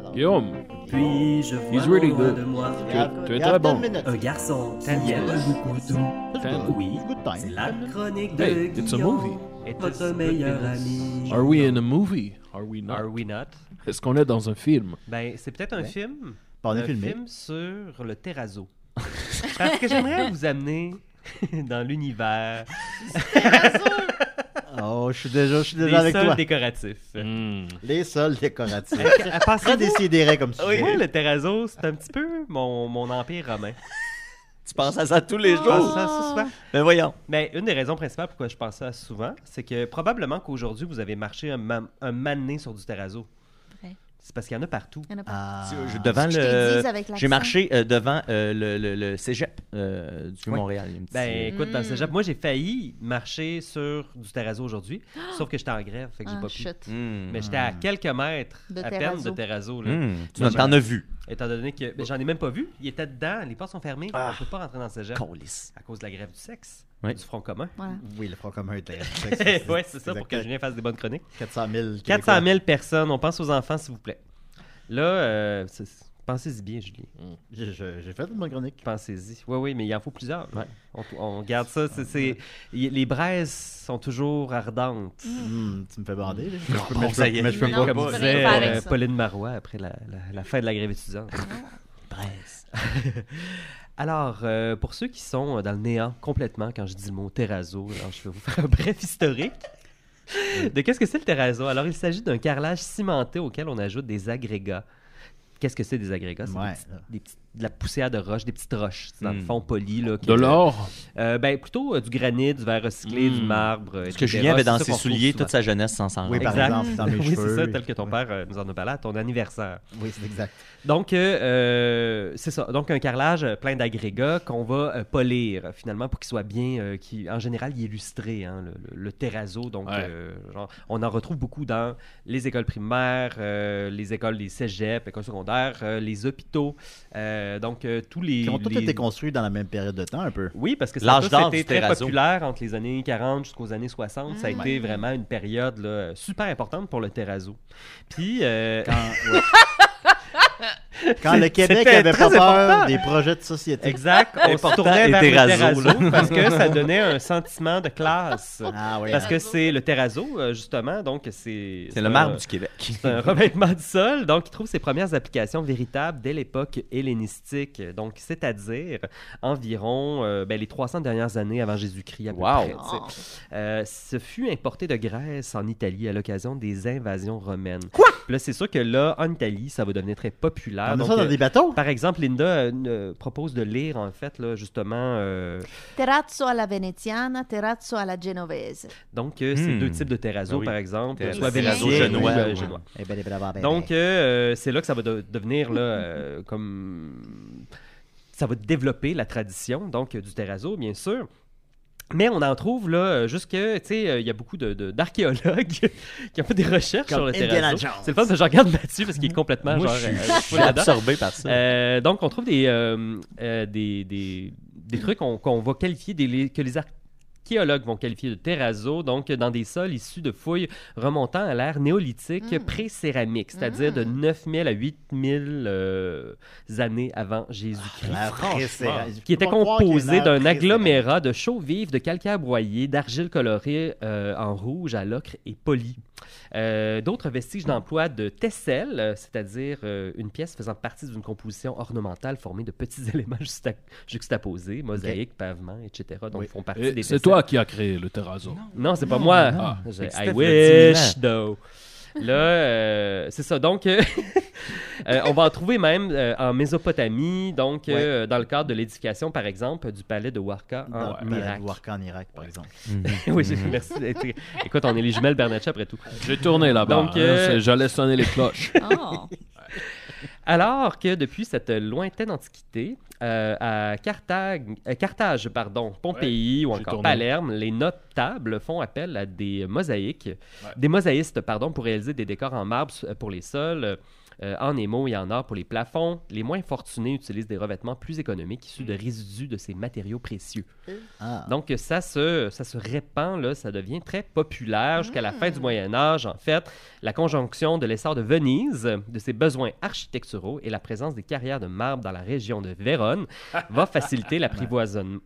B: Alors,
G: Guillaume,
I: Puis je vois
G: He's really
I: au loin
G: good.
I: de moi
G: Tu es
B: Garde
G: très
B: ten
G: bon.
B: minutes.
I: un garçon qui
B: Ten
I: aime
B: years.
I: beaucoup tout.
G: Ten.
I: Oui,
B: Good
I: c'est
B: time.
I: la chronique de
G: Hey, it's a
I: Guillaume,
G: movie.
I: votre meilleur ami.
G: Are we in a movie? Are we not?
D: Are we not?
G: Est-ce qu'on est dans un film?
D: Ben, c'est peut-être un film.
B: On a
D: un
B: filmé.
D: film sur le terrazzo. Parce que j'aimerais vous amener dans l'univers
B: Oh, je suis déjà, je suis
D: des
B: déjà avec
D: sols
B: toi. Mm.
D: décoratifs.
B: Les sols décoratifs.
D: Euh,
B: Très
D: Pensez-vous
B: décidéré comme ça.
D: Moi, le terrazzo, c'est un petit peu mon, mon empire romain.
C: Tu penses à ça tous les
D: Je pense
E: Oh!
C: jours.
D: à ça souvent.
C: Mais voyons.
D: Mais une des raisons principales pourquoi je pense à ça souvent, c'est que probablement qu'aujourd'hui, vous avez marché un, ma- un mané sur du terrazzo.
E: Vrai.
D: C'est parce qu'il y en a partout.
E: Il y en a pas.
B: Ah,
C: Je- devant
E: Je te
C: le.
E: dis avec
C: J'ai
E: l'accent.
C: marché euh, devant euh, le, le, le cégep euh, du
D: Ouais.
C: Montréal. il y a un petit-
D: Ben écoute, dans le
E: Mm.
D: cégep, moi j'ai failli marcher sur du terrazzo aujourd'hui, sauf que j'étais en grève, fait que j'ai
E: Ah,
D: pas pu.
E: chut.
C: Hmm.
D: Mais j'étais à quelques mètres
E: De
D: à peine
E: terrazzo.
D: de terrazzo, là.
C: Hmm. Tu
D: Mais
C: en- t'en as vu.
D: étant donné que ben, j'en ai même pas vu. Il était dedans, les portes sont fermées, on peut pas rentrer dans le cégep
C: Calice.
D: à cause de la grève du sexe,
C: Ouais.
D: du front commun.
E: Voilà.
B: Oui, le front commun était.
D: ouais, c'est ça, pour que Julien fasse des bonnes chroniques.
B: 400 000. Québécois.
D: 400 000 personnes, on pense aux enfants, s'il vous plaît. Là, euh, c'est- pensez-y bien, Julien.
E: Hmm.
B: J'ai je- j'ai fait une bonne chronique.
D: Pensez-y. Oui, oui, mais il en faut plusieurs. On, on garde ça. c'est- c'est- y- les braises sont toujours ardentes.
B: Hmm, tu me fais bander. là.
C: bon, ça y est.
B: mais je peux pas.
E: Non, tu peux
B: Comme...
E: rien
D: disait
E: faire avec
D: euh,
E: ça.
D: Pauline Marois après la, la- la fin de la grève étudiante.
C: Ah.
D: Bref. Alors, euh, pour ceux qui sont dans le néant complètement quand je dis le mot terrazzo, alors je vais vous faire un bref historique. De qu'est-ce que c'est le terrazzo? Alors, il s'agit d'un carrelage cimenté auquel on ajoute des agrégats. Qu'est-ce que c'est des agrégats? C'est des
B: Ouais.
D: petites- des petites- de la poussière de roche, des petites roches, c'est dans le
C: Mm.
D: fond poli. Là, que-
G: De l'or?
D: Euh, ben, plutôt euh, du granit, du verre recyclé,
G: Mm.
D: du marbre. euh,
C: Hmm. Parce que
D: etc.
C: Julien avait
D: C'est
C: dans
D: ça
C: ses
D: qu'on retrouve
C: souliers
D: souvent.
C: toute sa jeunesse sans s'en rendre.
B: Oui, par
D: Exact.
B: exemple, dans mes
D: oui,
B: cheveux.
D: c'est ça, tel que ton père euh, nous en a parlé à ton anniversaire.
B: Oui, c'est exact.
D: Donc, euh, euh, c'est ça. Donc, un carrelage euh, plein d'agrégats qu'on va euh, polir, euh, finalement, pour qu'il soit bien, euh, qu'il- en général, il est lustré, hein, le, le- le terrazzo. Donc,
G: Ouais.
D: euh, genre, on en retrouve beaucoup dans les écoles primaires, euh, les écoles, les cégeps, écoles secondaires, euh, les hôpitaux. Euh, donc, euh, tous les...
B: Ils ont tous
D: les-
B: été construits dans la même période de temps, un peu.
D: oui, parce que ça
C: L'âge d'or
D: a
C: du
D: été très
C: terrazzo.
D: populaire entre les années 40 jusqu'aux années 60. Ça a
E: Mm.
D: été vraiment une période là, super importante pour le terrazzo. Puis, euh,
B: Quand, Quand le Québec
D: c'était
B: avait pas
D: très
B: peur
D: important.
B: des projets de société.
D: Exact, on se tournait
C: et
D: vers
C: terrazzo,
D: le
C: là.
D: terrazzo parce que ça donnait un sentiment de classe.
B: Ah oui.
D: Parce que c'est le terrazzo, euh, justement, donc c'est...
C: C'est le
D: un-
C: marbre du Québec.
D: C'est un revêtement du sol, donc il trouve ses premières applications véritables dès l'époque hellénistique, donc c'est-à-dire environ euh, ben, les 300 dernières années avant Jésus-Christ à peu
C: Wow.
D: près, tu sais.
E: Oh.
D: Euh, ce fut importé de Grèce en Italie à l'occasion des invasions romaines. Quoi? Là, c'est sûr que là, en Italie, ça va devenir très populaire.
B: On a
D: donc,
B: ça dans
D: euh,
B: des bateaux.
D: par exemple, Linda euh, euh, propose de lire, en fait, là, justement, euh,
E: Terrazzo alla veneziana, terrazzo alla genovese.
D: donc, euh, ces
C: Hmm.
D: deux types de terrazzo,
C: Ben oui.
D: par exemple,
C: Terrazzo
D: soit vénitien,
C: génois,
D: ou, euh,
C: ouais.
D: génois.
B: Eh ben, eh ben, eh ben, eh ben.
D: Donc, euh, c'est là que ça va de- devenir, là, euh, comme... Ça va développer la tradition, donc, euh, du terrazzo, bien sûr. Mais on en trouve, là, euh, jusque, tu sais, euh, il y a beaucoup de- de- d'archéologues qui ont fait des recherches
B: Comme
D: sur le
B: Indiana
D: terrazzo.
B: Jones.
D: C'est le fun que je regarde Mathieu parce qu'il est complètement,
C: Moi,
D: genre,
C: je
D: euh,
C: suis-
D: full
C: je suis
D: là-dedans.
C: absorbé par ça.
D: Euh, donc, on trouve des, euh, euh, des, des, des trucs qu'on qu'on va qualifier, des, les- que les archéologues vont qualifier de terrazzo, donc dans des sols issus de fouilles remontant à l'ère néolithique
E: Mm.
D: pré-céramique, c'est-à-dire de
E: Mm.
D: 9000 à 8000 euh, années avant Jésus-Christ.
B: La préférence.
D: qui était
B: Faut pas croire qu'il y a une
D: composé d'un
B: préférence.
D: agglomérat de chaux vives, de calcaire broyé, d'argile colorée euh, en rouge à l'ocre et poli. Euh, D'autres vestiges d'emploi de tesselle, euh, c'est-à-dire euh, une pièce faisant partie d'une composition ornementale formée de petits éléments juxta- juxtaposés, mosaïques, pavements, etc. Donc,
B: Oui.
D: font partie
G: Et
D: des
G: Eh, Euh, C'est
D: tesselles.
G: toi qui as créé le terrazzo. Ah,
D: Non, c'est pas moi.
G: non.
D: J'ai-
C: Fait que
D: I
C: Steph l'a dit
D: wish, though. Là, euh, c'est ça. Donc, euh, euh, on va en trouver même euh, en Mésopotamie, donc euh, dans le cadre de l'édification, par exemple, du palais de Warka
B: Dans-
D: en
C: ben,
B: dans
D: Irak.
B: Warka en Irak, par exemple.
D: oui, c'est- merci. Écoute, on est les jumelles Bernatchez après tout.
G: J'ai tourné là-bas.
D: Donc, euh,
G: hein, c'est- J'allais sonner les cloches.
E: Oh.
D: Alors que depuis cette lointaine antiquité, euh, à Carthage, euh, Carthage, pardon, Pompéi ou
G: j'ai
D: encore
G: tourné.
D: Palerme, les notables font appel à des mosaïques,
G: Ouais.
D: des mosaïstes pardon, pour réaliser des décors en marbre euh, pour les sols, euh, en émaux et en or pour les plafonds. Les moins fortunés utilisent des revêtements plus économiques issus
G: Mm.
D: de résidus de ces matériaux précieux.
B: Ah.
D: Donc, ça se, ça se répand, là, ça devient très populaire jusqu'à
B: Hmm.
D: la fin du Moyen Âge, en fait. La conjonction de l'essor de Venise, de ses besoins architecturaux Maduro et la présence des carrières de marbre dans la région de Vérone va faciliter l'apprivoisonnement.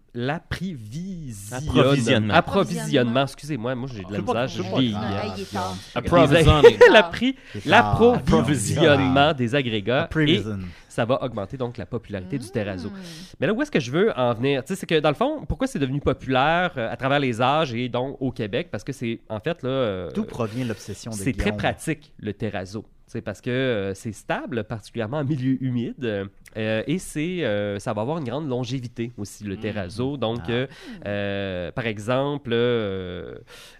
D: L'apprivisionnement.
C: Approvisionnement.
D: Approvisionnement, excusez-moi, moi j'ai de la
B: C'est pas-
D: misère, je
B: c'est pas
D: lis.
B: grave.
E: Ah, il est tard.
C: Approvisionné.
D: La prix-
B: C'est fort.
D: L'approvisionnement des agrégats et
B: Prevision.
D: ça va augmenter donc la popularité du terrazzo.
E: Hmm,
D: Mais là où est-ce que je veux en venir Tu sais, c'est que dans le fond, pourquoi c'est devenu populaire euh, à travers les âges et donc au Québec Parce que c'est en fait là, euh,
B: D'où provient l'obsession des
D: c'est très pratique le terrazzo. C'est parce que euh, c'est stable, particulièrement en milieu humide, euh, et c'est euh, ça va avoir une grande longévité aussi le terrazzo. Donc,
B: Ah.
D: euh, euh, par exemple, euh,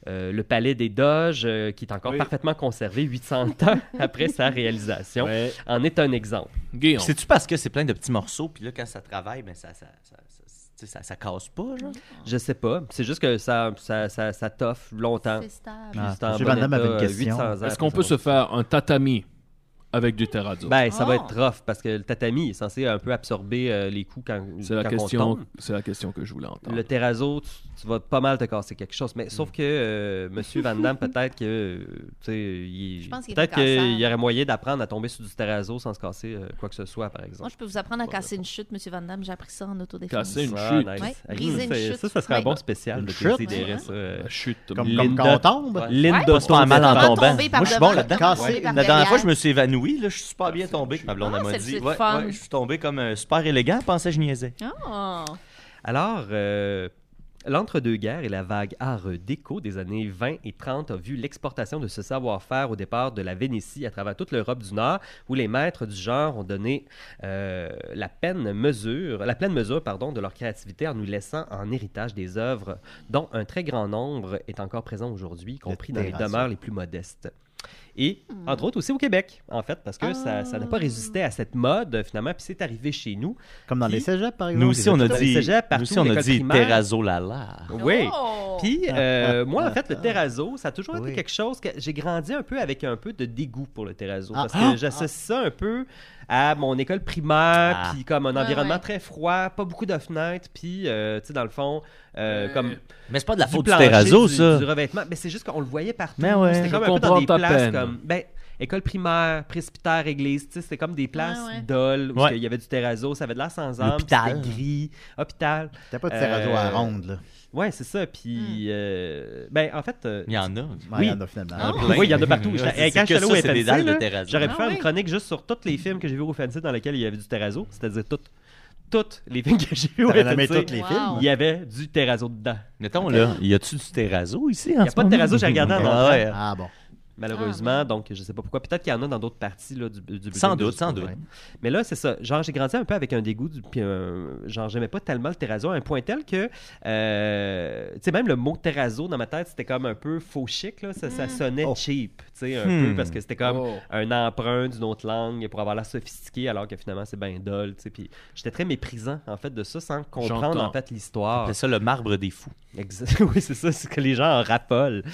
D: euh, le palais des Doges, euh, qui est encore
G: Oui.
D: parfaitement conservé 800 ans après sa réalisation, en est un exemple.
G: Guillaume.
C: C'est-tu parce que c'est plein de petits morceaux, puis là, quand ça travaille, ben ça, ça, ça, ça, tu sais, ça, ça casse pas, genre?
D: Je sais pas. C'est juste que ça, ça, ça, ça t'offre longtemps.
E: C'est stable.
B: Ah,
D: Puis c'est en
B: Monsieur
D: bon
B: Van Damme avait
D: état,
E: euh,
B: une question.
D: 800 ans
G: Est-ce qu'on
D: après
G: peut
D: ça.
G: se faire un tatami avec du terrazzo?
D: Ben, ça va
E: Ah.
D: être rough parce que le tatami est censé un peu absorber euh, les coups quand,
G: c'est la
D: quand on
G: question,
D: tombe.
G: c'est la question que je voulais entendre.
D: Le terrazzo, tu, tu vas pas mal te casser quelque chose. Mais
E: Mm.
D: sauf que euh, Monsieur Van Damme, peut-être que euh, tu sais, il-
E: Je pense qu'il est
D: peut-être
E: casseur.
D: qu'il y aurait moyen d'apprendre à tomber sur du terrazzo sans se casser euh, quoi que ce soit, par
E: Moi,
D: exemple.
E: je peux vous apprendre à casser une chute, M. Van Damme. J'ai appris ça en autodéfense.
G: Casser une
D: Ah,
G: chute.
D: nice.
E: Ouais,
D: Ah,
E: briser une
D: ça,
E: chute.
D: ça, ça serait un
E: Ouais.
D: bon spécial
B: Une
D: de
B: chute,
D: Décidérés,
E: ouais.
D: ça, euh,
G: La chute.
B: Comme, comme
D: Linda-
B: quand on tombe.
C: Ouais.
D: Linda
C: Pas se faire mal en
E: Comment
C: tombant.
E: tomber par
C: Moi, je suis
E: devant,
C: bon là-dedans.
B: Casser
C: Ouais.
E: par
C: La dernière
E: derrière.
C: fois, je me suis évanoui, là, je suis super bien tombé. Ma blonde
E: Ah,
C: elle m'a
E: c'est le
C: dit.
E: chute
C: Ouais,
E: fun.
C: ouais, je suis tombé comme euh, super élégant, je pensais que je niaisais.
E: Ah.
D: Alors, euh, l'entre-deux-guerres et la vague art déco des années 20 et 30 a vu l'exportation de ce savoir-faire au départ de la Vénétie à travers toute l'Europe du Nord, où les maîtres du genre ont donné euh, la, peine mesure, la pleine mesure pardon, de leur créativité en nous laissant en héritage des œuvres dont un très grand nombre est encore présent aujourd'hui, y compris dans les
B: terrazzo.
D: demeures les plus modestes. Et entre autres aussi au Québec, en fait, parce que ça ça n'a pas résisté à cette mode finalement, puis c'est arrivé chez nous.
B: Comme dans
D: Puis,
B: les cégeps, par exemple.
C: Nous aussi, on a
D: Dans les
C: dit,
D: cégeps,
C: nous
D: partout,
C: aussi, on a
D: l'école
C: dit
D: primaire.
C: terrazzo lala.
D: Oui.
E: Oh.
D: Puis, euh, moi, en fait, le
B: ah.
D: terrazzo, ça a toujours été
B: Oui.
D: quelque chose que j'ai grandi un peu avec un peu de dégoût pour le terrazzo.
B: Ah.
D: Parce que j'associe ça un peu à mon école primaire,
C: Ah.
D: puis comme un
E: Ouais,
D: environnement
E: ouais.
D: très froid, pas beaucoup de fenêtres, puis, euh, tu sais, dans le fond, euh, comme
C: Mais c'est pas de la faute du
D: plancher,
C: terrazzo,
D: du-
C: ça.
D: Du revêtement. Mais c'est juste qu'on le voyait partout.
C: Mais ouais,
D: C'était
G: je
D: comme un peu dans
G: comprends
D: des
G: ta
D: places
G: peine.
D: comme. Ben, École primaire, presbytère, église, tu sais, c'était comme des places
E: Ouais, ouais.
D: d'idoles où
C: Ouais.
D: il y avait du terrazzo, ça avait de l'air sans âme,
C: L'hôpital.
D: c'était gris, hôpital.
B: T'as pas de terrazzo à
D: Euh,
B: ronde, là.
D: Ouais, c'est ça.
E: Hmm.
D: Puis, euh, ben, en fait, euh,
C: Il y en a.
B: Ouais,
D: oui.
B: il y en a finalement.
E: Ah.
C: Plein.
D: Oui, il y en a partout.
C: C'est-
D: J'étais-
C: c'est
D: quand
C: que
D: j'étais allé au
C: ça, c'est des
D: FNC,
C: dalles de
D: là,
C: terrazzo.
D: J'aurais pu
E: Ah
D: faire
E: oui.
D: une chronique juste sur tous les films que j'ai vus au FNC dans lesquels il y avait du terrazzo, c'est-à-dire toutes. Toutes les films que j'ai vus au
B: T'aurais nommé
D: FNC,
B: tous les
E: Wow.
B: films.
D: il y avait du terrazzo dedans.
C: Mettons, là, y a-tu du terrazzo ici?
D: Il y a pas de terrazzo, j'ai regardé en
C: Ah ouais.
B: Ah bon.
E: Ah
D: Malheureusement, donc je sais pas pourquoi. Peut-être qu'il y en a dans d'autres parties là, du, du
C: Sans
D: building de
C: doute, sans
D: Jusqu'au-
C: doute.
D: Mais là, c'est ça. Genre, j'ai grandi un peu avec un dégoût, du, puis un- genre, j'aimais pas tellement le terrazzo à un point tel que, euh, tu sais, même le mot terrazzo dans ma tête, c'était comme un peu faux chic, là. Ça,
E: Hmm.
D: ça sonnait
B: Oh.
D: cheap, tu sais, un
C: Hmm.
D: peu, parce que c'était comme
G: Oh.
D: un emprunt d'une autre langue pour avoir l'air sophistiqué, alors que finalement, c'est ben dol, tu sais. Puis j'étais très méprisant, en fait, de ça, sans comprendre,
G: J'entends.
D: en fait, l'histoire.
C: C'est ça le marbre des fous.
D: Exa- oui, c'est ça, c'est que les gens en raffolent.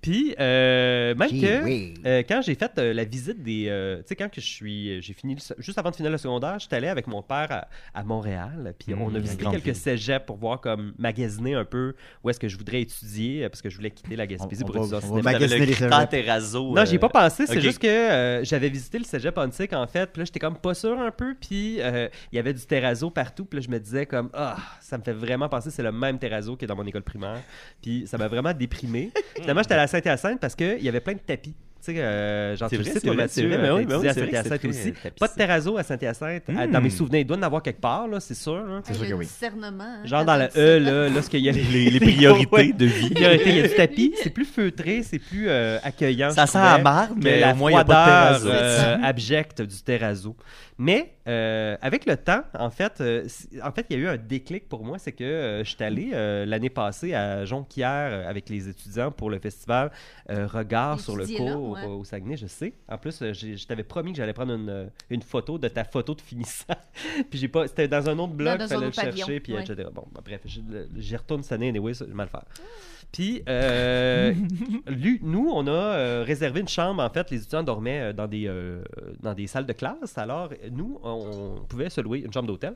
D: Puis, euh, même que. Euh, quand j'ai fait euh, la visite des. euh, tu sais, quand que je suis. euh, J'ai fini. le se- juste avant de finir le secondaire, j'étais allé avec mon père à, à Montréal. Puis
C: Mmh,
D: on a
C: la
D: visité
C: grande
D: quelques
C: ville.
D: cégeps pour voir, comme, magasiner un peu où est-ce que je voudrais étudier, euh, parce que je voulais quitter la Gaspésie
B: On- on
D: pour étudier
B: va-
D: en
B: on va
D: cinéma.
B: magasiner
C: T'avais le
B: les
C: critère
B: cégeps.
C: terrazzo.
D: Non, j'y ai pas pensé. C'est
C: euh, ok.
D: juste que euh, j'avais visité le cégep antique, en fait. Puis là, j'étais comme pas sûr un peu. Puis euh, il y avait du terrazzo partout. Puis là, je me disais comme, ah, ça me fait vraiment penser que c'est le même terrazzo qui est dans mon école primaire. Puis ça m'a vraiment déprimé. Finalement, j'étais allé à Saint-Hyacinthe parce qu'il y avait plein de tapis. Tu sais, euh, genre,
C: C'est
D: tu le
C: vrai,
D: sais,
C: c'est
D: toi,
C: vrai, c'est
D: Mathieu,
C: vrai, mais
D: euh,
C: oui,
D: t'as
C: mais oui,
D: étudié à
C: c'est vrai que c'est
D: Saint-Hyacinthe
C: très,
D: aussi.
C: euh, tapissé.
D: Pas de terrazzo à Saint-Hyacinthe. euh,
C: Hmm.
D: Dans mes souvenirs, il doit en avoir quelque part, là, c'est sûr. là.
B: C'est sûr que oui.
E: Discernement. hein,
D: Genre
E: quand
D: dans
E: on
D: le
E: dit
D: E,
E: ça.
D: là, lorsqu'il y a les,
C: Les, les priorités de vie.
D: il y a, il y a du tapis, c'est plus feutré, c'est plus euh, accueillant.
C: Ça
D: je
C: sent la
D: trouvais,
C: marde,
D: que
C: mais
D: la
C: au moins, il n'y a pas de
D: froideur,
C: terrazzo.
D: euh, abjecte du terrazzo. Mais euh, avec le temps, en fait, euh, c'est- en fait, il y a eu un déclic pour moi, c'est que euh, j'étais allé euh, l'année passée à Jonquière euh, avec les étudiants pour le festival euh, Regard
E: Et
D: sur
E: tu
D: le
E: dis
D: cours
E: là,
D: au-
E: ouais.
D: au, Saguenay, je sais. En plus, euh, j'ai- je t'avais promis que j'allais prendre une, euh, une photo de ta photo de finissant. puis j'ai pas, c'était dans un autre blog,
E: dans un
D: fallait le
E: autre pavillon,
D: chercher, puis
E: ouais. Ah.
D: etc. Bon, bah, bref, j'y- j'y retourne cette année, anyway, ça, je vais mal faire. Puis, euh, lui- nous, on a euh, réservé une chambre. En fait, les étudiants dormaient euh, dans des, euh, dans des salles de classe. Alors, nous, on, on pouvait se louer une chambre d'hôtel.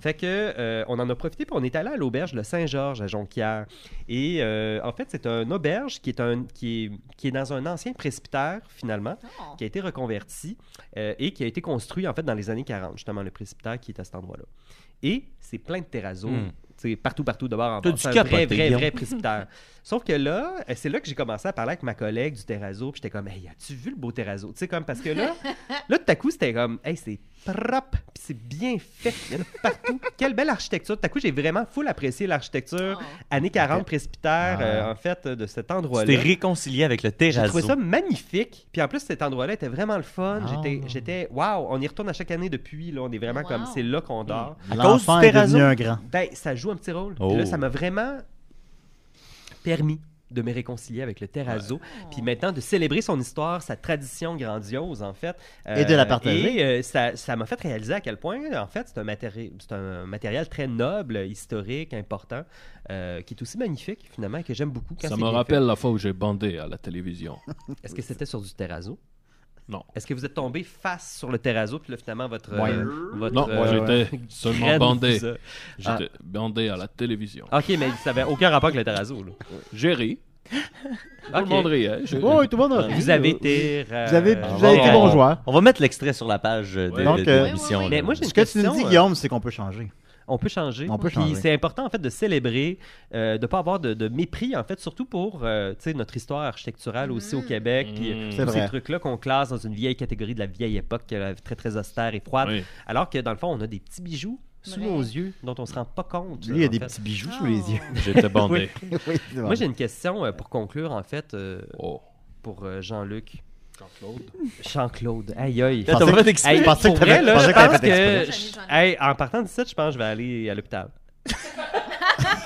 D: Fait que euh, on en a profité, puis on est allé à l'auberge Le Saint-Georges à Jonquière. Et euh, en fait, c'est une auberge qui est, un, qui, est, qui est dans un ancien presbytère. presbytère, finalement,
E: Oh.
D: qui a été reconverti euh, et qui a été construit, en fait, dans les années 40, justement, le presbytère qui est à cet endroit-là. Et c'est plein de terrazos.
C: Hmm.
D: tu sais, partout, partout, d'abord en
C: T'as
D: bas.
C: du
D: C'est un
C: capoté,
D: vrai, vrai,
C: Guillaume.
D: vrai presbytère. Sauf que là, euh, c'est là que j'ai commencé à parler avec ma collègue du terrazzo. Puis j'étais comme, hey, as-tu vu le beau terrazzo? Tu sais, comme, parce que là, là, tout à coup, c'était comme, hey, c'est propre, puis c'est bien fait. Il y en a partout. Quelle belle architecture. Tout à coup, j'ai vraiment full apprécié l'architecture
E: Oh.
D: années 40 presbytère,
C: Ah.
D: euh, en fait, de cet
C: Tu
D: endroit-là.
C: t'es réconcilié avec le
D: J'ai
C: terrazzo.
D: trouvé ça magnifique. Puis en plus, cet endroit-là était vraiment le fun.
B: Ah.
D: J'étais, j'étais, waouh, on y retourne à chaque année depuis. Là, on est vraiment
E: Wow.
D: comme, c'est là qu'on dort.
C: cause du
B: L'enfant est
C: terrazzo.
B: devenu un grand.
D: Ben, ça joue un petit rôle. Puis
C: Oh.
D: là, ça m'a vraiment permis de me réconcilier avec le terrazzo. Puis maintenant, de célébrer son histoire, sa tradition grandiose, en fait.
B: Et de la partager.
D: Et euh, ça ça m'a fait réaliser à quel point, en fait, c'est un, matéri- c'est un matériel très noble, historique, important, euh, qui est aussi magnifique, finalement, et que j'aime beaucoup. Quand
G: Ça
D: c'est
G: me
D: bien fait.
G: rappelle la fois où j'ai bandé à la télévision.
D: Est-ce que c'était sur du terrazzo?
G: Non.
D: Est-ce que vous êtes tombé face sur le terrazzo, puis là, finalement, votre...
B: Ouais.
D: euh, votre
G: Non,
D: euh,
G: j'étais
D: graine
G: seulement
D: vous
G: bandé.
D: a-
G: J'étais
D: Ah.
G: bandé à la télévision.
D: OK, mais ça n'avait aucun rapport avec le terrazzo, là.
G: J'ai ri. Tout le
D: Ok.
G: monde riait. J'ai ri.
B: Oh, et tout le monde a ri.
D: Vous avez été...
B: Vous avez,
D: euh,
B: vous avez été
C: ouais.
B: bon joueur.
C: On va mettre l'extrait sur la page euh, de,
G: Ouais.
B: Donc,
C: de- de
B: euh,
C: l'émission,
E: Oui,
C: là.
E: oui, oui.
D: Mais moi, j'ai une
B: Ce que tu nous
D: question,
B: dis,
D: euh,
B: Guillaume, c'est qu'on peut changer.
D: On peut changer.
B: On peut
D: Puis
B: changer.
D: c'est important, en fait, de célébrer, euh, de ne pas avoir de, de mépris, en fait, surtout pour euh, tu sais, notre histoire architecturale aussi au Québec. Puis
G: Mm.
D: tous
B: C'est vrai.
D: ces trucs-là qu'on classe dans une vieille catégorie de la vieille époque, euh, très, très austère et froide.
G: Oui.
D: Alors que, dans le fond, on a des petits bijoux sous
E: Vrai.
D: nos yeux dont on ne se rend pas compte.
B: Lui,
D: là,
B: il y a
D: en
B: des
D: fait.
B: petits
E: Oh.
B: bijoux sous les
E: Ah,
B: yeux.
G: J'étais bandé.
B: Oui, c'est vrai.
D: Moi, j'ai une question euh, pour conclure, en fait, euh,
G: Oh.
D: pour euh, Jean-Luc. Jean-Claude. Aïe, aïe.
C: Là, t'as
B: pensais-
C: pas d'extrait.
D: Hey,
B: Je pensais
D: pour
B: que t'avais-
D: vrai,
B: je
D: là,
B: pensais
D: je
B: que t'avais
D: pense
B: fait exprès.
D: que... Hey, en partant d'ici, je pense que je vais aller à l'hôpital.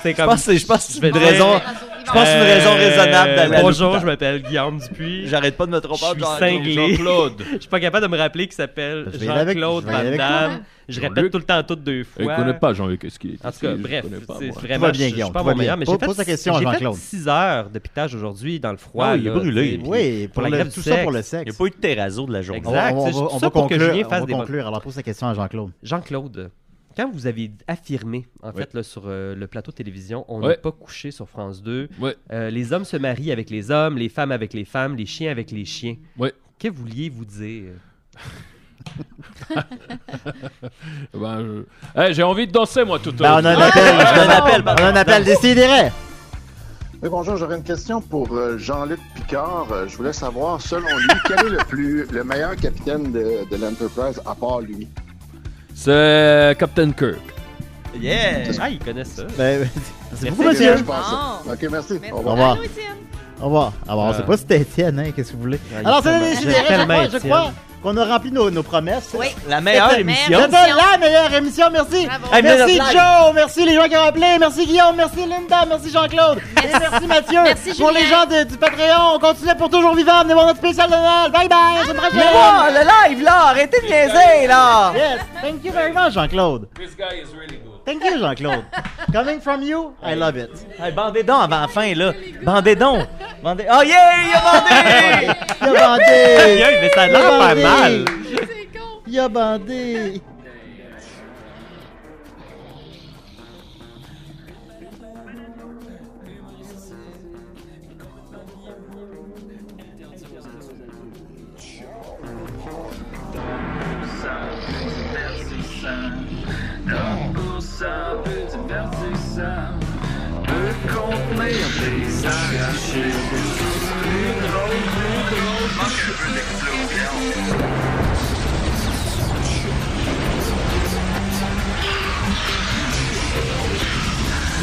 D: C'est
C: Je
D: comme...
C: pense que c'est- je pense que c'est une
D: vais dire-
C: raison. Je pense que c'est une raison raisonnable d'aller à
D: Bonjour,
C: l'hôpital.
D: je m'appelle Guillaume Dupuis.
C: J'arrête pas de me tromper.
D: Je suis
C: genre,
D: cinglé.
G: Jean-Claude.
D: Je suis pas capable de me rappeler qu'il s'appelle
B: Je vais y aller avec-
D: Jean-Claude
B: je vais y aller
D: Van
B: avec
D: Damme. Je répète
G: Jean-Luc.
D: tout le temps toutes deux fois.
G: Je ne connais pas Jean-Luc Esquier.
D: En tout cas,
G: Je
D: bref,
G: connais pas,
D: c'est
G: moi.
D: vraiment.
B: bien,
D: je- je suis
B: Guillaume,
D: pas
B: tout va
D: mon meilleur,
B: bien.
D: mais
B: Pose-
D: j'ai fait,
B: pose ta question à
D: j'ai fait
B: Jean-Claude.
D: 6 heures de pitage aujourd'hui dans le froid.
C: Ah, il est
D: là,
C: brûlé.
D: tu sais, puis-
B: Oui,
D: pour
B: pour
D: la
B: le,
D: grève
B: tout
D: du
B: ça pour le
D: sexe.
C: Il
B: sexe.
C: n'y a pas eu de terrazzo de la journée.
B: On,
D: Exact.
B: on- on
D: c'est
B: va,
D: juste
B: on
D: ça
B: va
D: pour que
B: conclure,
D: Julien
B: on
D: fasse
B: va
D: des bonnes-
B: conclure. Alors, pose la question à Jean-Claude.
D: Jean-Claude, quand vous avez affirmé, en fait, là, sur euh, le plateau de télévision, on n'est
G: Ouais.
D: pas couché sur France 2,
G: Ouais.
D: euh, les hommes se marient avec les hommes, les femmes avec les femmes, les chiens avec les chiens.
G: Ouais.
D: Que vouliez-vous dire?
G: Ben, je- Hey, j'ai envie de danser, moi, tout à
B: Ben, on a un
D: Ah,
B: appel, on a un appel, on a un appel, décidérez.
I: Oui, bonjour, j'aurais une question pour euh, Jean-Luc Picard. Euh, je voulais savoir, selon lui, quel est le plus le meilleur capitaine de, de l'Enterprise à part lui?
G: C'est Captain Kirk.
C: Yeah!
D: Ah, ils connaissent ça.
B: Ben, c'est beaucoup,
I: C'est
B: monsieur.
I: ça, je pense.
E: Non.
I: OK, merci. Au
E: Merci.
I: revoir.
B: revoir.
E: Allô, Étienne.
B: Au revoir. Alors, on
D: Euh.
B: sait pas si c'était Étienne, hein, qu'est-ce que vous voulez. Alors, c'est
D: tellement-
B: les
D: j'aime
B: décidérés, je
D: tellement
B: crois, je
D: Étienne.
B: crois qu'on a rempli nos, nos promesses.
E: Oui.
C: La meilleure
B: C'était-
C: émission.
E: Merde.
B: C'était la meilleure émission, merci.
E: Bravo.
C: Hey, mais
B: merci
C: notre live.
B: Joe, merci les gens qui ont appelé, merci Guillaume, merci Linda, merci Jean-Claude, et merci Mathieu.
E: Merci,
B: pour
E: Julien.
B: les gens de- du Patreon, on continue pour toujours vivant, venez voir notre spécial de Noël. Bye bye, à la semaine
C: Mais
B: prochaine.
C: là, le live, là! Arrêtez de niaiser, là!
B: Yes, thank you very much, Jean-Claude.
G: This guy is really good.
B: Thank you, Jean-Claude. Coming from you, I love it.
C: Hey, bandez donc avant la fin, là! Bandez donc! Bandez... Oh yeah! Il a bandé!
B: Il a bandé!
C: mais ça a
B: Il a
C: l'air pas
B: bandé!
C: mal!
E: C'est con.
B: Il a bandé!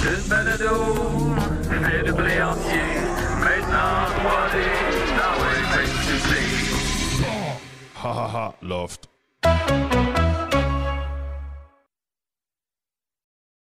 A: Une balado fait de blé entier, maintenant 3D, Now we face to face.
G: Ha ha ha, loved.